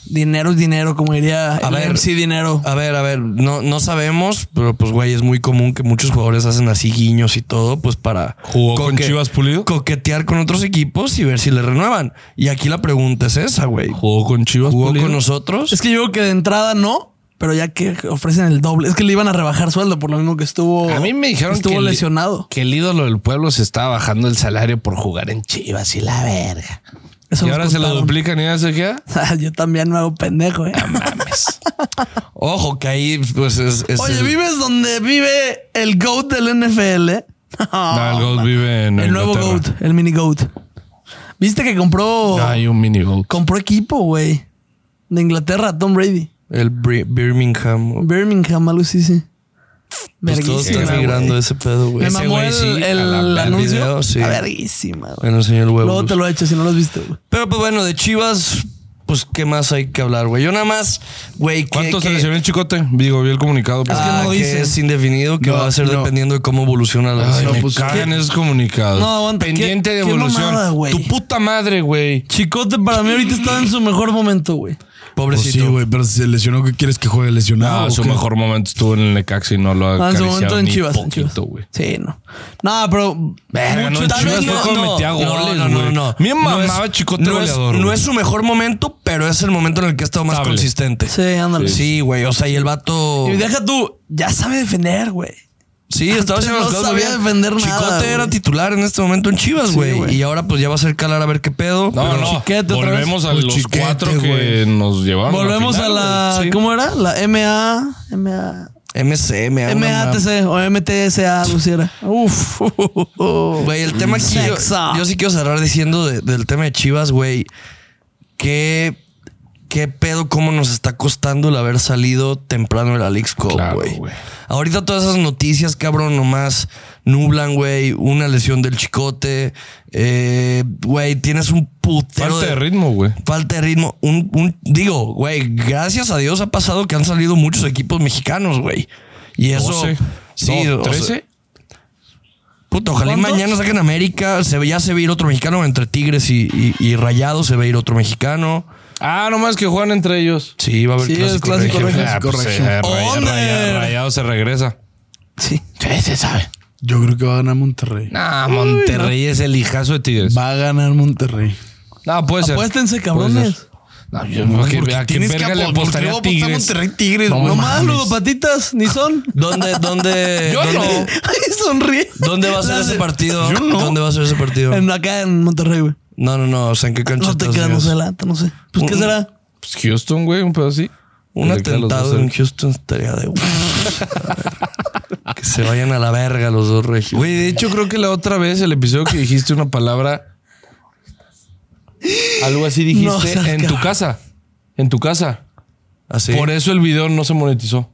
Speaker 2: Dinero es dinero, como diría
Speaker 1: A
Speaker 2: el
Speaker 1: ver.
Speaker 2: MC dinero.
Speaker 1: A ver, a ver, no, no sabemos, pero pues, güey, es muy común que muchos jugadores hacen así guiños y todo, pues para
Speaker 3: ¿Jugó con Chivas Pulido?
Speaker 1: coquetear con otros equipos y ver si le renuevan. Y aquí la pregunta es esa, güey.
Speaker 3: Jugó con Chivas.
Speaker 1: ¿Jugó
Speaker 3: Pulido?
Speaker 1: con nosotros?
Speaker 2: Es que yo creo que de entrada no, pero ya que ofrecen el doble, es que le iban a rebajar sueldo por lo mismo que estuvo
Speaker 3: A mí me dijeron
Speaker 2: estuvo
Speaker 3: que el-
Speaker 2: lesionado.
Speaker 3: que el ídolo del pueblo se estaba bajando el salario por jugar en Chivas y la verga.
Speaker 2: Eso
Speaker 3: y
Speaker 2: nos
Speaker 3: ahora se lo
Speaker 2: contaron.
Speaker 3: duplican y ya se queda.
Speaker 2: yo también me hago pendejo, eh.
Speaker 1: Ojo, que ahí, pues es. es
Speaker 2: Oye,
Speaker 1: el-
Speaker 2: ¿vives donde vive el GOAT del NFL?
Speaker 3: No, el GOAT vive en
Speaker 2: el nuevo
Speaker 3: Inglaterra.
Speaker 2: GOAT, el mini GOAT. ¿Viste que compró
Speaker 3: No, hay un mini GOAT.
Speaker 2: compró equipo, güey? De Inglaterra, Tom Brady.
Speaker 1: El Bri- Birmingham.
Speaker 2: Birmingham, algo así, sí.
Speaker 1: Pues todos
Speaker 2: Verguísima,
Speaker 1: están
Speaker 2: güey.
Speaker 1: migrando ese pedo, güey.
Speaker 2: Me
Speaker 1: Ese
Speaker 2: mamó
Speaker 1: güey
Speaker 2: el,
Speaker 1: sí, a
Speaker 2: el
Speaker 1: la verga.
Speaker 2: anuncio.
Speaker 1: Video, sí.
Speaker 2: A verguísima, güey.
Speaker 1: Me lo enseñó el huevo.
Speaker 2: Luego te lo he hecho si no lo has visto, güey.
Speaker 1: Pero pues bueno, de Chivas, pues qué más hay que hablar, güey. Yo nada más, güey, que-
Speaker 3: ¿Cuánto se
Speaker 1: que-
Speaker 3: lesionó el chicote? Digo, vi el comunicado. pues. pero-
Speaker 1: Ah,
Speaker 2: no
Speaker 1: que
Speaker 2: dice.
Speaker 1: es indefinido, que
Speaker 4: No,
Speaker 1: va a ser
Speaker 4: no.
Speaker 1: dependiendo de cómo evoluciona la
Speaker 3: Ay,
Speaker 1: lesión.
Speaker 3: me
Speaker 4: pues,
Speaker 3: cagan
Speaker 2: ¿qué?
Speaker 3: esos comunicados.
Speaker 2: No, aguanta,
Speaker 3: Pendiente
Speaker 2: ¿qué-
Speaker 3: de
Speaker 2: qué
Speaker 3: evolución.
Speaker 2: mamada, güey?
Speaker 3: tu puta madre, güey.
Speaker 2: Chicote para mí ahorita estaba en su mejor momento, güey.
Speaker 1: Pobrecito.
Speaker 4: Pues sí, güey, pero si se lesionó, ¿qué quieres que juegue lesionado?
Speaker 3: No,
Speaker 4: o
Speaker 3: Ah, su
Speaker 4: qué?
Speaker 3: mejor momento estuvo en el Necaxa y no lo ha
Speaker 2: Ah, en su
Speaker 3: acariciado
Speaker 2: momento en
Speaker 3: ni
Speaker 2: Chivas. en Chivas.
Speaker 3: poquito, güey.
Speaker 2: Sí, no. No, pero.
Speaker 3: Verga, no, en
Speaker 2: tal vez
Speaker 3: Chivas fue
Speaker 2: no-
Speaker 3: cuando
Speaker 2: no.
Speaker 3: metía goles,
Speaker 1: no, no, no,
Speaker 3: güey.
Speaker 1: no.
Speaker 3: Bien
Speaker 1: No es-
Speaker 3: mamaba Chicote
Speaker 1: no es,
Speaker 3: goleador,
Speaker 1: no
Speaker 3: güey.
Speaker 1: es su mejor momento, pero es el momento en el que ha estado más
Speaker 3: Estable.
Speaker 1: consistente.
Speaker 2: Sí, ándale.
Speaker 1: Sí, güey. O sea, y el vato.
Speaker 2: Y deja tú, ya sabe defender, güey.
Speaker 1: Sí, estaba haciendo
Speaker 2: Antes
Speaker 1: las
Speaker 2: no
Speaker 1: cosas muy
Speaker 2: sabía
Speaker 1: bien.
Speaker 2: defender nada,
Speaker 1: Chicote era
Speaker 2: güey.
Speaker 1: titular en este momento en Chivas,
Speaker 2: Sí,
Speaker 1: güey.
Speaker 2: güey.
Speaker 1: y ahora pues ya va a ser calar a ver qué pedo.
Speaker 3: No,
Speaker 1: Pero
Speaker 3: no.
Speaker 2: Chiquete otra Pues
Speaker 3: Volvemos a
Speaker 4: vez.
Speaker 3: los
Speaker 4: Chiquete,
Speaker 3: cuatro que
Speaker 4: güey.
Speaker 3: nos llevaron.
Speaker 2: Volvemos
Speaker 3: final,
Speaker 2: a la.
Speaker 3: güey. Sí.
Speaker 2: ¿Cómo era? La MA. MA.
Speaker 1: MC, me
Speaker 2: MATC o MTSA, Luciera. Uf.
Speaker 1: Güey, el tema aquí. Yo,
Speaker 2: Sexa.
Speaker 1: yo sí quiero cerrar diciendo de- del tema de Chivas, güey. ¿Qué, qué pedo, cómo nos está costando el haber salido temprano de la League's Cup,
Speaker 3: Claro,
Speaker 1: güey.
Speaker 3: güey.
Speaker 1: Ahorita todas esas noticias, cabrón, nomás nublan, güey. Una lesión del chicote. eh, Güey, tienes un putero.
Speaker 3: Falta de ritmo, güey.
Speaker 1: Falta de ritmo. Un, un- digo, güey, gracias a Dios ha pasado que han salido muchos equipos mexicanos, güey. Y eso.
Speaker 3: 12,
Speaker 1: Sí,
Speaker 3: Oh, no,
Speaker 1: o sea,
Speaker 3: 13.
Speaker 1: Puta, ojalá y
Speaker 2: ¿Cuántos?
Speaker 1: mañana saquen América. Se, ve- ya se ve ir otro mexicano entre Tigres y, y, y Rayados. Se ve ir otro mexicano.
Speaker 3: Ah, nomás que juegan entre ellos.
Speaker 1: Sí, va a haber
Speaker 2: Sí, es
Speaker 1: clásico.
Speaker 2: clásico
Speaker 1: regio.
Speaker 2: regio.
Speaker 3: Ah, pues,
Speaker 4: corrección.
Speaker 3: eh, Raya-
Speaker 2: ¡Hombre!
Speaker 3: Raya- Rayado se regresa.
Speaker 2: Sí.
Speaker 3: Sí, se sabe.
Speaker 4: Yo creo que va a ganar Monterrey.
Speaker 3: Ah, Monterrey es el hijazo de Tigres.
Speaker 4: Va a ganar Monterrey.
Speaker 3: No, puede ser.
Speaker 2: Apuéstense,
Speaker 3: Puede
Speaker 2: cabrones.
Speaker 3: ser. No, yo no, que,
Speaker 4: Porque
Speaker 3: a que
Speaker 4: tienes que
Speaker 3: verga le
Speaker 4: apo-
Speaker 3: apostaría a
Speaker 4: ¿por qué voy a apostar
Speaker 3: Tigres.
Speaker 4: Monterrey Tigres?
Speaker 3: No,
Speaker 2: No
Speaker 4: mames.
Speaker 2: más, ludopatitas, ni son.
Speaker 1: ¿Dónde, dónde,
Speaker 3: Yo no.
Speaker 1: dónde,
Speaker 2: Ay, sonríe.
Speaker 1: dónde va a ser
Speaker 2: Las-
Speaker 1: ese partido?
Speaker 4: Yo no.
Speaker 1: ¿Dónde va a ser ese partido?
Speaker 2: En, acá en Monterrey, güey.
Speaker 1: No, no, no. O sea, ¿en qué cancha
Speaker 2: No te
Speaker 1: estás,
Speaker 2: quedas, no
Speaker 1: Dios?
Speaker 2: sé, la neta, no sé. Pues, ¿qué
Speaker 1: Mm.
Speaker 2: será?
Speaker 3: Pues Houston, güey, un pedo así.
Speaker 1: Un
Speaker 3: Le queda a los dos
Speaker 1: atentado en
Speaker 3: cerca.
Speaker 1: Houston estaría de Que se vayan a la verga los dos regios.
Speaker 3: Güey, de hecho, creo que la otra vez, el episodio que dijiste una palabra. Algo así
Speaker 2: No
Speaker 3: dijiste
Speaker 2: seas
Speaker 3: en tu
Speaker 2: cabrón.
Speaker 3: casa. En tu casa.
Speaker 1: Así.
Speaker 3: Por eso el video no se monetizó.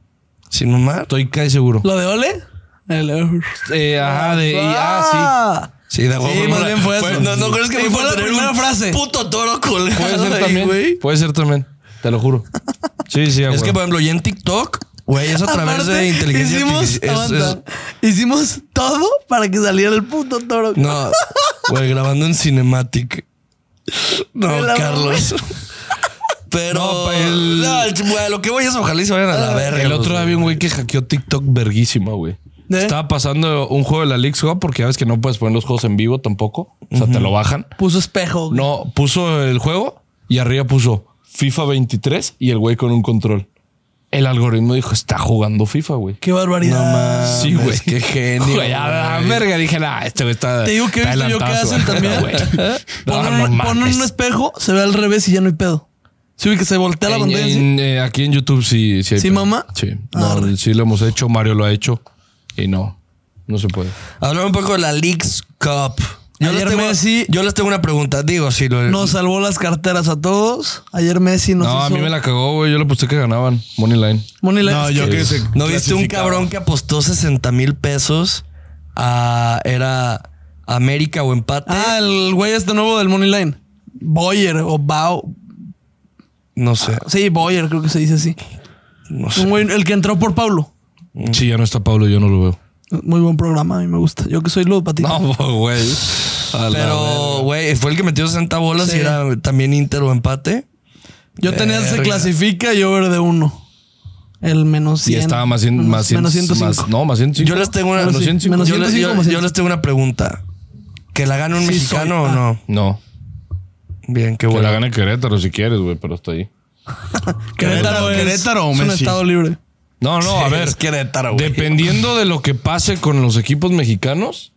Speaker 1: Sin mamar.
Speaker 3: Estoy casi seguro.
Speaker 2: ¿Lo de Ole? El-
Speaker 3: Eh, ajá, de. y- ah,
Speaker 2: Ah,
Speaker 1: Sí, de
Speaker 2: Sí,
Speaker 1: huevo. Pues,
Speaker 2: más bien fue eso.
Speaker 1: No, no crees que
Speaker 2: Sí,
Speaker 1: me
Speaker 2: fue la
Speaker 1: tener
Speaker 2: primera
Speaker 1: un
Speaker 2: frase.
Speaker 1: Puto toro colgado.
Speaker 3: sí. Puede ser
Speaker 1: ahí,
Speaker 3: también.
Speaker 1: güey?
Speaker 3: Puede ser también. Te lo juro. Sí, sí,
Speaker 1: Es que, por ejemplo, ya en TikTok, güey, es a través
Speaker 2: Aparte,
Speaker 1: de inteligencia
Speaker 2: hicimos,
Speaker 1: artificial. Es- es-
Speaker 2: aguanta, hicimos todo para que saliera el puto toro.
Speaker 1: no, güey, grabando en Cinematic. No,
Speaker 2: Me la
Speaker 1: Carlos. Pero.
Speaker 3: No,
Speaker 1: No,
Speaker 3: pa' el- Ah,
Speaker 1: el ch- güey, lo que voy es ojalá y se vayan a la verga.
Speaker 3: El otro
Speaker 1: los
Speaker 3: día había un güey que hackeó TikTok verguísima, güey.
Speaker 2: ¿Eh?
Speaker 3: Estaba pasando un juego de la League's Cup porque ya ves que no puedes poner los juegos en vivo tampoco. O sea, te lo bajan.
Speaker 2: Puso espejo. güey.
Speaker 3: No, puso el juego y arriba puso FIFA 23 y el güey con un control. El algoritmo dijo, está jugando FIFA, güey. Ah,
Speaker 2: Qué barbaridad.
Speaker 1: No mames.
Speaker 3: Sí, güey.
Speaker 1: Qué genio.
Speaker 3: Güey, a la verga dije, nah, este güey está.
Speaker 2: Te digo que he
Speaker 3: está
Speaker 2: visto yo que
Speaker 3: adelantado a su
Speaker 2: hacen
Speaker 3: época,
Speaker 2: también.
Speaker 3: güey. No,
Speaker 2: Ponen,
Speaker 3: no
Speaker 2: ponen
Speaker 3: mames.
Speaker 2: un espejo, se ve al revés y ya no hay pedo. Sí, vi que se voltea la
Speaker 3: En-
Speaker 2: pantalla. sí.
Speaker 3: en, eh, aquí en YouTube sí. ¿Sí, hay
Speaker 2: ¿Sí,
Speaker 3: pedo.
Speaker 2: mamá?
Speaker 3: Sí. No,
Speaker 2: Arre.
Speaker 3: sí lo hemos hecho, Mario lo ha hecho y no, no se puede.
Speaker 1: Hablar un poco de la Leagues Cup. Yo,
Speaker 2: Ayer
Speaker 1: les tengo,
Speaker 2: Messi-
Speaker 1: yo les tengo una pregunta. Digo, sí, lo,
Speaker 2: Nos salvó las carteras a todos. Ayer Messi nos
Speaker 3: No, a
Speaker 2: hizo-
Speaker 3: mí me la cagó, güey. Yo le puse que ganaban. Money Line.
Speaker 2: Money Line.
Speaker 4: No, yo creo que se
Speaker 1: ¿No viste un
Speaker 4: clasificaba.
Speaker 1: cabrón que apostó 60 mil pesos a. Era América o empate?
Speaker 2: Ah, el güey este nuevo del Money Line. Boyer o Bao.
Speaker 1: no sé,
Speaker 2: Sí, Boyer creo que se dice así.
Speaker 1: no
Speaker 2: Un
Speaker 1: sé.
Speaker 2: güey- el que entró por Pablo.
Speaker 3: Sí, ya no está Pablo, yo no lo veo.
Speaker 2: Muy buen programa, a mí me gusta. Yo que soy Luz Patito.
Speaker 3: No, güey. A la
Speaker 1: Pero, güey, fue el que metió 60 bolas
Speaker 2: Sí.
Speaker 1: y era también Inter o empate.
Speaker 2: yo tenía se
Speaker 1: Verga.
Speaker 2: clasifica y over de uno. El menos 100.
Speaker 3: Y estaba más 100, más 100,
Speaker 2: menos 105.
Speaker 3: más- no, más 105.
Speaker 1: Yo les tengo una.
Speaker 2: Menos
Speaker 1: yo les-
Speaker 2: cien- menos
Speaker 1: yo, les-
Speaker 2: 105,
Speaker 1: yo-
Speaker 2: más
Speaker 1: yo les tengo una pregunta. ¿Que la gane un
Speaker 2: Sí,
Speaker 1: mexicano o
Speaker 2: soy- ah.
Speaker 1: no?
Speaker 3: No.
Speaker 1: Bien, qué
Speaker 3: Que la
Speaker 1: bueno.
Speaker 3: gane Querétaro si quieres, güey, pero está ahí.
Speaker 2: Querétaro, es,
Speaker 4: Querétaro o
Speaker 2: es un
Speaker 4: Messi.
Speaker 2: estado libre.
Speaker 3: No, no, a
Speaker 1: Sí,
Speaker 3: ver.
Speaker 1: es Querétaro, güey.
Speaker 3: Dependiendo de lo que pase con los equipos mexicanos,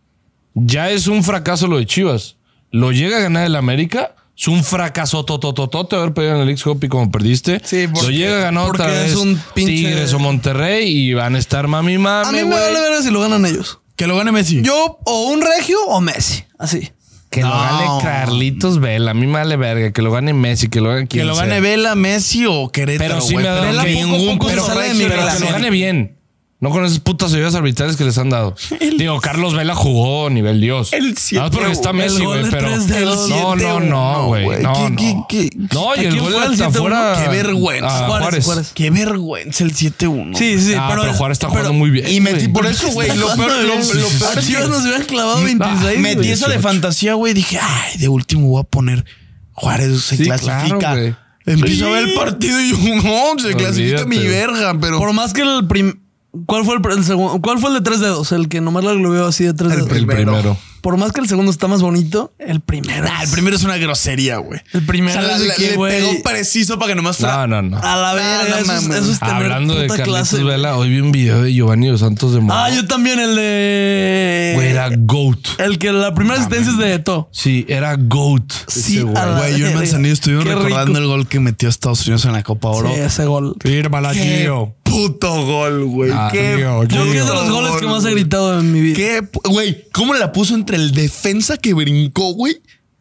Speaker 3: ya es un fracaso lo de Chivas. Lo llega a ganar el América, es un fracaso totototote haber perdido en el x y como perdiste.
Speaker 2: Sí,
Speaker 3: lo
Speaker 2: porque-
Speaker 3: llega a ganar otra
Speaker 2: porque
Speaker 3: vez
Speaker 2: es un pinche-
Speaker 3: Tigres o Monterrey y van a estar mami
Speaker 2: A
Speaker 3: mami,
Speaker 2: mí
Speaker 3: güey.
Speaker 2: me vale verga si lo ganan ellos.
Speaker 4: Que lo gane Messi.
Speaker 2: Yo o un regio o Messi. Así.
Speaker 3: Que lo
Speaker 4: No.
Speaker 3: gane Carlitos Vela, a mí me vale verga. Que lo gane Messi, que lo gane quien
Speaker 4: que lo
Speaker 3: sea.
Speaker 4: gane Vela, Messi o Querétaro.
Speaker 3: Pero sí
Speaker 4: güey,
Speaker 3: me da
Speaker 4: pero
Speaker 3: que-
Speaker 4: ningún
Speaker 2: poco se
Speaker 4: pero
Speaker 2: sale de mi
Speaker 4: regio,
Speaker 3: Pero que lo
Speaker 2: relación.
Speaker 3: gane bien. No con esas putas ayudas arbitrales que les han dado. Digo, Carlos Vela jugó a nivel Dios.
Speaker 4: El
Speaker 3: Nada más porque está
Speaker 2: el
Speaker 3: Messi,
Speaker 2: gol
Speaker 3: güey,
Speaker 2: de
Speaker 3: pero.
Speaker 2: tres de dos.
Speaker 3: no, no, no, güey. No, no.
Speaker 4: ¿Qué- qué- qué-
Speaker 3: No, y
Speaker 4: ¿a
Speaker 3: el
Speaker 4: quién
Speaker 3: gol
Speaker 4: fue
Speaker 3: de
Speaker 4: el
Speaker 3: hasta
Speaker 4: 7-1?
Speaker 3: afuera.
Speaker 4: Qué vergüenza.
Speaker 3: Ah,
Speaker 2: Juárez,
Speaker 3: Juárez.
Speaker 2: Juárez.
Speaker 4: Qué vergüenza el 7-1.
Speaker 2: Sí, sí,
Speaker 3: Ah, pero,
Speaker 2: pero,
Speaker 3: Juárez está jugando
Speaker 2: pero-
Speaker 3: muy bien.
Speaker 4: Y metí
Speaker 3: güey.
Speaker 4: por eso, güey. Lo peor, lo, lo
Speaker 2: A
Speaker 4: peor es
Speaker 2: Chivas nos
Speaker 4: que
Speaker 2: hubieran
Speaker 3: Ah,
Speaker 2: clavado 26.
Speaker 4: metí
Speaker 2: güey.
Speaker 4: esa de fantasía, güey. Dije, ay, de último voy a poner Juárez se
Speaker 3: Sí,
Speaker 4: clasifica.
Speaker 3: claro, güey.
Speaker 4: Empiezo a ver el partido y yo, no, se clasifica
Speaker 3: Olvídate,
Speaker 4: mi
Speaker 3: güey.
Speaker 4: verga, pero.
Speaker 2: Por más que el prim... ¿Cuál fue el, pr- el segundo? ¿Cuál fue el de tres dedos? El que nomás lo globeó así de tres dedos.
Speaker 3: El primero.
Speaker 2: Por más que el segundo está más bonito, el primero.
Speaker 4: Ah,
Speaker 2: es-
Speaker 4: el primero es una grosería, güey.
Speaker 2: El primero
Speaker 4: O sea, la-
Speaker 2: es de
Speaker 4: la-
Speaker 2: que,
Speaker 4: le
Speaker 2: güey,
Speaker 4: pegó preciso para que nomás fuera.
Speaker 3: No, no, no.
Speaker 2: A la
Speaker 4: Ah,
Speaker 2: verga,
Speaker 4: no
Speaker 2: eso, es-
Speaker 4: mames.
Speaker 2: eso es tener
Speaker 3: Hablando de
Speaker 2: puta
Speaker 3: Carlitos
Speaker 2: clase, güey.
Speaker 3: Vela, hoy vi un video de Giovanni Dos Santos de Mora.
Speaker 2: Ah, yo también el de...
Speaker 3: Güey, era GOAT.
Speaker 2: El que la primera asistencia es de Eto.
Speaker 3: Sí, era GOAT.
Speaker 2: Sí, ah,
Speaker 3: ese
Speaker 2: a la
Speaker 4: Güey, yo en
Speaker 2: verga.
Speaker 4: Manzanillo estuvimos
Speaker 2: Qué
Speaker 4: recordando
Speaker 2: rico.
Speaker 4: el gol que metió Estados Unidos en la Copa Oro.
Speaker 2: Sí, ese gol.
Speaker 1: Fírmala,
Speaker 4: Qué
Speaker 1: Gio.
Speaker 4: puto gol, güey.
Speaker 3: Ah,
Speaker 4: Qué
Speaker 3: Gio,
Speaker 2: Creo que es de
Speaker 4: puto
Speaker 2: los goles que
Speaker 4: gol,
Speaker 2: más he
Speaker 4: güey.
Speaker 2: gritado en mi vida.
Speaker 4: Qué pu- güey, ¿cómo la puso entre el defensa que brincó, güey?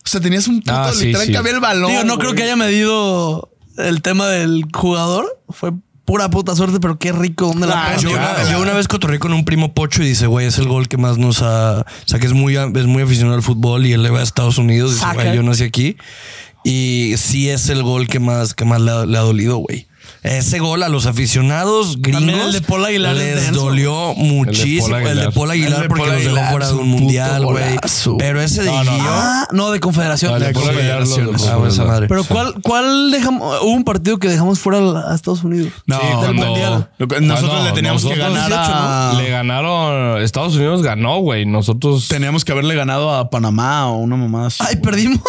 Speaker 4: O sea, tenías un puto
Speaker 3: Ah, sí,
Speaker 4: literal
Speaker 3: sí.
Speaker 4: que había el balón.
Speaker 2: Digo, no creo que haya medido el tema del jugador. Fue pura puta suerte, pero qué rico donde la
Speaker 4: Ah,
Speaker 2: puso.
Speaker 1: Yo una,
Speaker 4: claro.
Speaker 1: yo una vez cotorré con un primo pocho y dice, güey, es el gol que más nos ha... O sea, que es muy, es muy aficionado al fútbol y él le va a Estados Unidos. Dice,
Speaker 2: Saca.
Speaker 1: güey, yo nací aquí. Y sí es el gol que más, que más le, ha, le ha dolido, güey. Ese gol a los aficionados
Speaker 2: También
Speaker 1: gringos
Speaker 2: el de Paul Aguilar es
Speaker 1: les
Speaker 2: denso,
Speaker 1: dolió muchísimo.
Speaker 3: Aguilar.
Speaker 1: El de Paul Aguilar
Speaker 4: El de
Speaker 1: porque
Speaker 4: Paul
Speaker 1: los
Speaker 4: Aguilar
Speaker 1: dejó fuera
Speaker 4: es
Speaker 1: de un
Speaker 4: un puto
Speaker 1: mundial, güey.
Speaker 4: golazo.
Speaker 1: Pero ese de
Speaker 3: No, no.
Speaker 1: Gio-
Speaker 2: Ah, no, de confederación.
Speaker 3: Ah,
Speaker 4: de
Speaker 3: por allá los-
Speaker 4: confederaciones.
Speaker 3: los-
Speaker 1: Ah, güey, esa madre.
Speaker 4: pues,
Speaker 2: pero ¿cuál, ¿cuál dejamos? Hubo un partido que dejamos fuera a Estados Unidos.
Speaker 4: No,
Speaker 3: Sí,
Speaker 4: cuando-
Speaker 3: mundial.
Speaker 4: Lo que- nosotros
Speaker 3: Cuando
Speaker 4: le teníamos que
Speaker 3: nosotros-
Speaker 4: ganar a.
Speaker 3: Le ganaron. Estados Unidos ganó, güey. Nosotros.
Speaker 4: Teníamos que haberle ganado a Panamá o una mamada así.
Speaker 2: Ay, perdimos.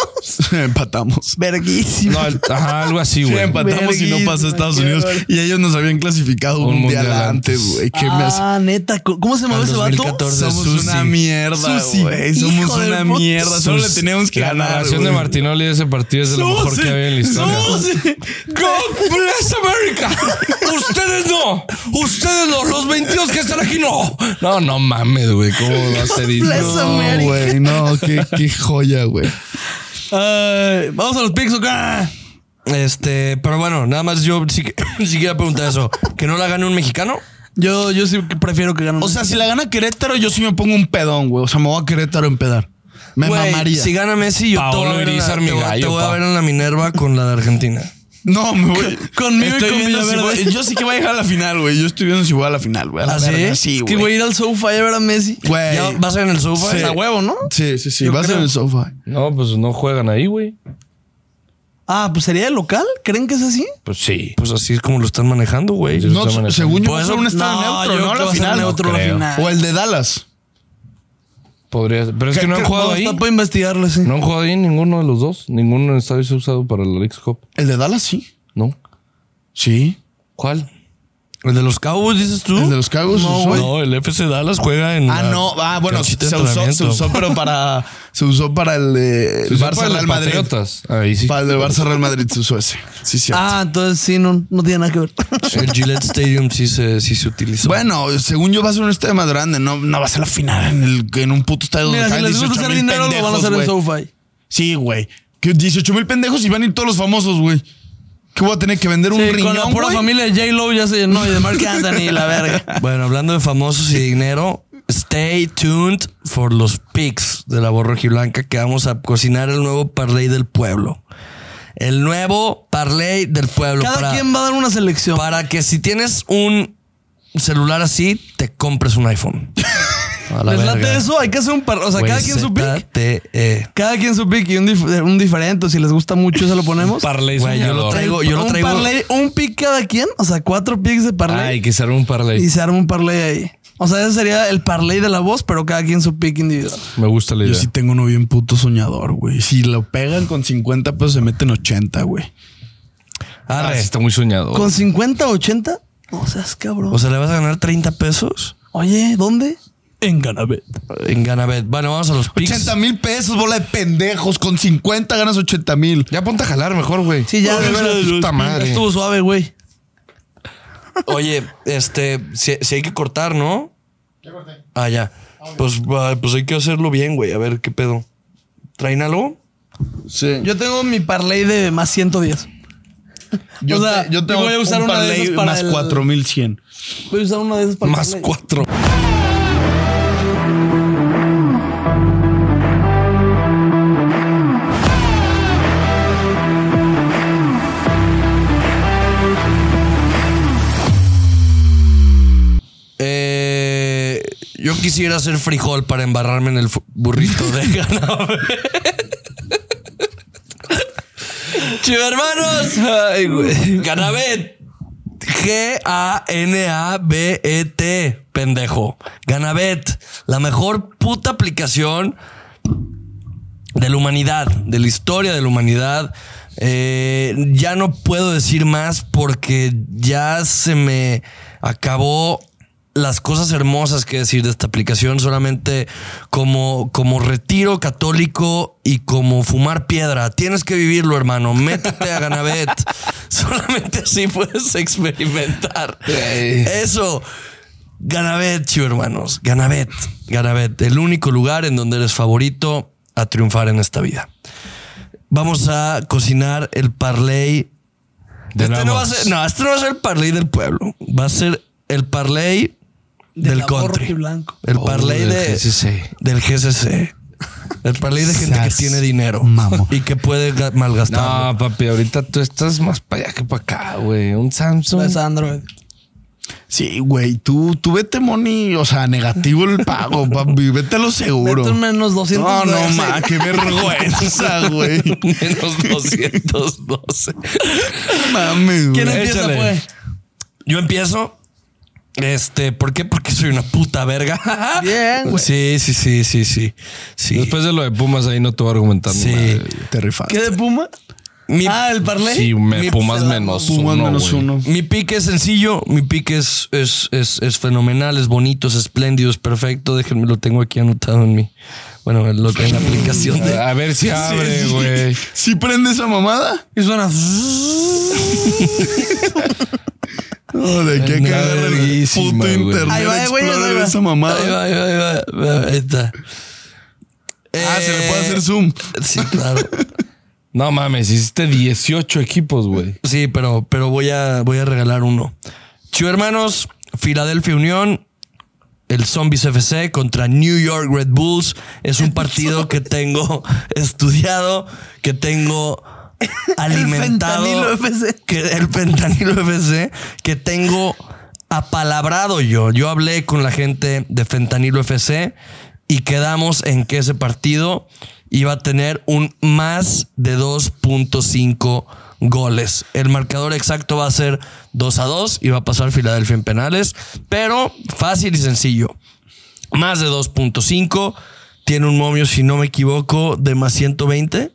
Speaker 4: empatamos.
Speaker 2: Verguísimo.
Speaker 3: No, el- ajá, algo así,
Speaker 4: Sí,
Speaker 3: güey.
Speaker 4: empatamos y no pasó a Estados Unidos. Y ellos nos habían clasificado un,
Speaker 3: Un
Speaker 4: mundial,
Speaker 3: mundial
Speaker 4: antes,
Speaker 3: antes.
Speaker 4: güey. ¿Qué me hace?
Speaker 2: ah, neta. ¿Cómo se llamaba
Speaker 1: Al
Speaker 2: ese vato?
Speaker 1: 2014.
Speaker 4: Somos
Speaker 1: Susi.
Speaker 4: una mierda,
Speaker 2: Susi.
Speaker 4: güey. Somos
Speaker 2: Hijo de
Speaker 4: una
Speaker 2: puta.
Speaker 4: mierda. Solo le
Speaker 3: Sus-
Speaker 4: teníamos que
Speaker 3: la
Speaker 4: ganar.
Speaker 3: narración
Speaker 4: güey.
Speaker 3: de Martinoli de ese partido es de lo mejor que había en la historia. God bless America. Ustedes no. Ustedes no. Los 22 que están aquí no. No, no mames, güey. ¿Cómo va a ser
Speaker 2: Bless
Speaker 3: eso?
Speaker 4: No,
Speaker 2: América.
Speaker 4: güey, no, qué, qué joya, güey.
Speaker 2: Ay, vamos a los picks acá.
Speaker 1: Este, pero bueno, nada más yo sí, que- sí quería preguntar eso. ¿Que no la gane un mexicano?
Speaker 2: Yo, yo sí que prefiero que ganen.
Speaker 4: O sea, si la gana Querétaro, yo sí me pongo un pedón, güey. O sea, me voy a Querétaro a empedar. Me
Speaker 1: Güey,
Speaker 4: mamaría.
Speaker 1: Si gana Messi, yo te voy,
Speaker 3: Paolo
Speaker 1: a ver en la,
Speaker 3: Irizar, mi
Speaker 1: te voy a- te
Speaker 3: gallo,
Speaker 1: voy a
Speaker 3: pa.
Speaker 1: ver en la Minerva con la de Argentina.
Speaker 4: No, me voy.
Speaker 2: Conmigo y
Speaker 4: Estoy
Speaker 2: con
Speaker 4: viendo si
Speaker 2: Villaverde.
Speaker 4: voy- Yo sí que voy a llegar a la final, güey. Yo estoy viendo si voy a la final, güey. A la
Speaker 2: ¿Ah, sí?
Speaker 4: verga,
Speaker 2: Es que
Speaker 4: güey.
Speaker 2: voy a ir al sofa y a ver a Messi.
Speaker 4: Güey. pues,
Speaker 1: ¿Ya vas en el sofá?
Speaker 4: Sí.
Speaker 2: A huevo, ¿no?
Speaker 4: Sí, sí, sí.
Speaker 2: Yo
Speaker 4: Vas
Speaker 2: creo.
Speaker 4: en el sofá.
Speaker 3: No, pues no juegan ahí, güey.
Speaker 2: Ah, pues sería el local. ¿Creen que es así?
Speaker 3: Pues sí.
Speaker 1: Pues así es como lo están manejando, güey.
Speaker 3: Sí.
Speaker 4: No,
Speaker 3: Estamos en el-
Speaker 4: según yo,
Speaker 1: Por
Speaker 4: va a ser
Speaker 1: eso-
Speaker 4: un estado
Speaker 2: No,
Speaker 4: neutro,
Speaker 2: yo
Speaker 4: Pues ¿no?
Speaker 2: creo que va
Speaker 4: La
Speaker 2: a ser
Speaker 4: final.
Speaker 2: neutro la
Speaker 3: creo.
Speaker 2: final.
Speaker 4: O el de Dallas.
Speaker 3: Podría ser. Pero es que no han jugado
Speaker 2: Vamos,
Speaker 3: ahí.
Speaker 2: Está para investigarlo, sí.
Speaker 3: No han jugado ahí ninguno de los dos. Ninguno está usado para la Leagues Cup.
Speaker 4: El de Dallas, sí.
Speaker 3: No.
Speaker 4: Sí.
Speaker 3: ¿Cuál?
Speaker 1: ¿El de los Cowboys dices tú?
Speaker 4: El de los Cowboys se
Speaker 1: No,
Speaker 4: usó.
Speaker 1: güey. No, el FC Dallas juega en.
Speaker 4: Ah,
Speaker 1: la
Speaker 4: no. Ah, bueno,
Speaker 1: canchita de
Speaker 4: se usó, se
Speaker 1: entrenamiento.
Speaker 4: usó, pero para. Se usó para el, eh, el
Speaker 3: Se
Speaker 4: Barça
Speaker 3: fue a Pues los
Speaker 4: Real Madrid.
Speaker 3: Patriotas. Ahí sí.
Speaker 4: Para el del Barça Real Madrid se usó ese. Sí, cierto.
Speaker 2: Ah, entonces sí, no, no tiene nada que ver.
Speaker 1: El Gillette Stadium sí se, sí se utilizó.
Speaker 4: Bueno, según yo va a ser un estadio más grande, no, no va a ser la final en, el, en un puto estadio
Speaker 2: Mira,
Speaker 4: donde
Speaker 2: si
Speaker 4: caen
Speaker 2: les gusta
Speaker 4: 18
Speaker 2: hacer
Speaker 4: mil
Speaker 2: dinero, lo van a
Speaker 4: pendejos,
Speaker 2: hacer en
Speaker 4: güey.
Speaker 2: SoFi.
Speaker 4: Sí, güey. Que 18 mil pendejos y van a ir todos los famosos, güey. Que voy a tener que vender un
Speaker 2: Sí,
Speaker 4: riñón,
Speaker 2: con la pura
Speaker 4: güey?
Speaker 2: familia de J-Lo ya se llenó y de Mark Anthony, la verga.
Speaker 1: Bueno, hablando de famosos y dinero, stay tuned for los picks de la voz rojiblanca que vamos a cocinar el nuevo parlay del pueblo. El nuevo parlay del pueblo.
Speaker 2: Cada
Speaker 1: para,
Speaker 2: quien va a dar una selección.
Speaker 1: para que si tienes un celular así, te compres un iPhone. A la
Speaker 2: ¿Les
Speaker 1: verga.
Speaker 2: late eso? Hay que hacer un par. O sea,
Speaker 1: Güey, E.
Speaker 2: cada quien su pick.
Speaker 1: ZTE.
Speaker 2: Cada quien su pick y un, dif- un diferente. o Si les gusta mucho, se lo ponemos.
Speaker 3: Parlay
Speaker 1: Güey, yo lo
Speaker 3: soñador.
Speaker 1: traigo, yo lo
Speaker 2: un
Speaker 1: traigo.
Speaker 2: parlay, un pick cada quien. O sea, cuatro picks de
Speaker 3: Ay,
Speaker 2: parlay.
Speaker 3: que ser un parlay.
Speaker 2: y se arma un parlay ahí. O sea, ese sería el parlay de la voz, pero cada quien su pick individual.
Speaker 3: Me gusta la
Speaker 4: Yo
Speaker 3: idea.
Speaker 4: sí tengo uno bien puto soñador, güey. Si lo pegan con 50 pesos, se meten 80, güey.
Speaker 3: Ah,
Speaker 1: Arre.
Speaker 3: sí está muy soñado.
Speaker 2: Con 50, 80. O sea, es cabrón.
Speaker 1: Oh. O sea, ¿le vas a ganar 30 pesos?
Speaker 2: Oye, ¿dónde? En Ganabet.
Speaker 1: En Ganabet. Bueno, vamos a los picks.
Speaker 4: 80 mil pesos, bola de pendejos. Con 50 ganas 80 mil.
Speaker 3: Ya ponte a jalar mejor, güey.
Speaker 2: Sí, ya.
Speaker 3: Ay,
Speaker 2: de veras.
Speaker 3: puta madre.
Speaker 2: Estuvo suave, güey.
Speaker 1: Oye, este, si, si hay que cortar, ¿no? Ah, ya. Pues, va, pues hay que hacerlo bien, güey. A ver qué pedo. ¿Traen algo?
Speaker 4: Sí.
Speaker 2: Yo tengo mi parlay de más 110.
Speaker 4: Yo,
Speaker 2: O sea,
Speaker 4: te- yo
Speaker 2: yo
Speaker 4: tengo
Speaker 2: voy a usar
Speaker 4: un
Speaker 2: una de
Speaker 4: parlay
Speaker 2: esas para
Speaker 4: más
Speaker 2: el-
Speaker 4: 4100.
Speaker 2: Voy a usar uno de esos para
Speaker 1: Más
Speaker 2: parlay.
Speaker 1: cuatro. Eh, Yo quisiera hacer frijol para embarrarme en el fu- burrito de ganado. Chivo hermanos. Ay, güey. Ganabet. G-A-N-A-B-E-T. E Pendejo. Ganabet. La mejor puta aplicación de la humanidad, de la historia de la humanidad. Eh, ya no puedo decir más porque ya se me acabó las cosas hermosas que decir de esta aplicación. Solamente como, como retiro católico y como fumar piedra. Tienes que vivirlo, hermano. Métete a Ganabet. Solamente así puedes experimentar. Eso. Ganabet, chivo hermanos. Ganabet. Ganabet. El único lugar en donde eres favorito a triunfar en esta vida. Vamos a cocinar el parlay.
Speaker 3: De
Speaker 1: este
Speaker 3: la
Speaker 1: no, va a
Speaker 3: voz.
Speaker 1: ser, no, este no va a ser el parlay del pueblo. Va a ser el parlay
Speaker 2: De
Speaker 1: del
Speaker 2: la borra
Speaker 1: country.
Speaker 2: y blanco.
Speaker 1: El
Speaker 3: Oh,
Speaker 1: parlay
Speaker 3: del
Speaker 1: de,
Speaker 3: GCC.
Speaker 1: del GCC. El parlay de gente que
Speaker 4: Sas,
Speaker 1: tiene dinero
Speaker 4: mamo.
Speaker 1: y que puede ga- malgastarlo.
Speaker 3: No, papi, ahorita tú estás más para allá que para acá, güey. Un Samsung.
Speaker 2: Es Android.
Speaker 4: Sí, güey. Tú, tú vete, Moni. O sea, negativo el pago, papi. Vete a lo seguro.
Speaker 2: Vete un menos 200
Speaker 4: No, no,
Speaker 2: dólares.
Speaker 4: ma. Qué vergüenza, güey.
Speaker 1: Menos 212.
Speaker 4: Mames, güey.
Speaker 2: ¿Quién empieza,
Speaker 1: Échale.
Speaker 2: pues?
Speaker 1: Yo empiezo. Este, ¿por qué? Porque soy una puta verga.
Speaker 2: Bien, güey.
Speaker 1: Sí, sí, sí, sí, sí. sí.
Speaker 3: Después de lo de Pumas, ahí no te voy a argumentar
Speaker 1: Sí.
Speaker 3: nada.
Speaker 4: Te rifaste.
Speaker 2: ¿Qué de Puma?
Speaker 1: mi,
Speaker 2: ah, el parlay.
Speaker 3: Sí, me
Speaker 1: Mi-
Speaker 3: Pumas
Speaker 1: se la-
Speaker 3: menos
Speaker 4: Pumas
Speaker 3: uno,
Speaker 4: menos
Speaker 3: güey.
Speaker 4: uno.
Speaker 1: mi pick es sencillo, mi pick es, es, es, es fenomenal, es bonito, es espléndido, es perfecto. Déjenme, lo tengo aquí anotado en mi. Bueno, en, lo- en la aplicación de.
Speaker 3: A ver si abre, güey.
Speaker 4: ¿Sí prende esa mamada?
Speaker 2: Y suena.
Speaker 4: No, de qué
Speaker 1: Una
Speaker 4: cagar el
Speaker 3: verguísima,
Speaker 4: puto
Speaker 3: güey.
Speaker 4: internet.
Speaker 2: Ahí va, güey,
Speaker 4: Explorer
Speaker 2: ahí va.
Speaker 4: esa mamada.
Speaker 1: Ahí va, ahí va, ahí va, ahí está.
Speaker 4: Ah, se le puede
Speaker 1: Eh,
Speaker 4: hacer zoom.
Speaker 1: Sí, claro.
Speaker 3: No mames, hiciste 18 equipos, güey.
Speaker 1: Sí, pero, pero voy, a, voy a regalar uno. Chivo Hermanos, Filadelfia Unión, el Zombies FC contra New York Red Bulls. Es un partido que tengo estudiado, que tengo alimentado.
Speaker 2: fentanilo FC.
Speaker 1: Que, el fentanilo FC, que tengo apalabrado yo. Yo hablé con la gente de Fentanilo FC y quedamos en que ese partido iba a tener un más de 2.5 goles. El marcador exacto va a ser 2 a 2 y va a pasar Filadelfia en penales, pero fácil y sencillo más de 2.5. Tiene un momio, si no me equivoco, de más 120.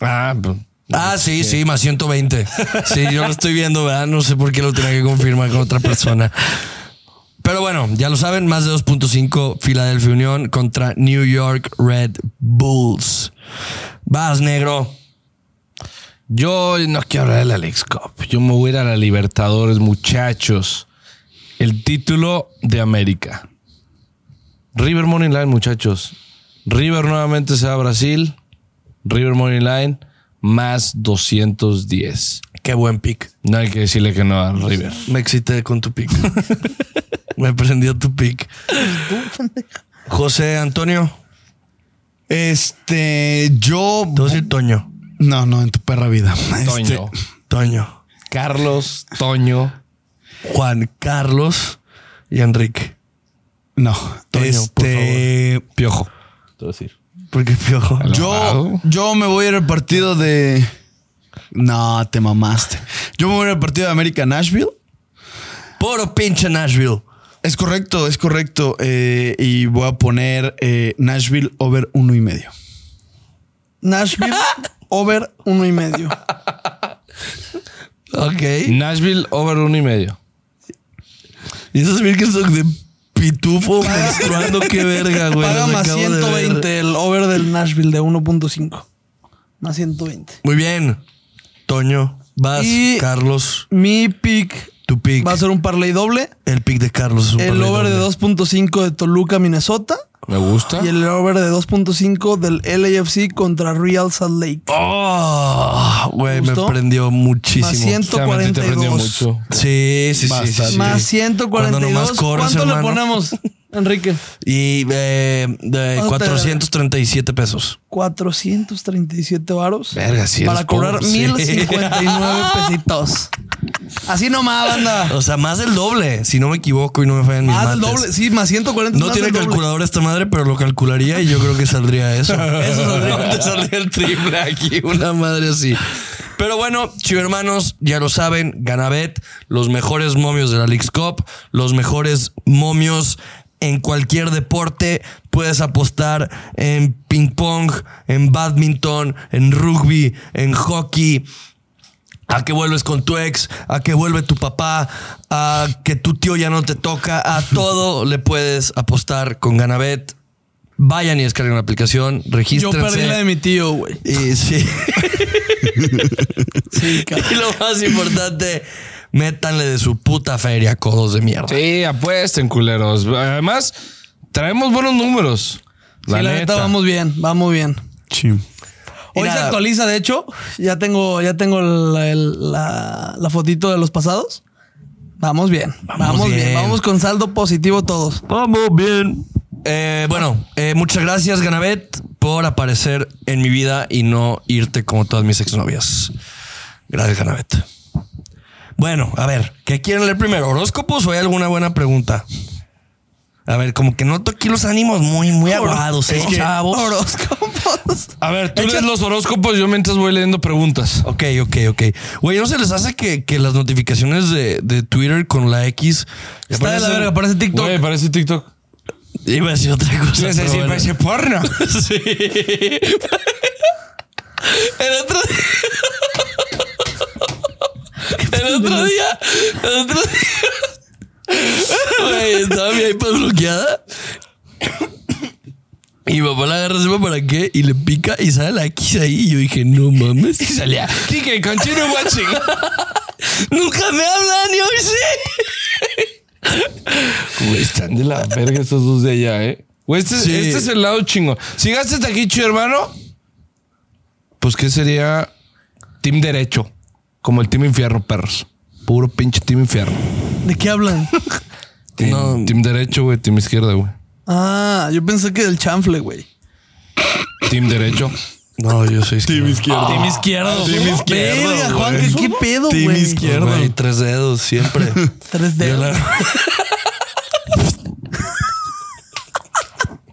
Speaker 3: Ah,
Speaker 1: Ah, sí, sí, más 120. Sí, yo lo estoy viendo, ¿verdad? No sé por qué lo tenía que confirmar con otra persona. Pero bueno, ya lo saben, más de 2.5 Philadelphia Unión contra New York Red Bulls. Vas, negro.
Speaker 3: Yo no quiero hablar de la Lex Cup. Yo me voy a ir a la Libertadores, muchachos. El título de América. River Money Line, muchachos. River nuevamente se va a Brasil. River Money Line más 210.
Speaker 1: Qué buen pick.
Speaker 3: No hay que decirle que no al River.
Speaker 1: Me excité con tu pick. Me prendió tu pick. José Antonio,
Speaker 4: Este, yo.
Speaker 1: te voy a decir Toño.
Speaker 4: No, no, en tu perra vida. Este,
Speaker 3: Toño.
Speaker 1: Toño.
Speaker 3: Carlos, Toño.
Speaker 1: Juan Carlos y Enrique.
Speaker 4: no,
Speaker 1: Toño, por
Speaker 4: este.
Speaker 3: Piojo. Te voy a decir.
Speaker 1: Porque piojo.
Speaker 4: Yo,
Speaker 3: Alvarado.
Speaker 4: yo me voy a ir al partido de. No, te mamaste. Yo me voy a ir al partido de América Nashville.
Speaker 1: Puro pinche Nashville.
Speaker 4: Es correcto, es correcto. eh, y voy a poner eh, Nashville over uno y medio.
Speaker 2: Nashville over uno y medio.
Speaker 1: Ok.
Speaker 3: Nashville over uno y medio.
Speaker 1: Y esos Birkenstock de pitufo menstruando, qué verga, güey.
Speaker 2: Paga
Speaker 1: los
Speaker 2: más
Speaker 1: acabo de ver.
Speaker 2: 120 el over del Nashville de 1.5. Más 120.
Speaker 1: Muy bien. Toño, vas,
Speaker 2: Y-
Speaker 1: Carlos,
Speaker 2: Mi pick
Speaker 1: tu pick.
Speaker 2: va a ser un parlay doble.
Speaker 1: El pick de Carlos es un
Speaker 2: El
Speaker 1: parlay
Speaker 2: over de
Speaker 1: doble. Ah.
Speaker 2: 2.5 de Toluca, Minnesota.
Speaker 3: Me gusta.
Speaker 2: Y el over de 2.5 del LAFC contra Real Salt Lake.
Speaker 1: Oh, güey, me
Speaker 2: ¿Gustó?
Speaker 1: prendió
Speaker 2: Más
Speaker 1: muchísimo.
Speaker 2: 142.
Speaker 3: Te prendió mucho.
Speaker 1: Sí, sí, sí, sí,
Speaker 4: Bastante.
Speaker 1: sí.
Speaker 2: Más
Speaker 1: Cuando
Speaker 2: 142.
Speaker 1: nomás corres,
Speaker 2: ¿Cuánto le
Speaker 1: hermano.
Speaker 2: ponemos, Enrique?
Speaker 1: Y eh, de
Speaker 2: Ponte-
Speaker 1: 437 pesos.
Speaker 2: 437 varos.
Speaker 3: Verga, sí
Speaker 2: Para
Speaker 3: eres
Speaker 2: cobrar
Speaker 3: pobre, sí.
Speaker 2: 1059 pesitos. Así nomás, banda.
Speaker 1: O sea, más del doble, si no me equivoco y no me fallan mis
Speaker 2: Más el
Speaker 1: mates.
Speaker 2: doble. Sí, más 140.
Speaker 1: No
Speaker 2: más
Speaker 1: tiene
Speaker 2: el doble.
Speaker 1: calculadora esta madre, pero lo calcularía y yo creo que saldría eso. Eso saldría. Te saldría el triple aquí, una madre así. Pero bueno, chivo hermanos, ya lo saben, Ganabet, los mejores momios de la Leagues Cup, los mejores momios en cualquier deporte. Puedes apostar en ping pong, en badminton, en rugby, en hockey, a que vuelves con tu ex, a que vuelve tu papá, a que tu tío ya no te toca, a todo le puedes apostar con Ganabet. Vayan y descarguen la aplicación,
Speaker 2: Yo
Speaker 1: regístrense.
Speaker 2: perdí la de mi tío, güey.
Speaker 1: y sí.
Speaker 2: Sí,
Speaker 1: y lo más importante, métanle de su puta feria, codos de mierda.
Speaker 3: Sí, apuesten, culeros. Además, traemos buenos números.
Speaker 2: La,
Speaker 3: La
Speaker 2: sí, la neta,
Speaker 3: neta.
Speaker 2: vamos bien, vamos bien.
Speaker 4: Sí.
Speaker 1: Y
Speaker 2: Hoy se
Speaker 1: nada.
Speaker 2: actualiza, de hecho. Ya tengo, ya tengo la, el- la- la fotito de los pasados. Vamos bien,
Speaker 1: Vamos
Speaker 2: vamos, bien.
Speaker 1: bien.
Speaker 2: Vamos con saldo positivo todos.
Speaker 1: Vamos bien. Eh, bueno, eh, muchas gracias, Ganabet, por aparecer en mi vida y no irte como todas mis exnovias. Gracias, Ganabet. Bueno, a ver, ¿qué quieren leer primero? ¿Horóscopos o hay alguna buena pregunta? A ver, como que noto aquí los ánimos muy, muy aguados, ¿eh, chavos?
Speaker 2: Horóscopos.
Speaker 3: A ver, tú lees los horóscopos, yo mientras voy leyendo preguntas.
Speaker 1: Ok, ok, ok. Güey, ¿no se les hace que, que las notificaciones de, de Twitter con la X...
Speaker 2: Está de la
Speaker 1: aparecen-
Speaker 2: verga, parece TikTok.
Speaker 3: Güey, parece TikTok.
Speaker 1: Iba a decir otra cosa.
Speaker 3: Ibas a
Speaker 1: pero
Speaker 3: decir,
Speaker 1: bueno.
Speaker 3: parece porno.
Speaker 1: El otro día. El otro día. El otro día. Güey, estaba mi iPad bloqueada. Y mi papá la agarra, sepa para qué, y le pica y sale la X ahí. Y yo dije, no mames. Y salía.
Speaker 3: Kike, continue watching.
Speaker 1: Nunca me hablan, y hoy sí.
Speaker 3: Güey, están de la verga estos dos de allá, eh. Güey, este,
Speaker 1: Sí.
Speaker 3: este es el lado chingo. Si gastas aquí, chido hermano, pues qué sería team derecho. Como el team infierno, perros. Puro pinche team infierno.
Speaker 2: ¿De qué hablan?
Speaker 3: Team,
Speaker 1: No.
Speaker 3: team derecho, güey, team izquierda, güey.
Speaker 2: Ah, yo pensé que del chanfle, güey.
Speaker 3: Team derecho.
Speaker 1: No, yo soy izquierdo.
Speaker 2: Team izquierdo. Team
Speaker 1: Ah, izquierdo,
Speaker 2: Verga,
Speaker 1: güey.
Speaker 2: Juan, ¿qué, qué pedo, güey?
Speaker 4: Team izquierdo.
Speaker 1: Güey, tres dedos siempre.
Speaker 2: Tres
Speaker 1: Yo
Speaker 2: dedos.
Speaker 1: la-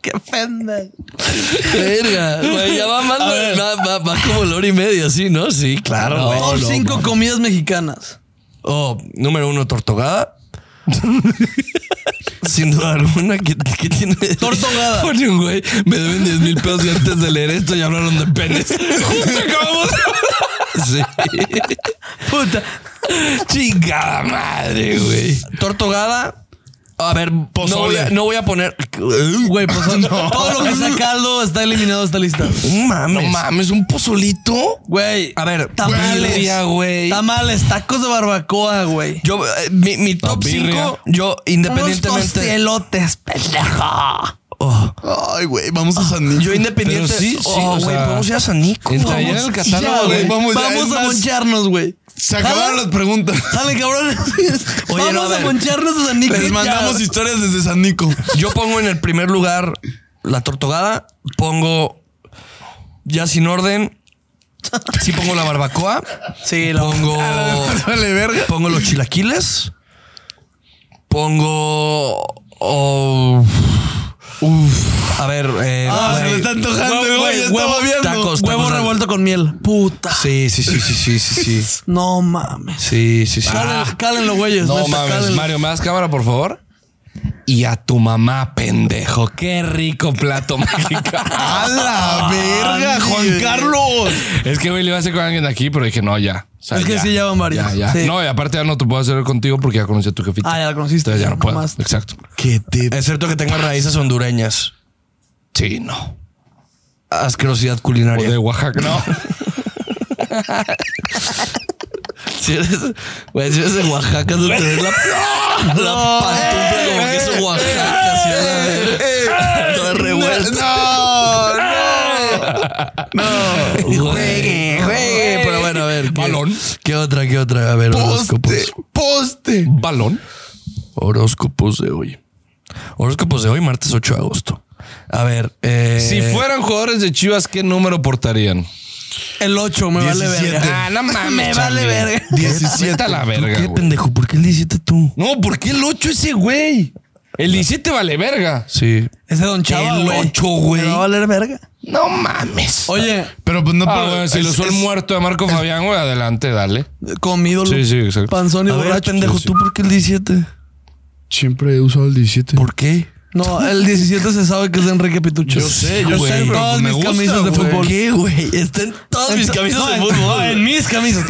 Speaker 2: Qué pendejo.
Speaker 1: Verga, güey, ya va más, va, va- va como la hora y media, así, ¿no? Sí, claro, güey.
Speaker 2: Top cinco comidas mexicanas.
Speaker 1: Oh, número uno, tortogada. Sin duda alguna, que, que tiene.
Speaker 2: Tortogada.
Speaker 1: Pone un güey, me deben 10 mil pesos y antes de leer esto ya hablaron de penes. Justo acabamos. Sí.
Speaker 2: Puta.
Speaker 1: Chingada madre, güey. Tortogada. A ver, no voy
Speaker 4: Pozole.
Speaker 1: a, no voy a poner.
Speaker 2: Güey, pues todo lo que sea caldo está eliminado de esta lista.
Speaker 1: No mames. No mames, un pozolito.
Speaker 2: Güey.
Speaker 1: A ver,
Speaker 2: tamales.
Speaker 1: birria, güey.
Speaker 2: Tamales, tacos de barbacoa, güey.
Speaker 1: Yo, eh, mi, mi top
Speaker 3: birria.
Speaker 1: 5, yo
Speaker 2: Unos
Speaker 1: independientemente.
Speaker 2: costelotes, pendejo.
Speaker 1: Oh,
Speaker 4: Ay, güey, vamos a San Nico.
Speaker 1: yo independiente.
Speaker 3: Pero sí, sí,
Speaker 1: oh,
Speaker 3: o
Speaker 1: güey,
Speaker 3: sea,
Speaker 1: podemos ir a San Nico.
Speaker 3: entra ya en
Speaker 1: Vamos.
Speaker 3: el catálogo,
Speaker 2: Ya,
Speaker 4: güey.
Speaker 2: Vamos,
Speaker 4: Vamos ya, es
Speaker 2: a
Speaker 4: más-
Speaker 2: moncharnos, güey.
Speaker 4: Se acabaron
Speaker 2: Jala.
Speaker 4: las preguntas.
Speaker 2: Sale, cabrón.
Speaker 1: Oye, no, a
Speaker 2: vamos a
Speaker 1: ver.
Speaker 2: moncharnos a San Nico.
Speaker 4: Les mandamos historias desde San Nico.
Speaker 1: Yo pongo en el primer lugar la tortogada, pongo ya sin orden, sí pongo la barbacoa,
Speaker 2: Sí, la
Speaker 1: pongo
Speaker 4: Dale, verga.
Speaker 1: pongo los chilaquiles, pongo oh, uf, a ver, eh,
Speaker 2: Ah,
Speaker 1: güey.
Speaker 4: se me está antojando,
Speaker 1: Huevo-
Speaker 4: güey, ya estaba
Speaker 1: huevo-
Speaker 4: viendo.
Speaker 1: tacos,
Speaker 2: Huevo
Speaker 1: tacos al-
Speaker 2: revuelto con miel. Puta.
Speaker 1: Sí, sí, sí, sí, sí, sí, sí,
Speaker 2: No mames.
Speaker 1: sí, sí, sí.
Speaker 2: Cálen- cálenlo, güeyes.
Speaker 3: No
Speaker 2: neta,
Speaker 3: mames,
Speaker 2: cálenlo.
Speaker 3: Mario, ¿me das cámara, por favor? Y a tu mamá, pendejo. Qué rico plato mexicano.
Speaker 4: A la
Speaker 2: Ah,
Speaker 4: verga, Juan Carlos.
Speaker 3: es que, güey, le iba a hacer con alguien de aquí, pero dije, no, ya. O sea,
Speaker 2: Es que sí, ya van varios.
Speaker 3: Ya, ya.
Speaker 2: Sí.
Speaker 3: No, y aparte ya no te puedo hacer contigo porque ya conocí a tu jefita.
Speaker 2: Ah, ya la conociste.
Speaker 3: Entonces ya no puedo.
Speaker 2: Nomás.
Speaker 3: Exacto.
Speaker 4: Que te
Speaker 1: Excepto que tenga raíces hondureñas.
Speaker 3: Sí, no.
Speaker 1: Asquerosidad
Speaker 3: O
Speaker 1: culinaria.
Speaker 3: de Oaxaca. No.
Speaker 1: Si eres, güey, si eres de Oaxaca, no te ves la, la pantufla como que es Oaxaca, así a la verga. Toda revuelta. Juegue, juegue. Pero bueno, a ver. ¿qué,
Speaker 3: Balón.
Speaker 1: ¿Qué otra, qué otra? A ver,
Speaker 4: poste,
Speaker 1: horóscopos.
Speaker 4: poste.
Speaker 3: Balón.
Speaker 1: Horóscopos de hoy. Horóscopos de hoy, martes 8 de agosto. A ver, eh,
Speaker 3: Si fueran jugadores de Chivas, ¿qué número portarían?
Speaker 2: El 8, me vale
Speaker 4: 17.
Speaker 2: verga.
Speaker 3: Ah, no mames,
Speaker 2: Me vale
Speaker 3: Charlie.
Speaker 2: verga.
Speaker 4: 17.
Speaker 3: Vete a la
Speaker 1: ¿tú
Speaker 3: verga,
Speaker 1: ¿Qué
Speaker 3: güey.
Speaker 1: pendejo? ¿Por qué el 17 tú?
Speaker 3: No, ¿por qué el 8 ese güey? El 17 vale verga.
Speaker 1: Sí.
Speaker 2: Ese don Chava,
Speaker 3: El
Speaker 2: güey.
Speaker 3: ocho, güey.
Speaker 2: Me va a valer verga.
Speaker 3: No mames.
Speaker 2: Oye,
Speaker 4: Pero pues no,
Speaker 3: Ah,
Speaker 4: pero-
Speaker 3: bueno, si
Speaker 4: es-
Speaker 3: lo usó el
Speaker 4: es-
Speaker 3: muerto de Marco Fabián, güey, adelante, dale.
Speaker 2: con mi ídolo.
Speaker 3: Sí, sí, exacto.
Speaker 2: Panzón y
Speaker 1: A ver,
Speaker 2: borracho.
Speaker 1: pendejo, ¿tú por qué el 17?
Speaker 4: Siempre he usado el 17.
Speaker 1: ¿Por qué?
Speaker 2: No, el 17 se sabe que es de Enrique Pitucho.
Speaker 1: Yo sé, Eh, yo
Speaker 2: Está
Speaker 1: sé,
Speaker 2: en
Speaker 1: pero
Speaker 2: todas
Speaker 1: me
Speaker 2: mis
Speaker 1: gusta,
Speaker 2: camisas de
Speaker 1: güey.
Speaker 2: fútbol.
Speaker 1: ¿Qué, güey? Está en todas mis camisas
Speaker 2: No,
Speaker 1: de
Speaker 2: en-
Speaker 1: fútbol.
Speaker 2: no, en mis camisas.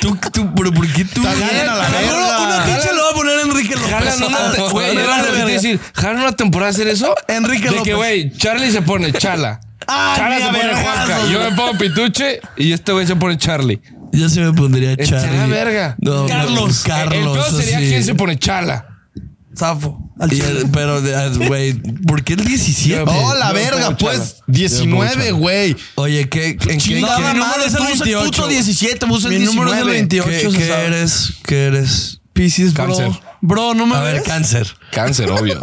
Speaker 1: tú, tú, pero ¿por qué tú?
Speaker 4: Jalan a la
Speaker 2: Te lo juro,
Speaker 4: verga.
Speaker 2: Una pinche lo va a poner Enrique López.
Speaker 3: Jalan una,
Speaker 2: Antes-
Speaker 3: güey,
Speaker 2: me
Speaker 3: era
Speaker 2: vale
Speaker 3: lo que te
Speaker 2: verga.
Speaker 3: iba a decir, jalan una temporada a hacer eso.
Speaker 2: Enrique
Speaker 3: de que,
Speaker 2: López.
Speaker 3: güey, Charlie se pone Chala.
Speaker 2: Ah,
Speaker 3: Chala
Speaker 2: ni
Speaker 3: se
Speaker 2: a
Speaker 3: pone
Speaker 2: vergazos,
Speaker 3: Juanca.
Speaker 2: güey.
Speaker 3: Yo me pongo Pituche y este güey se pone Charlie.
Speaker 1: Yo se me pondría
Speaker 3: Está
Speaker 1: Charlie.
Speaker 3: la verga.
Speaker 1: No,
Speaker 2: Carlos.
Speaker 1: no, Carlos.
Speaker 3: el peor sería
Speaker 1: así.
Speaker 3: quién se pone Chala.
Speaker 2: Zafo. Al
Speaker 1: Y
Speaker 2: chile.
Speaker 1: el- pero, de- ah, güey, ¿por qué el 17?
Speaker 4: Oh, la
Speaker 3: Yo puedo
Speaker 4: verga, pues.
Speaker 3: echarla.
Speaker 4: 19, güey.
Speaker 1: Oye, ¿qué, en qué, qué,
Speaker 2: Chingada
Speaker 1: qué,
Speaker 2: madre,
Speaker 4: Tú
Speaker 2: es el
Speaker 4: usas
Speaker 2: 28.
Speaker 4: puto 17, vos el
Speaker 2: Mi número es el
Speaker 4: 19.
Speaker 2: 28,
Speaker 1: qué
Speaker 2: se sabe.
Speaker 1: eres? ¿Qué eres?
Speaker 2: Piscis, bro.
Speaker 3: Cáncer.
Speaker 2: Bro, no me
Speaker 1: A ver,
Speaker 2: ves.
Speaker 1: cáncer.
Speaker 3: Cáncer, obvio.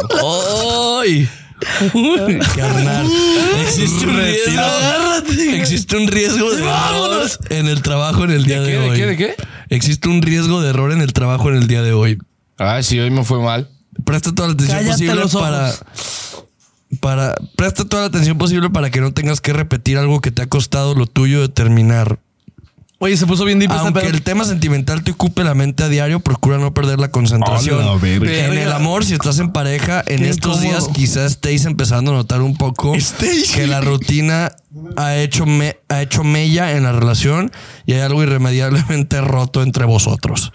Speaker 1: ¡Ay! Carnal, existe un riesgo.
Speaker 2: Agárrate.
Speaker 1: Existe un riesgo de error
Speaker 2: Vámonos.
Speaker 1: en el trabajo en el día de,
Speaker 3: ¿De qué, de
Speaker 1: hoy.
Speaker 3: qué, de qué?
Speaker 1: Existe un riesgo de error en el trabajo en el día de hoy.
Speaker 3: Ay, Ah, sí, hoy me fue mal.
Speaker 1: Presta toda la atención
Speaker 2: Cállate
Speaker 1: posible
Speaker 2: los ojos.
Speaker 1: para para presta toda la atención posible para que no tengas que repetir algo que te ha costado lo tuyo de terminar.
Speaker 2: Oye, se puso bien deep este
Speaker 1: Aunque
Speaker 2: pedo.
Speaker 1: el tema sentimental te ocupe la mente a diario, procura no perder la concentración.
Speaker 3: Hola, verga.
Speaker 1: en el amor, si estás en pareja, en
Speaker 2: Qué
Speaker 1: estos
Speaker 2: incómodo.
Speaker 1: días quizás estéis empezando a notar un poco
Speaker 4: Estéis.
Speaker 1: que la rutina ha hecho, me- ha hecho mella en la relación y hay algo irremediablemente roto entre vosotros.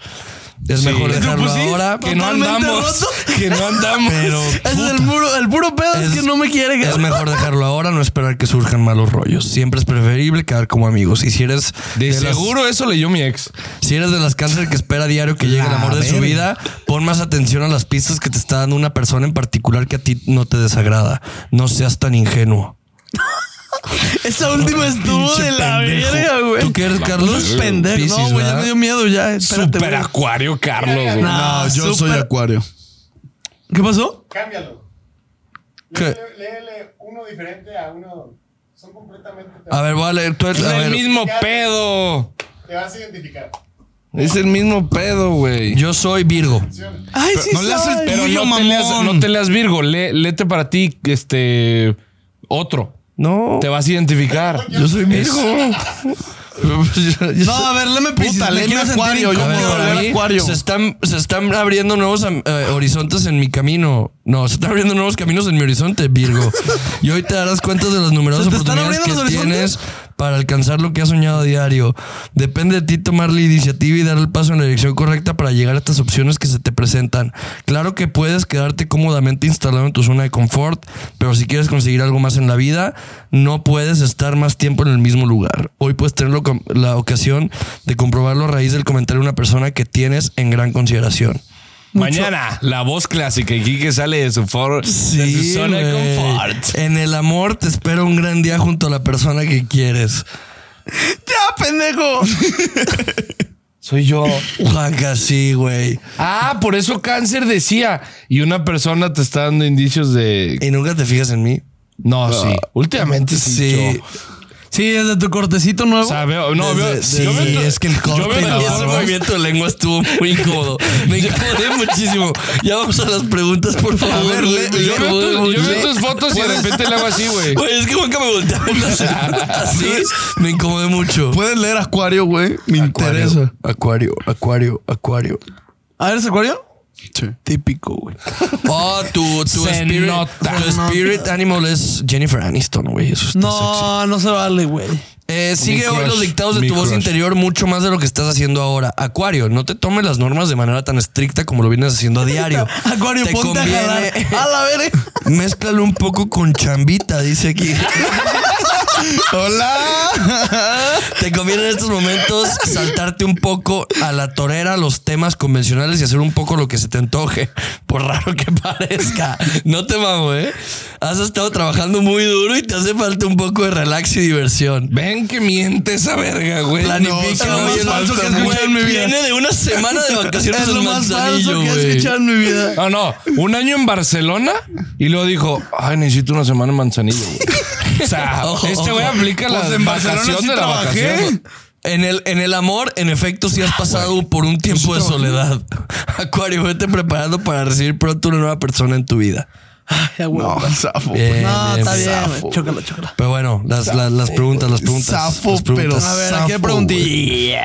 Speaker 1: Es mejor dejarlo
Speaker 2: Pues sí,
Speaker 1: ahora.
Speaker 3: Que no
Speaker 2: Totalmente
Speaker 3: andamos.
Speaker 2: roto.
Speaker 3: Que no andamos.
Speaker 1: Pero
Speaker 2: Ese es el, muro, el puro pedo es,
Speaker 1: Es-
Speaker 2: que no me quiere.
Speaker 1: es
Speaker 2: cabrón.
Speaker 1: mejor dejarlo ahora, no esperar que surjan malos rollos. Siempre es preferible quedar como amigos. Y si eres
Speaker 3: De,
Speaker 1: las-
Speaker 3: seguro eso leyó mi ex.
Speaker 1: si eres de las cáncer que espera diario que llegue el amor de su vida, pon más atención a las pistas que te está dando una persona en particular que a ti no te desagrada. No seas tan ingenuo.
Speaker 2: Esa última estuvo
Speaker 1: Pinche
Speaker 2: de la
Speaker 1: pendejo.
Speaker 2: verga, güey.
Speaker 1: ¿Tú qué eres, Carlos?
Speaker 2: No es pendejo. no,
Speaker 1: Piscis,
Speaker 2: güey, ya
Speaker 1: ¿verdad?
Speaker 2: me dio miedo ya. Espérate,
Speaker 3: Super
Speaker 2: güey.
Speaker 3: acuario, Carlos. güey.
Speaker 2: Nah,
Speaker 4: No, yo
Speaker 2: súper-
Speaker 4: soy acuario.
Speaker 2: ¿Qué pasó?
Speaker 5: Cámbialo.
Speaker 1: ¿Qué?
Speaker 5: Léele, léele uno diferente a uno. Son completamente. Te,
Speaker 1: A ver, voy a leer. Tú eres-
Speaker 3: Es
Speaker 1: a ver,
Speaker 3: el mismo pedo.
Speaker 5: te vas a identificar.
Speaker 3: Es el mismo pedo, güey.
Speaker 1: Yo soy Virgo.
Speaker 2: Ay, sí,
Speaker 4: no le haces
Speaker 2: soy.
Speaker 3: Pero
Speaker 4: Tuyo,
Speaker 3: no te, leas,
Speaker 4: mamón.
Speaker 3: no te leas Virgo, le, léete para ti este otro.
Speaker 1: No.
Speaker 3: Te vas a identificar.
Speaker 1: Yo soy Virgo.
Speaker 2: No, a ver, léeme Piscis.
Speaker 4: Puta,
Speaker 2: me
Speaker 4: léeme
Speaker 2: quiero sentir
Speaker 4: Acuario, yo
Speaker 1: A
Speaker 2: incómodo,
Speaker 1: ver,
Speaker 4: quiero
Speaker 2: güey.
Speaker 1: para
Speaker 4: leer
Speaker 1: mí,
Speaker 4: Acuario.
Speaker 1: Se están, se están abriendo nuevos am- eh, horizontes en mi camino. No, se están abriendo nuevos caminos en mi horizonte, Virgo. y hoy te darás cuenta de las numerosas
Speaker 2: ¿Se te están
Speaker 1: oportunidades que
Speaker 2: abriendo los
Speaker 1: tienes para alcanzar lo que has soñado a diario. Depende de ti tomar la iniciativa y dar el paso en la dirección correcta para llegar a estas opciones que se te presentan. Claro que puedes quedarte cómodamente instalado en tu zona de confort, pero si quieres conseguir algo más en la vida, no puedes estar más tiempo en el mismo lugar. Hoy puedes tener lo- la ocasión de comprobarlo a raíz del comentario de una persona que tienes en gran consideración.
Speaker 3: Mañana, la voz clásica y Quique sale de su, for- de su
Speaker 1: Sí,
Speaker 3: zona de
Speaker 1: güey.
Speaker 3: confort.
Speaker 1: En el amor te espera un gran día junto a la persona que quieres.
Speaker 2: ¡Ya, Ah, pendejo!
Speaker 3: Soy yo.
Speaker 1: Oaxaca, sí, güey.
Speaker 3: Ah, por eso cáncer decía. Y una persona te está dando indicios de.
Speaker 1: Y nunca te fijas en mí.
Speaker 3: No,
Speaker 4: Ah,
Speaker 3: sí. Últimamente sí.
Speaker 1: Sí.
Speaker 3: yo-
Speaker 2: Sí, desde tu cortecito nuevo.
Speaker 3: O sea, veo, no, veo,
Speaker 1: Desde-
Speaker 3: yo
Speaker 1: sí,
Speaker 3: veo-
Speaker 1: es que el
Speaker 3: yo
Speaker 1: corte
Speaker 3: veo
Speaker 1: y
Speaker 3: la
Speaker 1: la ese
Speaker 3: barba.
Speaker 1: movimiento de lengua estuvo muy incómodo. Me incomodé muchísimo. Ya vamos a las preguntas, por favor.
Speaker 3: A ver, le-
Speaker 1: Me
Speaker 3: yo veo
Speaker 1: incomodé
Speaker 3: tu- yo
Speaker 1: mucho.
Speaker 3: veo tus fotos y de repente le hago así, güey.
Speaker 1: Güey, es que Juanca me volteaba una semana así. Me incomodé mucho.
Speaker 4: ¿Pueden leer Acuario, Ah, güey? Me interesa.
Speaker 1: Acuario, acuario, acuario, acuario.
Speaker 2: ¿A ver, ¿se acuerdo?
Speaker 4: Sí.
Speaker 2: Típico, güey.
Speaker 1: Oh, tu, tu,
Speaker 3: Se
Speaker 1: spirit,
Speaker 3: nota.
Speaker 1: tu spirit animal es Jennifer Aniston, güey. Eso está sexy.
Speaker 2: No, no se vale, güey.
Speaker 1: Eh, sigue hoy
Speaker 3: crush,
Speaker 1: los dictados de
Speaker 3: mi
Speaker 1: tu voz
Speaker 3: crush.
Speaker 1: interior mucho más de lo que estás haciendo ahora. Acuario, no te tomes las normas de manera tan estricta como lo vienes haciendo a diario.
Speaker 2: Acuario,
Speaker 1: Te
Speaker 2: ponte a jalar.
Speaker 1: conviene-
Speaker 2: A la verga.
Speaker 1: Mézclalo un poco con chambita, dice aquí. Hola. Te conviene en estos momentos saltarte un poco a la torera los temas convencionales y hacer un poco lo que se te antoje, por raro que parezca. No te mamo, ¿eh? Has estado trabajando muy duro y te hace falta un poco de relax y diversión.
Speaker 3: Ven que miente esa verga, güey.
Speaker 1: Planifica,
Speaker 2: No,
Speaker 1: güey,
Speaker 2: es lo más falso
Speaker 1: el-
Speaker 2: que he escuchado en mi vida.
Speaker 1: Viene de una semana de vacaciones
Speaker 2: Es lo
Speaker 1: en
Speaker 2: más falso
Speaker 1: Manzanillo,
Speaker 2: que he
Speaker 1: güey.
Speaker 2: escuchado en mi vida.
Speaker 3: No, Ah, no. Un año en Barcelona y luego dijo, ay, necesito una semana en Manzanillo, güey. O sea,
Speaker 1: Ojo,
Speaker 3: este
Speaker 1: ojo.
Speaker 3: güey aplica la
Speaker 4: Pues en Barcelona
Speaker 3: vacación
Speaker 4: sí
Speaker 3: de la
Speaker 4: trabajé.
Speaker 3: vacación.
Speaker 1: En el, en el amor, en efecto, sí has pasado por un tiempo de soledad. Acuario, vete preparando para recibir pronto una nueva persona en tu vida.
Speaker 2: Ya, güey.
Speaker 4: No, zafo.
Speaker 1: Bien,
Speaker 2: No,
Speaker 1: bien,
Speaker 2: está
Speaker 1: bien.
Speaker 2: bien, güey.
Speaker 4: Zafo.
Speaker 2: Chócala, chócala.
Speaker 1: Pero bueno, las, las, las preguntas, las preguntas.
Speaker 4: Zafo,
Speaker 1: las preguntas.
Speaker 4: pero
Speaker 2: A ver,
Speaker 4: zafo,
Speaker 2: aquí pregunté.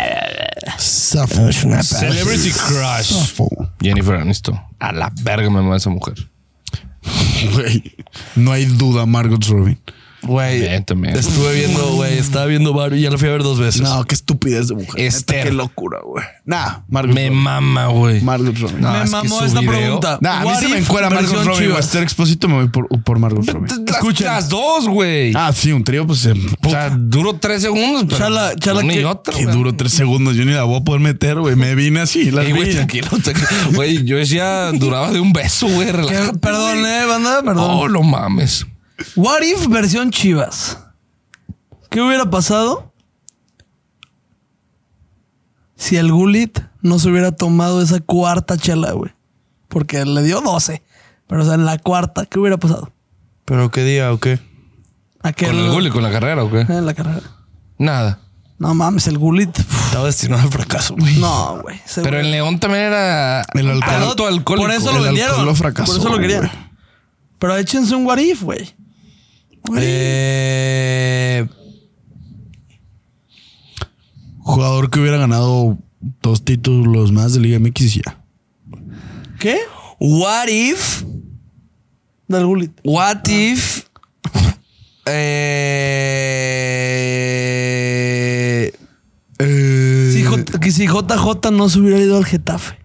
Speaker 4: Zafo.
Speaker 1: Es una
Speaker 3: Celebrity Crush.
Speaker 4: Zafo.
Speaker 3: Jennifer Aniston. A la verga me mueve esa mujer.
Speaker 4: Güey. No hay duda, Margot Robin.
Speaker 1: Güey,
Speaker 3: Eh, Bien, también.
Speaker 1: estuve viendo, güey, estaba viendo varios, ya lo fui a ver dos veces.
Speaker 4: No, qué estupidez de mujer. Neta,
Speaker 3: Esther.
Speaker 4: Qué locura, güey. Nah, Margot
Speaker 3: Me
Speaker 4: Robin.
Speaker 3: mama, güey.
Speaker 4: Margot Robin.
Speaker 3: No,
Speaker 2: Me
Speaker 3: es que
Speaker 2: mamó
Speaker 3: su
Speaker 2: esta
Speaker 3: video-
Speaker 2: pregunta.
Speaker 4: Nah, a mí
Speaker 2: What
Speaker 4: se me
Speaker 2: if
Speaker 4: encuera Margot
Speaker 2: versión
Speaker 4: Robin. O
Speaker 2: Chivas?
Speaker 4: Esther Expósito me voy por, por Margot Robin.
Speaker 3: Las, las dos, güey.
Speaker 4: Ah, sí, un trío, pues. em,
Speaker 3: o sea, duró tres segundos, pero
Speaker 2: Chala, chala,
Speaker 3: una y
Speaker 2: qué-
Speaker 3: otra,
Speaker 4: Que
Speaker 3: güey.
Speaker 4: duró tres segundos. Yo ni la voy a poder meter, güey. Me vine así. La
Speaker 3: Ey, güey,
Speaker 4: vi.
Speaker 3: tranquilo, tranquilo. Güey, yo decía, duraba de un beso, güey.
Speaker 2: Que-
Speaker 3: relájate,
Speaker 2: Perdón,
Speaker 3: güey.
Speaker 2: eh, banda, perdón.
Speaker 3: No, lo mames.
Speaker 2: What if versión Chivas? ¿Qué hubiera pasado si el Gulit no se hubiera tomado esa cuarta chela, güey? Porque le dio 12. Pero, o sea, en la cuarta, ¿qué hubiera pasado?
Speaker 1: Pero qué día o qué.
Speaker 2: Aquel, eh,
Speaker 3: ¿Con el gol y con la carrera o qué?
Speaker 2: En la carrera.
Speaker 3: Nada.
Speaker 2: No mames, el Gulit. Uf,
Speaker 1: Estaba destinado al fracaso, güey.
Speaker 2: No, güey. ese
Speaker 3: Pero
Speaker 2: güey.
Speaker 3: en León también era
Speaker 4: El alcohol.
Speaker 3: alto alcohólico.
Speaker 2: Por eso lo
Speaker 4: El
Speaker 2: vendieron.
Speaker 4: alcohol lo fracasó,
Speaker 2: por eso lo querían.
Speaker 4: güey.
Speaker 2: Pero échense un what if, güey.
Speaker 1: Eh,
Speaker 4: Jugador que hubiera ganado dos títulos más de Liga MX y ya.
Speaker 2: ¿Qué?
Speaker 1: what if
Speaker 2: Del Gulit.
Speaker 1: What if. Eh, eh,
Speaker 2: Si J- que si JJ no se hubiera ido al Getafe.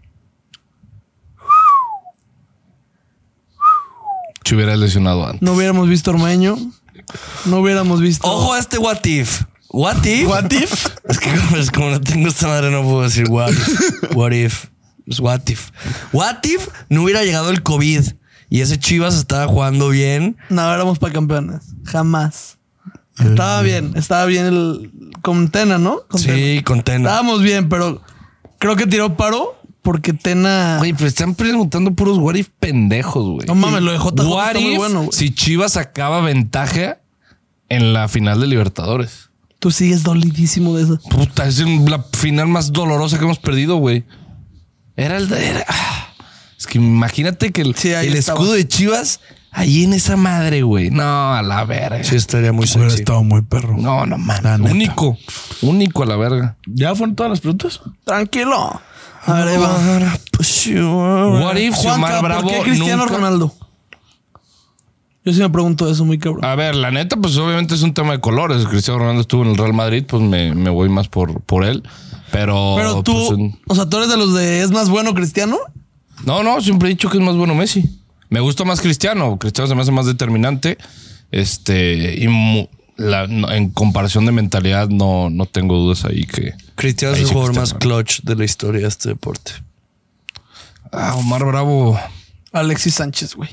Speaker 3: Se hubiera lesionado antes.
Speaker 2: No hubiéramos visto Ormeño. No hubiéramos visto.
Speaker 1: ojo a este what if. What if.
Speaker 4: What if?
Speaker 1: Es que como, es como no tengo esta madre, no puedo decir what if. What if. Es what if. What if no hubiera llegado el COVID y ese Chivas estaba jugando bien.
Speaker 2: No éramos para campeones. Jamás. Estaba bien, estaba bien el. Con Tena, ¿no? Con Tena.
Speaker 1: Sí, con Tena.
Speaker 2: Estábamos bien, pero creo que tiró paro porque Tena.
Speaker 3: Güey, pero están preguntando puros what if pendejos, güey.
Speaker 2: no mames, lo de JJ
Speaker 3: What
Speaker 2: está muy
Speaker 3: if
Speaker 2: bueno, güey.
Speaker 3: si Chivas sacaba ventaja en la final de Libertadores.
Speaker 2: Tú sigues dolidísimo de eso.
Speaker 3: Puta, es la final más dolorosa que hemos perdido, güey. Era el... era- ah. Es que imagínate que el,
Speaker 2: Sí, ahí
Speaker 3: el
Speaker 2: estaba.
Speaker 3: escudo de Chivas ahí en esa madre, güey. No, a la verga.
Speaker 1: Sí, estaría muy
Speaker 4: Hubiera
Speaker 1: sexy.
Speaker 4: estado muy perro.
Speaker 3: No, no
Speaker 4: La
Speaker 3: mames.
Speaker 4: neta.
Speaker 3: Único. Único a la verga.
Speaker 4: ¿Ya fueron todas las preguntas?
Speaker 2: Tranquilo. A ver, ahí va.
Speaker 3: What if si
Speaker 2: Juanca,
Speaker 3: Omar Bravo
Speaker 2: ¿por qué Cristiano
Speaker 3: nunca-
Speaker 2: Ronaldo? Yo sí me pregunto eso muy cabrón.
Speaker 3: A ver, la neta, pues obviamente es un tema de colores. Cristiano Ronaldo estuvo en el Real Madrid, pues me, me voy más por, por él. Pero,
Speaker 2: Pero tú,
Speaker 3: pues, en-
Speaker 2: o sea, tú eres de los de es más bueno Cristiano.
Speaker 3: No, no, siempre he dicho que es más bueno Messi. Me gusta más Cristiano. Cristiano se me hace más determinante. Este, y mu- la- no, en comparación de mentalidad, no, no tengo dudas ahí que.
Speaker 1: Cristiano
Speaker 3: Ahí
Speaker 1: es el
Speaker 3: sí
Speaker 1: jugador más
Speaker 3: Cristiano,
Speaker 1: clutch de la historia de este deporte.
Speaker 3: Ah, Omar Bravo.
Speaker 2: Alexis Sánchez, güey.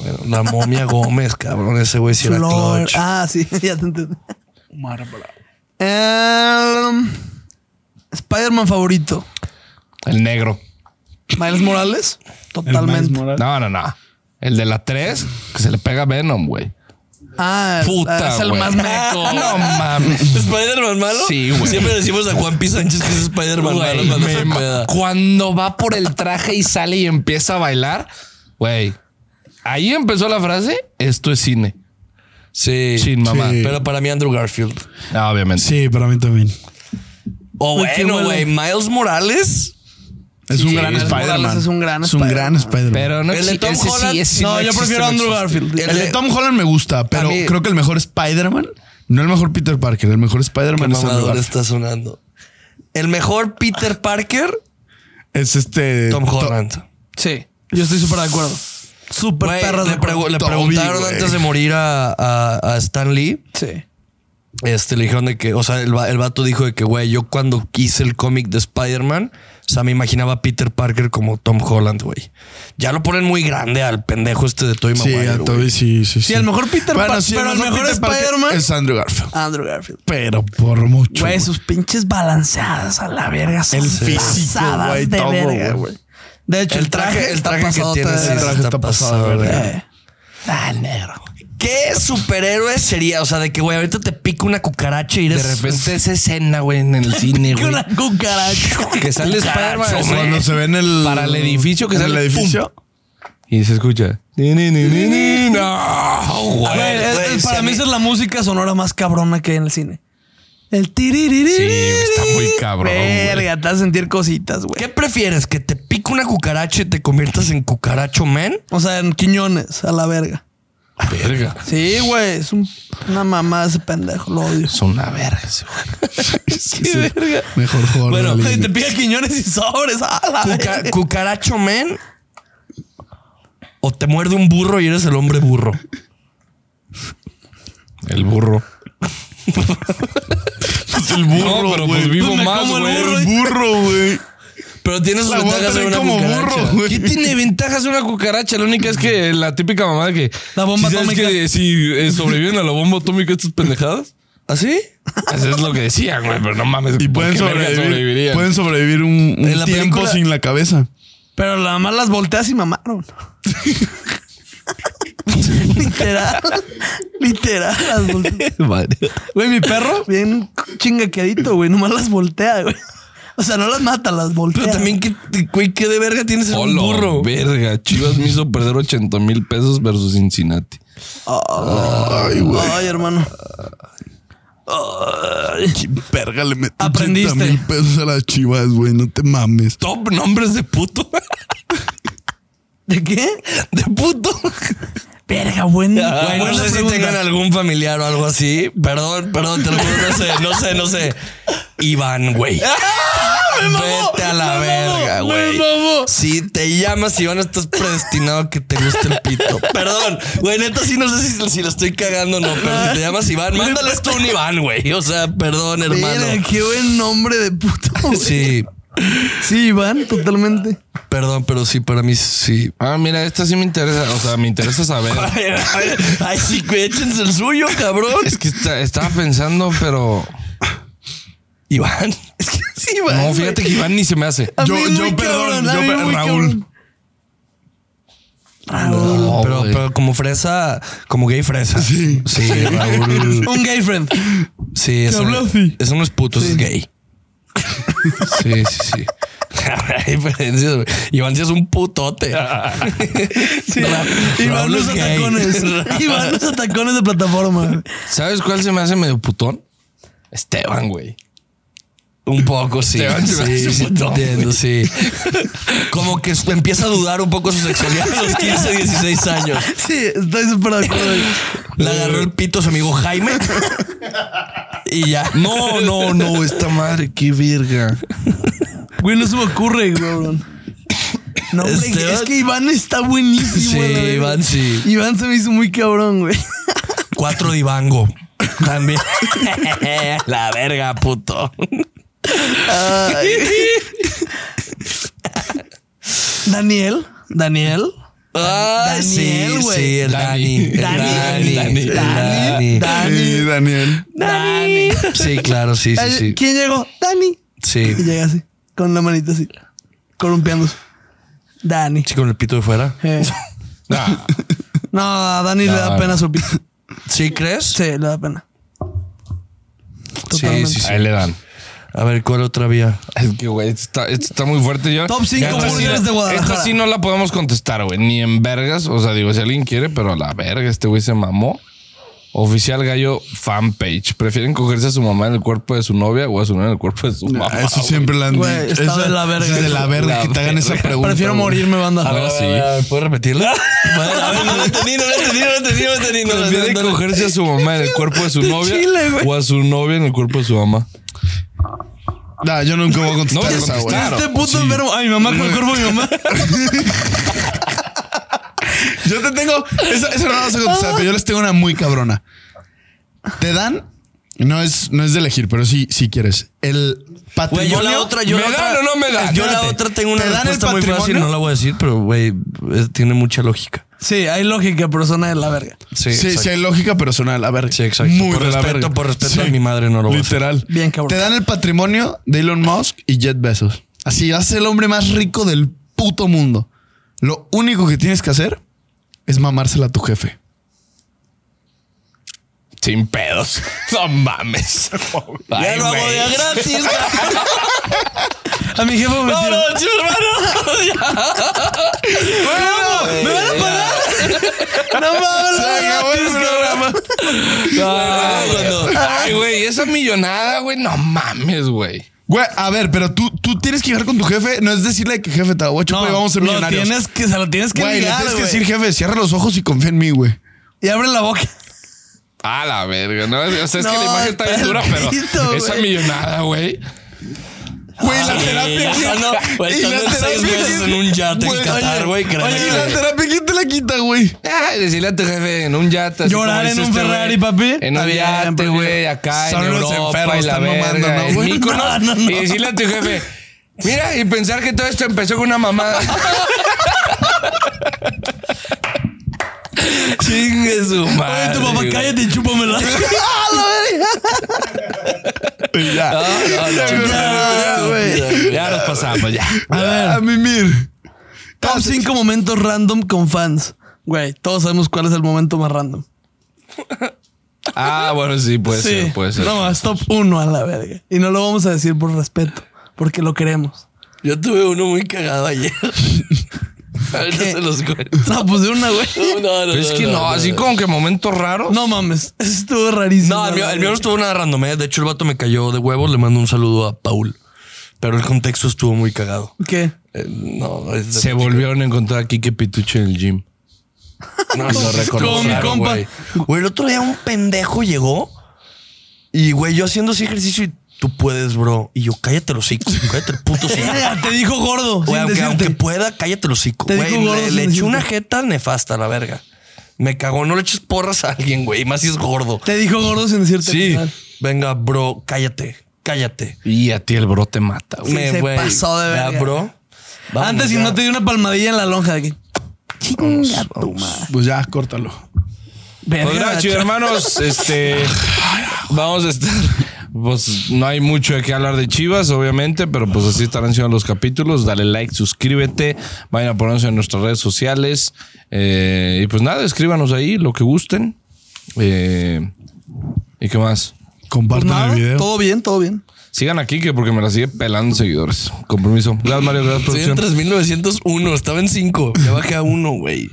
Speaker 1: Bueno, la momia Gómez, cabrón, ese güey sí era
Speaker 2: Flor.
Speaker 1: clutch.
Speaker 2: Ah, sí, ya te entendí. Em, Spider-Man favorito.
Speaker 3: El negro.
Speaker 2: Miles Morales.
Speaker 6: Miles
Speaker 2: Totalmente.
Speaker 6: Morales.
Speaker 3: No, no, no. El de la 3, que se le pega a Venom, güey.
Speaker 2: Ah,
Speaker 3: Puta,
Speaker 2: es el
Speaker 3: güey. Ah,
Speaker 2: más meco.
Speaker 3: No mames.
Speaker 1: ¿Spider-Man malo?
Speaker 3: Sí, güey.
Speaker 1: Siempre decimos a Juan P. Sánchez que es Spider-Man malo
Speaker 3: Güey,
Speaker 1: cuando
Speaker 3: me
Speaker 1: se
Speaker 3: ma-
Speaker 1: peda.
Speaker 3: cuando va por el traje y sale y empieza a bailar, güey. Ahí empezó la frase, esto es cine.
Speaker 1: Sí.
Speaker 3: Sin mamá.
Speaker 6: Sí.
Speaker 1: Pero para mí Andrew Garfield.
Speaker 3: Ah, obviamente.
Speaker 6: Sí, para mí también.
Speaker 1: O
Speaker 2: Uy, qué
Speaker 1: bueno,
Speaker 2: bueno.
Speaker 1: güey, Miles Morales.
Speaker 6: Es un gran
Speaker 2: Miles Morales
Speaker 6: Spider-Man.
Speaker 2: es un gran
Speaker 6: Es un gran Spider-Man.
Speaker 3: Pero no
Speaker 1: El de
Speaker 3: exi-
Speaker 1: Tom
Speaker 3: ese sí,
Speaker 1: Holland-
Speaker 3: ese sí
Speaker 2: no, yo
Speaker 3: existe,
Speaker 2: prefiero a Andrew
Speaker 3: existe.
Speaker 2: Garfield.
Speaker 1: El
Speaker 4: El de
Speaker 1: de-
Speaker 4: Tom Holland me gusta, pero
Speaker 1: A mí-
Speaker 4: creo que el mejor Spider-Man, no el mejor Peter Parker, el mejor
Speaker 1: Qué
Speaker 4: Spider-Man es, Andrew
Speaker 1: mamador
Speaker 4: Garfield.
Speaker 1: está sonando. El mejor Peter Parker,
Speaker 4: Es este
Speaker 1: Tom
Speaker 4: To-
Speaker 1: Holland.
Speaker 2: Sí, yo estoy súper de acuerdo. Súper
Speaker 1: Güey,
Speaker 2: perro de
Speaker 1: le, pregu-
Speaker 2: acuerdo.
Speaker 1: le
Speaker 4: Toby,
Speaker 1: preguntaron
Speaker 4: güey.
Speaker 1: antes de morir a, a- a Stan Lee.
Speaker 2: Sí.
Speaker 1: Este, le dijeron de que, o sea, el, va- el vato dijo de que, güey, yo cuando hice el cómic de Spider-Man, o sea, me imaginaba a Peter Parker como Tom Holland, güey. Ya lo ponen muy grande al pendejo este de Toy
Speaker 6: Sí,
Speaker 1: Maguire.
Speaker 6: a
Speaker 1: güey.
Speaker 6: Toby sí, sí, sí.
Speaker 2: Sí, el mejor Peter
Speaker 4: Bueno,
Speaker 2: Parker.
Speaker 4: sí,
Speaker 2: pero el mejor,
Speaker 4: Peter Parker
Speaker 2: Spider-Man.
Speaker 4: es Andrew Garfield.
Speaker 2: Andrew Garfield.
Speaker 6: Pero por mucho.
Speaker 2: Güey, sus pinches balanceadas a la verga. Son
Speaker 4: El físico,
Speaker 2: pasadas
Speaker 4: güey,
Speaker 2: de
Speaker 4: todo,
Speaker 2: verga,
Speaker 4: güey.
Speaker 2: güey. De hecho,
Speaker 1: El traje, el
Speaker 2: está
Speaker 1: traje que
Speaker 2: pasado
Speaker 1: tiene
Speaker 2: de
Speaker 1: sí,
Speaker 2: verga.
Speaker 1: está,
Speaker 4: está
Speaker 1: pasado,
Speaker 4: pasado de
Speaker 1: verga.
Speaker 2: Eh. Ah, negro.
Speaker 1: ¿Qué superhéroe sería? O sea, de que, güey, ahorita te pica una cucaracha y
Speaker 3: De
Speaker 1: eres... este
Speaker 3: repente esa escena, güey, en el cine,
Speaker 2: Que
Speaker 3: güey.
Speaker 2: una cucaracha.
Speaker 3: Que sale Spider-Man
Speaker 1: Cucaracho,
Speaker 3: güey,
Speaker 4: Cuando se ve en el
Speaker 3: para el edificio que
Speaker 4: en
Speaker 3: sale
Speaker 4: el
Speaker 3: ¡pum!
Speaker 4: edificio.
Speaker 3: y se escucha. Ni, ni, ni, ni, ni, No,
Speaker 1: A
Speaker 3: güey.
Speaker 1: ver,
Speaker 2: Güey, es-
Speaker 1: güey,
Speaker 2: es-
Speaker 1: si
Speaker 2: para
Speaker 1: a
Speaker 2: mí
Speaker 1: mí-
Speaker 2: esa es la música sonora más cabrona que hay en el cine. El
Speaker 3: Sí,
Speaker 2: tiririri.
Speaker 3: güey, está muy cabrón. güey.
Speaker 2: Verga, te vas a sentir cositas, güey.
Speaker 1: ¿Qué prefieres? ¿Que te pique una cucaracha y te conviertas en cucaracho man?
Speaker 2: O sea, en Quiñones, a la verga.
Speaker 3: Verga.
Speaker 2: Sí, güey, es un- una mamá ese pendejo, lo odio.
Speaker 3: Es una verga ese, güey.
Speaker 4: Sí, Mejor jugador de
Speaker 2: Bueno,
Speaker 4: la
Speaker 2: te
Speaker 4: liga.
Speaker 2: pilla Quiñones y sobres, a la
Speaker 1: Cuca-
Speaker 2: verga.
Speaker 1: ¿Cucaracho man? ¿O te muerde un burro y eres el hombre burro?
Speaker 3: El burro. pues el burro, no, pero pues vivo
Speaker 2: Pues me
Speaker 3: más,
Speaker 2: como el
Speaker 3: güey.
Speaker 2: burro
Speaker 4: El burro, güey.
Speaker 1: Pero
Speaker 6: Pues
Speaker 1: tienes sus
Speaker 4: La voy a
Speaker 1: ventajas de
Speaker 4: tener
Speaker 1: una
Speaker 4: como
Speaker 1: cucaracha.
Speaker 4: burro, güey.
Speaker 3: ¿Qué tiene ventajas una cucaracha? La única es que la típica mamá de que...
Speaker 2: La bomba
Speaker 3: ¿sí sabes
Speaker 2: atómica.
Speaker 3: que si eh, sobreviven a la bomba atómica estas pendejadas?
Speaker 1: ¿Así?
Speaker 3: Eso es lo que decían, güey, pero no mames.
Speaker 4: Y pueden
Speaker 3: ¿por qué verga
Speaker 4: sobrevivir,
Speaker 3: sobrevivirían?
Speaker 4: pueden sobrevivir un, un
Speaker 1: En la
Speaker 4: tiempo
Speaker 1: película-
Speaker 4: sin la cabeza.
Speaker 2: Pero nada más las volteas y mamaron. literal. Literal, las volteas. Güey, mi perro, bien chingaqueadito, güey. Nomás las voltea, güey. O sea, no las mata, las voltea.
Speaker 1: Pero también, ¿qué, güey, ¿qué de verga tienes en un
Speaker 3: Hola,
Speaker 1: burro?
Speaker 3: verga. Chivas me hizo perder 80 mil pesos versus Cincinnati.
Speaker 2: Ay, güey. Ay, hermano.
Speaker 4: Qué Verga, le metí
Speaker 2: Aprendiste.
Speaker 4: 80 mil pesos a las chivas, güey. No te mames.
Speaker 1: Top nombres de puto.
Speaker 2: ¿De qué?
Speaker 1: De puto.
Speaker 2: Verga, buen.
Speaker 1: Güey, Ah, no
Speaker 2: buena
Speaker 1: sé si
Speaker 2: pregunta.
Speaker 1: tengan algún familiar o algo así. Perdón, perdón, te lo juro, no sé, no sé, no sé. Iván, güey.
Speaker 2: Ah,
Speaker 1: Vete a la verga, güey. Si te llamas Iván, estás predestinado a que te guste el pito. Perdón, güey, neta, sí no sé si, si lo estoy cagando o no, pero si te llamas Iván, mándale esto a un Iván, güey. O sea, perdón,
Speaker 2: Verga,
Speaker 1: hermano.
Speaker 2: qué buen nombre de puto. güey.
Speaker 1: Sí,
Speaker 2: Sí, Iván, totalmente.
Speaker 1: perdón, pero sí, para mí sí.
Speaker 3: Ah, mira, esta sí me interesa. O sea, me interesa saber.
Speaker 1: A ver, a ver, Ay, sí, güey, échense el suyo, cabrón.
Speaker 3: es que está- estaba pensando, pero...
Speaker 1: Iván.
Speaker 2: Es que sí, Iván.
Speaker 3: No,
Speaker 2: güey.
Speaker 3: fíjate que Iván ni se me hace.
Speaker 2: A mí
Speaker 4: Yo-
Speaker 2: es
Speaker 4: yo,
Speaker 2: muy
Speaker 4: perdón,
Speaker 2: cabrón, a
Speaker 4: yo,
Speaker 2: mí es
Speaker 4: pe-
Speaker 2: muy
Speaker 4: Raúl.
Speaker 2: cabrón. Raúl.
Speaker 3: No,
Speaker 1: pero,
Speaker 3: güey.
Speaker 1: pero como fresa, como gay fresa.
Speaker 4: Sí.
Speaker 1: Sí, Raúl.
Speaker 2: Un gay friend.
Speaker 1: Sí, eso,
Speaker 2: habló así.
Speaker 1: eso no es puto, eso es gay.
Speaker 3: Sí, sí, sí.
Speaker 1: Hay diferencias, güey. Iván sí es un putote.
Speaker 2: Sí.
Speaker 1: Ra-
Speaker 2: Iván
Speaker 1: Raúl es
Speaker 2: usa
Speaker 1: gay.
Speaker 2: tacones. Iván usa tacones de plataforma.
Speaker 3: ¿Sabes cuál se me hace medio putón? Esteban, güey.
Speaker 1: Un poco, sí.
Speaker 3: Te van a llevar
Speaker 1: Sí,
Speaker 3: ese
Speaker 1: sí, te
Speaker 3: botón,
Speaker 1: entiendo, sí. Como que su- empieza a dudar un poco su sexualidad a los 15, 16 años.
Speaker 2: Sí, estoy súper de acuerdo.
Speaker 1: Le agarró el pito a su amigo Jaime. Y ya.
Speaker 6: No, no,
Speaker 1: Oh,
Speaker 6: no, esta madre, qué verga.
Speaker 2: Güey, no se me ocurre, güey. No, güey,
Speaker 1: Esteban-
Speaker 2: es que Iván está buenísimo.
Speaker 1: Este Sí,
Speaker 2: a la verga.
Speaker 1: Iván sí.
Speaker 2: Iván se me hizo muy cabrón, güey.
Speaker 1: Cuatro divango. También. La verga, puto.
Speaker 2: Daniel, Daniel.
Speaker 1: Ay, sí,
Speaker 2: Daniel, güey.
Speaker 1: sí, el Dani. El
Speaker 2: Dani.
Speaker 1: Dani.
Speaker 2: Dani.
Speaker 1: el Dani.
Speaker 2: Dani.
Speaker 6: Sí, Daniel.
Speaker 1: Dani. Sí, claro, sí, sí,
Speaker 2: Ay,
Speaker 1: sí.
Speaker 2: ¿Quién llegó? Dani.
Speaker 1: Sí.
Speaker 2: Y llega así, con la manita así, columpiándose. Dani.
Speaker 1: Sí, con el pito de fuera.
Speaker 2: Eh.
Speaker 3: Nah.
Speaker 2: No, a Dani le da
Speaker 3: Claro.
Speaker 2: pena su pito.
Speaker 1: ¿Sí crees?
Speaker 2: Sí, le da pena.
Speaker 1: Sí,
Speaker 2: Totalmente.
Speaker 1: sí, sí.
Speaker 3: Ahí le dan.
Speaker 1: A ver, ¿cuál otra vía?
Speaker 3: Es que, güey, esto está, esto está muy fuerte. Yo,
Speaker 2: Top cinco
Speaker 3: Esta
Speaker 2: burgers
Speaker 3: sí-
Speaker 2: de Guadalajara.
Speaker 3: Esta sí no la podemos contestar, güey. Ni en vergas. O sea, digo, si alguien quiere, pero a la verga, este güey se mamó. Oficial Gallo fanpage. ¿Prefieren cogerse a su mamá en el cuerpo de su novia o a su novia en el cuerpo de su mamá?
Speaker 6: Eso
Speaker 3: Ah, güey?
Speaker 6: siempre la han dicho.
Speaker 2: Güey, está
Speaker 6: Esa-
Speaker 2: de la verga.
Speaker 6: es de la verga
Speaker 3: La
Speaker 6: que te hagan esa
Speaker 3: verga.
Speaker 6: pregunta.
Speaker 2: Prefiero
Speaker 6: güey.
Speaker 2: morirme, banda.
Speaker 3: ver, sí.
Speaker 1: ¿Puedes repetirla? Ah, A ver, no lo entendí, no lo entendí, no lo entendí, no lo entendí. No lo entendí.
Speaker 3: ¿Prefieren
Speaker 1: no lo entendí.
Speaker 3: cogerse a su mamá en el cuerpo de su novia
Speaker 2: Chile, güey.
Speaker 3: o a su novia en el cuerpo de su mamá?
Speaker 6: Nah, yo nunca voy a
Speaker 3: No
Speaker 6: contestar
Speaker 3: vas a
Speaker 6: esa, güey.
Speaker 3: contestar.
Speaker 2: Este
Speaker 3: claro,
Speaker 2: puto enfermo. Ay, mi mamá con el cuerpo de mi mamá.
Speaker 6: Yo te tengo. Esa, esa no la vas a contestar, pero yo les tengo una muy cabrona. Te dan. No es, no es de elegir, pero sí, sí quieres. El
Speaker 1: Güey,
Speaker 6: patrimonio.
Speaker 1: yo la otra, yo
Speaker 3: ¿Me
Speaker 1: la
Speaker 3: dan
Speaker 1: otra.
Speaker 3: o no me dan?
Speaker 1: Yo la
Speaker 6: Espérate.
Speaker 1: otra tengo una
Speaker 6: ¿Te dan el
Speaker 1: respuesta muy fácil,
Speaker 6: patrimonio?
Speaker 1: no la voy a decir, pero güey, es- tiene mucha lógica.
Speaker 2: Sí, hay lógica, pero suena de la verga.
Speaker 1: Sí,
Speaker 6: sí,
Speaker 1: exacto.
Speaker 6: sí, hay lógica personal. A ver.
Speaker 1: Sí, exacto.
Speaker 6: Muy
Speaker 1: por
Speaker 6: de la
Speaker 1: respeto,
Speaker 6: verga.
Speaker 1: por respeto a
Speaker 6: Sí.
Speaker 1: mi madre no lo voy a hacer.
Speaker 6: Literal.
Speaker 2: Bien, cabrón.
Speaker 6: Te dan el patrimonio de Elon Musk y Jet Bezos. Así vas a ser el hombre más rico del puto mundo. Lo único que tienes que hacer es mamársela a tu jefe.
Speaker 3: Sin pedos. No mames.
Speaker 1: Ya
Speaker 3: Ay,
Speaker 1: lo hago
Speaker 3: güey.
Speaker 1: de gratis.
Speaker 2: A mi jefe me tiro.
Speaker 1: Vámonos, hermano.
Speaker 2: ¿Me van a pagar? No mames, la verga.
Speaker 3: Ay, güey, esa millonada, güey, no mames, güey.
Speaker 6: Güey, a ver, pero tú, tú tienes que llegar con tu jefe. No es decirle que jefe, te voy a chupar y vamos a ser
Speaker 2: lo
Speaker 6: millonarios.
Speaker 2: Tienes que, se lo tienes que
Speaker 6: Güey, le
Speaker 2: ligar,
Speaker 6: tienes que
Speaker 2: güey.
Speaker 6: decir, jefe, cierra los ojos y confía en mí, güey.
Speaker 2: Y abre la boca.
Speaker 3: A la verga, ¿no? O sea, es que
Speaker 2: No,
Speaker 3: la imagen está bien
Speaker 2: está
Speaker 3: dura, pero
Speaker 2: pito, güey.
Speaker 3: esa millonada, güey.
Speaker 6: Güey, la terapia.
Speaker 1: Ah, no, güey,
Speaker 6: Y la
Speaker 1: estando seis
Speaker 6: terapia
Speaker 1: meses en un yate en Qatar, güey, créeme
Speaker 6: Oye, ¿y la
Speaker 1: que-
Speaker 6: terapia, ¿quién te la quita, güey?
Speaker 3: Ay, decirle a tu jefe en un yate. así
Speaker 2: Llorar
Speaker 3: como
Speaker 2: en
Speaker 3: dice
Speaker 2: un
Speaker 3: este
Speaker 2: Ferrari,
Speaker 3: güey,
Speaker 2: papi.
Speaker 3: En
Speaker 2: Está
Speaker 3: un
Speaker 2: bien,
Speaker 3: yate,
Speaker 2: pero-
Speaker 3: güey, acá
Speaker 6: Son
Speaker 3: en
Speaker 6: los
Speaker 3: Europa
Speaker 6: enfermos,
Speaker 3: y la
Speaker 6: están
Speaker 3: verga.
Speaker 6: mamando, ¿no,
Speaker 3: en
Speaker 6: güey?
Speaker 3: Mykonos.
Speaker 2: No, no, no.
Speaker 3: Y decirle a tu jefe, mira, y pensar que todo esto empezó con una mamada. Chingue su madre.
Speaker 2: Oye, tu papá,
Speaker 3: güey.
Speaker 2: cállate y chúpamela.
Speaker 6: Y ya.
Speaker 3: No, no, no.
Speaker 2: Ya, güey.
Speaker 3: Ya nos pasamos, ya.
Speaker 2: A ver.
Speaker 6: A mimir.
Speaker 2: Top 5 momentos random con fans. Güey, todos sabemos cuál es el momento más random.
Speaker 3: Ah, bueno, sí, puede
Speaker 2: sí,
Speaker 3: ser, puede ser.
Speaker 2: No, más top 1 a la verga. Y no lo vamos a decir por respeto, porque lo queremos.
Speaker 1: Yo tuve uno muy cagado ayer. Ahorita
Speaker 2: ¿Qué?
Speaker 1: se los cuento.
Speaker 2: No, pues de una, güey.
Speaker 1: No, no, no,
Speaker 3: Pero es que no, así como que momentos raros.
Speaker 2: No mames, eso estuvo rarísimo.
Speaker 1: No, el mío,
Speaker 2: la
Speaker 1: el mío no
Speaker 2: verga.
Speaker 1: estuvo nada random. eh. De hecho, el vato me cayó de huevos. Le mando un saludo a Paul. Pero el contexto estuvo muy cagado.
Speaker 2: ¿Qué?
Speaker 1: Eh, no, es de-
Speaker 3: Se volvieron a encontrar a Kike Pitucho en el gym.
Speaker 1: no, lo
Speaker 2: Como mi
Speaker 1: reconocieron,
Speaker 2: compa.
Speaker 1: güey. Güey, el otro día un pendejo llegó y, güey, yo haciendo ese ejercicio y tú puedes, bro. Y yo, cállate el hocico, cállate el puto hocico.
Speaker 2: Verga, Te dijo gordo.
Speaker 1: Güey,
Speaker 2: sin
Speaker 1: aunque,
Speaker 2: decirte.
Speaker 1: aunque pueda, cállate el hocico.
Speaker 2: Te
Speaker 1: Güey,
Speaker 2: dijo gordo
Speaker 1: le,
Speaker 2: sin
Speaker 1: le eché
Speaker 2: decirte.
Speaker 1: una jeta nefasta, la verga. Me cagó, no le eches porras a alguien, güey. y Más si es gordo.
Speaker 2: Te dijo gordo sin decirte.
Speaker 1: Sí.
Speaker 2: carnal.
Speaker 1: Venga, bro, cállate, cállate.
Speaker 3: Y a ti el bro te mata, güey.
Speaker 2: Sí, se
Speaker 1: güey,
Speaker 2: pasó de
Speaker 1: ya,
Speaker 2: verga.
Speaker 1: bro. Vamos,
Speaker 2: Antes, si
Speaker 1: ya.
Speaker 2: no te dio una palmadilla en la lonja de aquí. Chinga tu madre.
Speaker 6: Pues ya, córtalo.
Speaker 2: Verga,
Speaker 3: Pues nada,
Speaker 2: Nacho.
Speaker 3: chido, hermanos, este. Vamos a estar. Pues no hay mucho de qué hablar de Chivas, obviamente, pero pues así estarán siendo los capítulos. Dale like, suscríbete, vayan a ponernos en nuestras redes sociales. eh, y pues nada, escríbanos ahí lo que gusten. Eh, ¿Y qué más?
Speaker 2: Pues
Speaker 6: Compartan
Speaker 2: nada,
Speaker 6: el video.
Speaker 2: todo bien, todo bien.
Speaker 3: Sigan a Kike porque me la sigue pelando seguidores. Compromiso. Gracias, Mario. Gracias,
Speaker 1: Estoy en
Speaker 3: producción.
Speaker 1: 3901, estaba en 5. Ya bajé a 1, güey.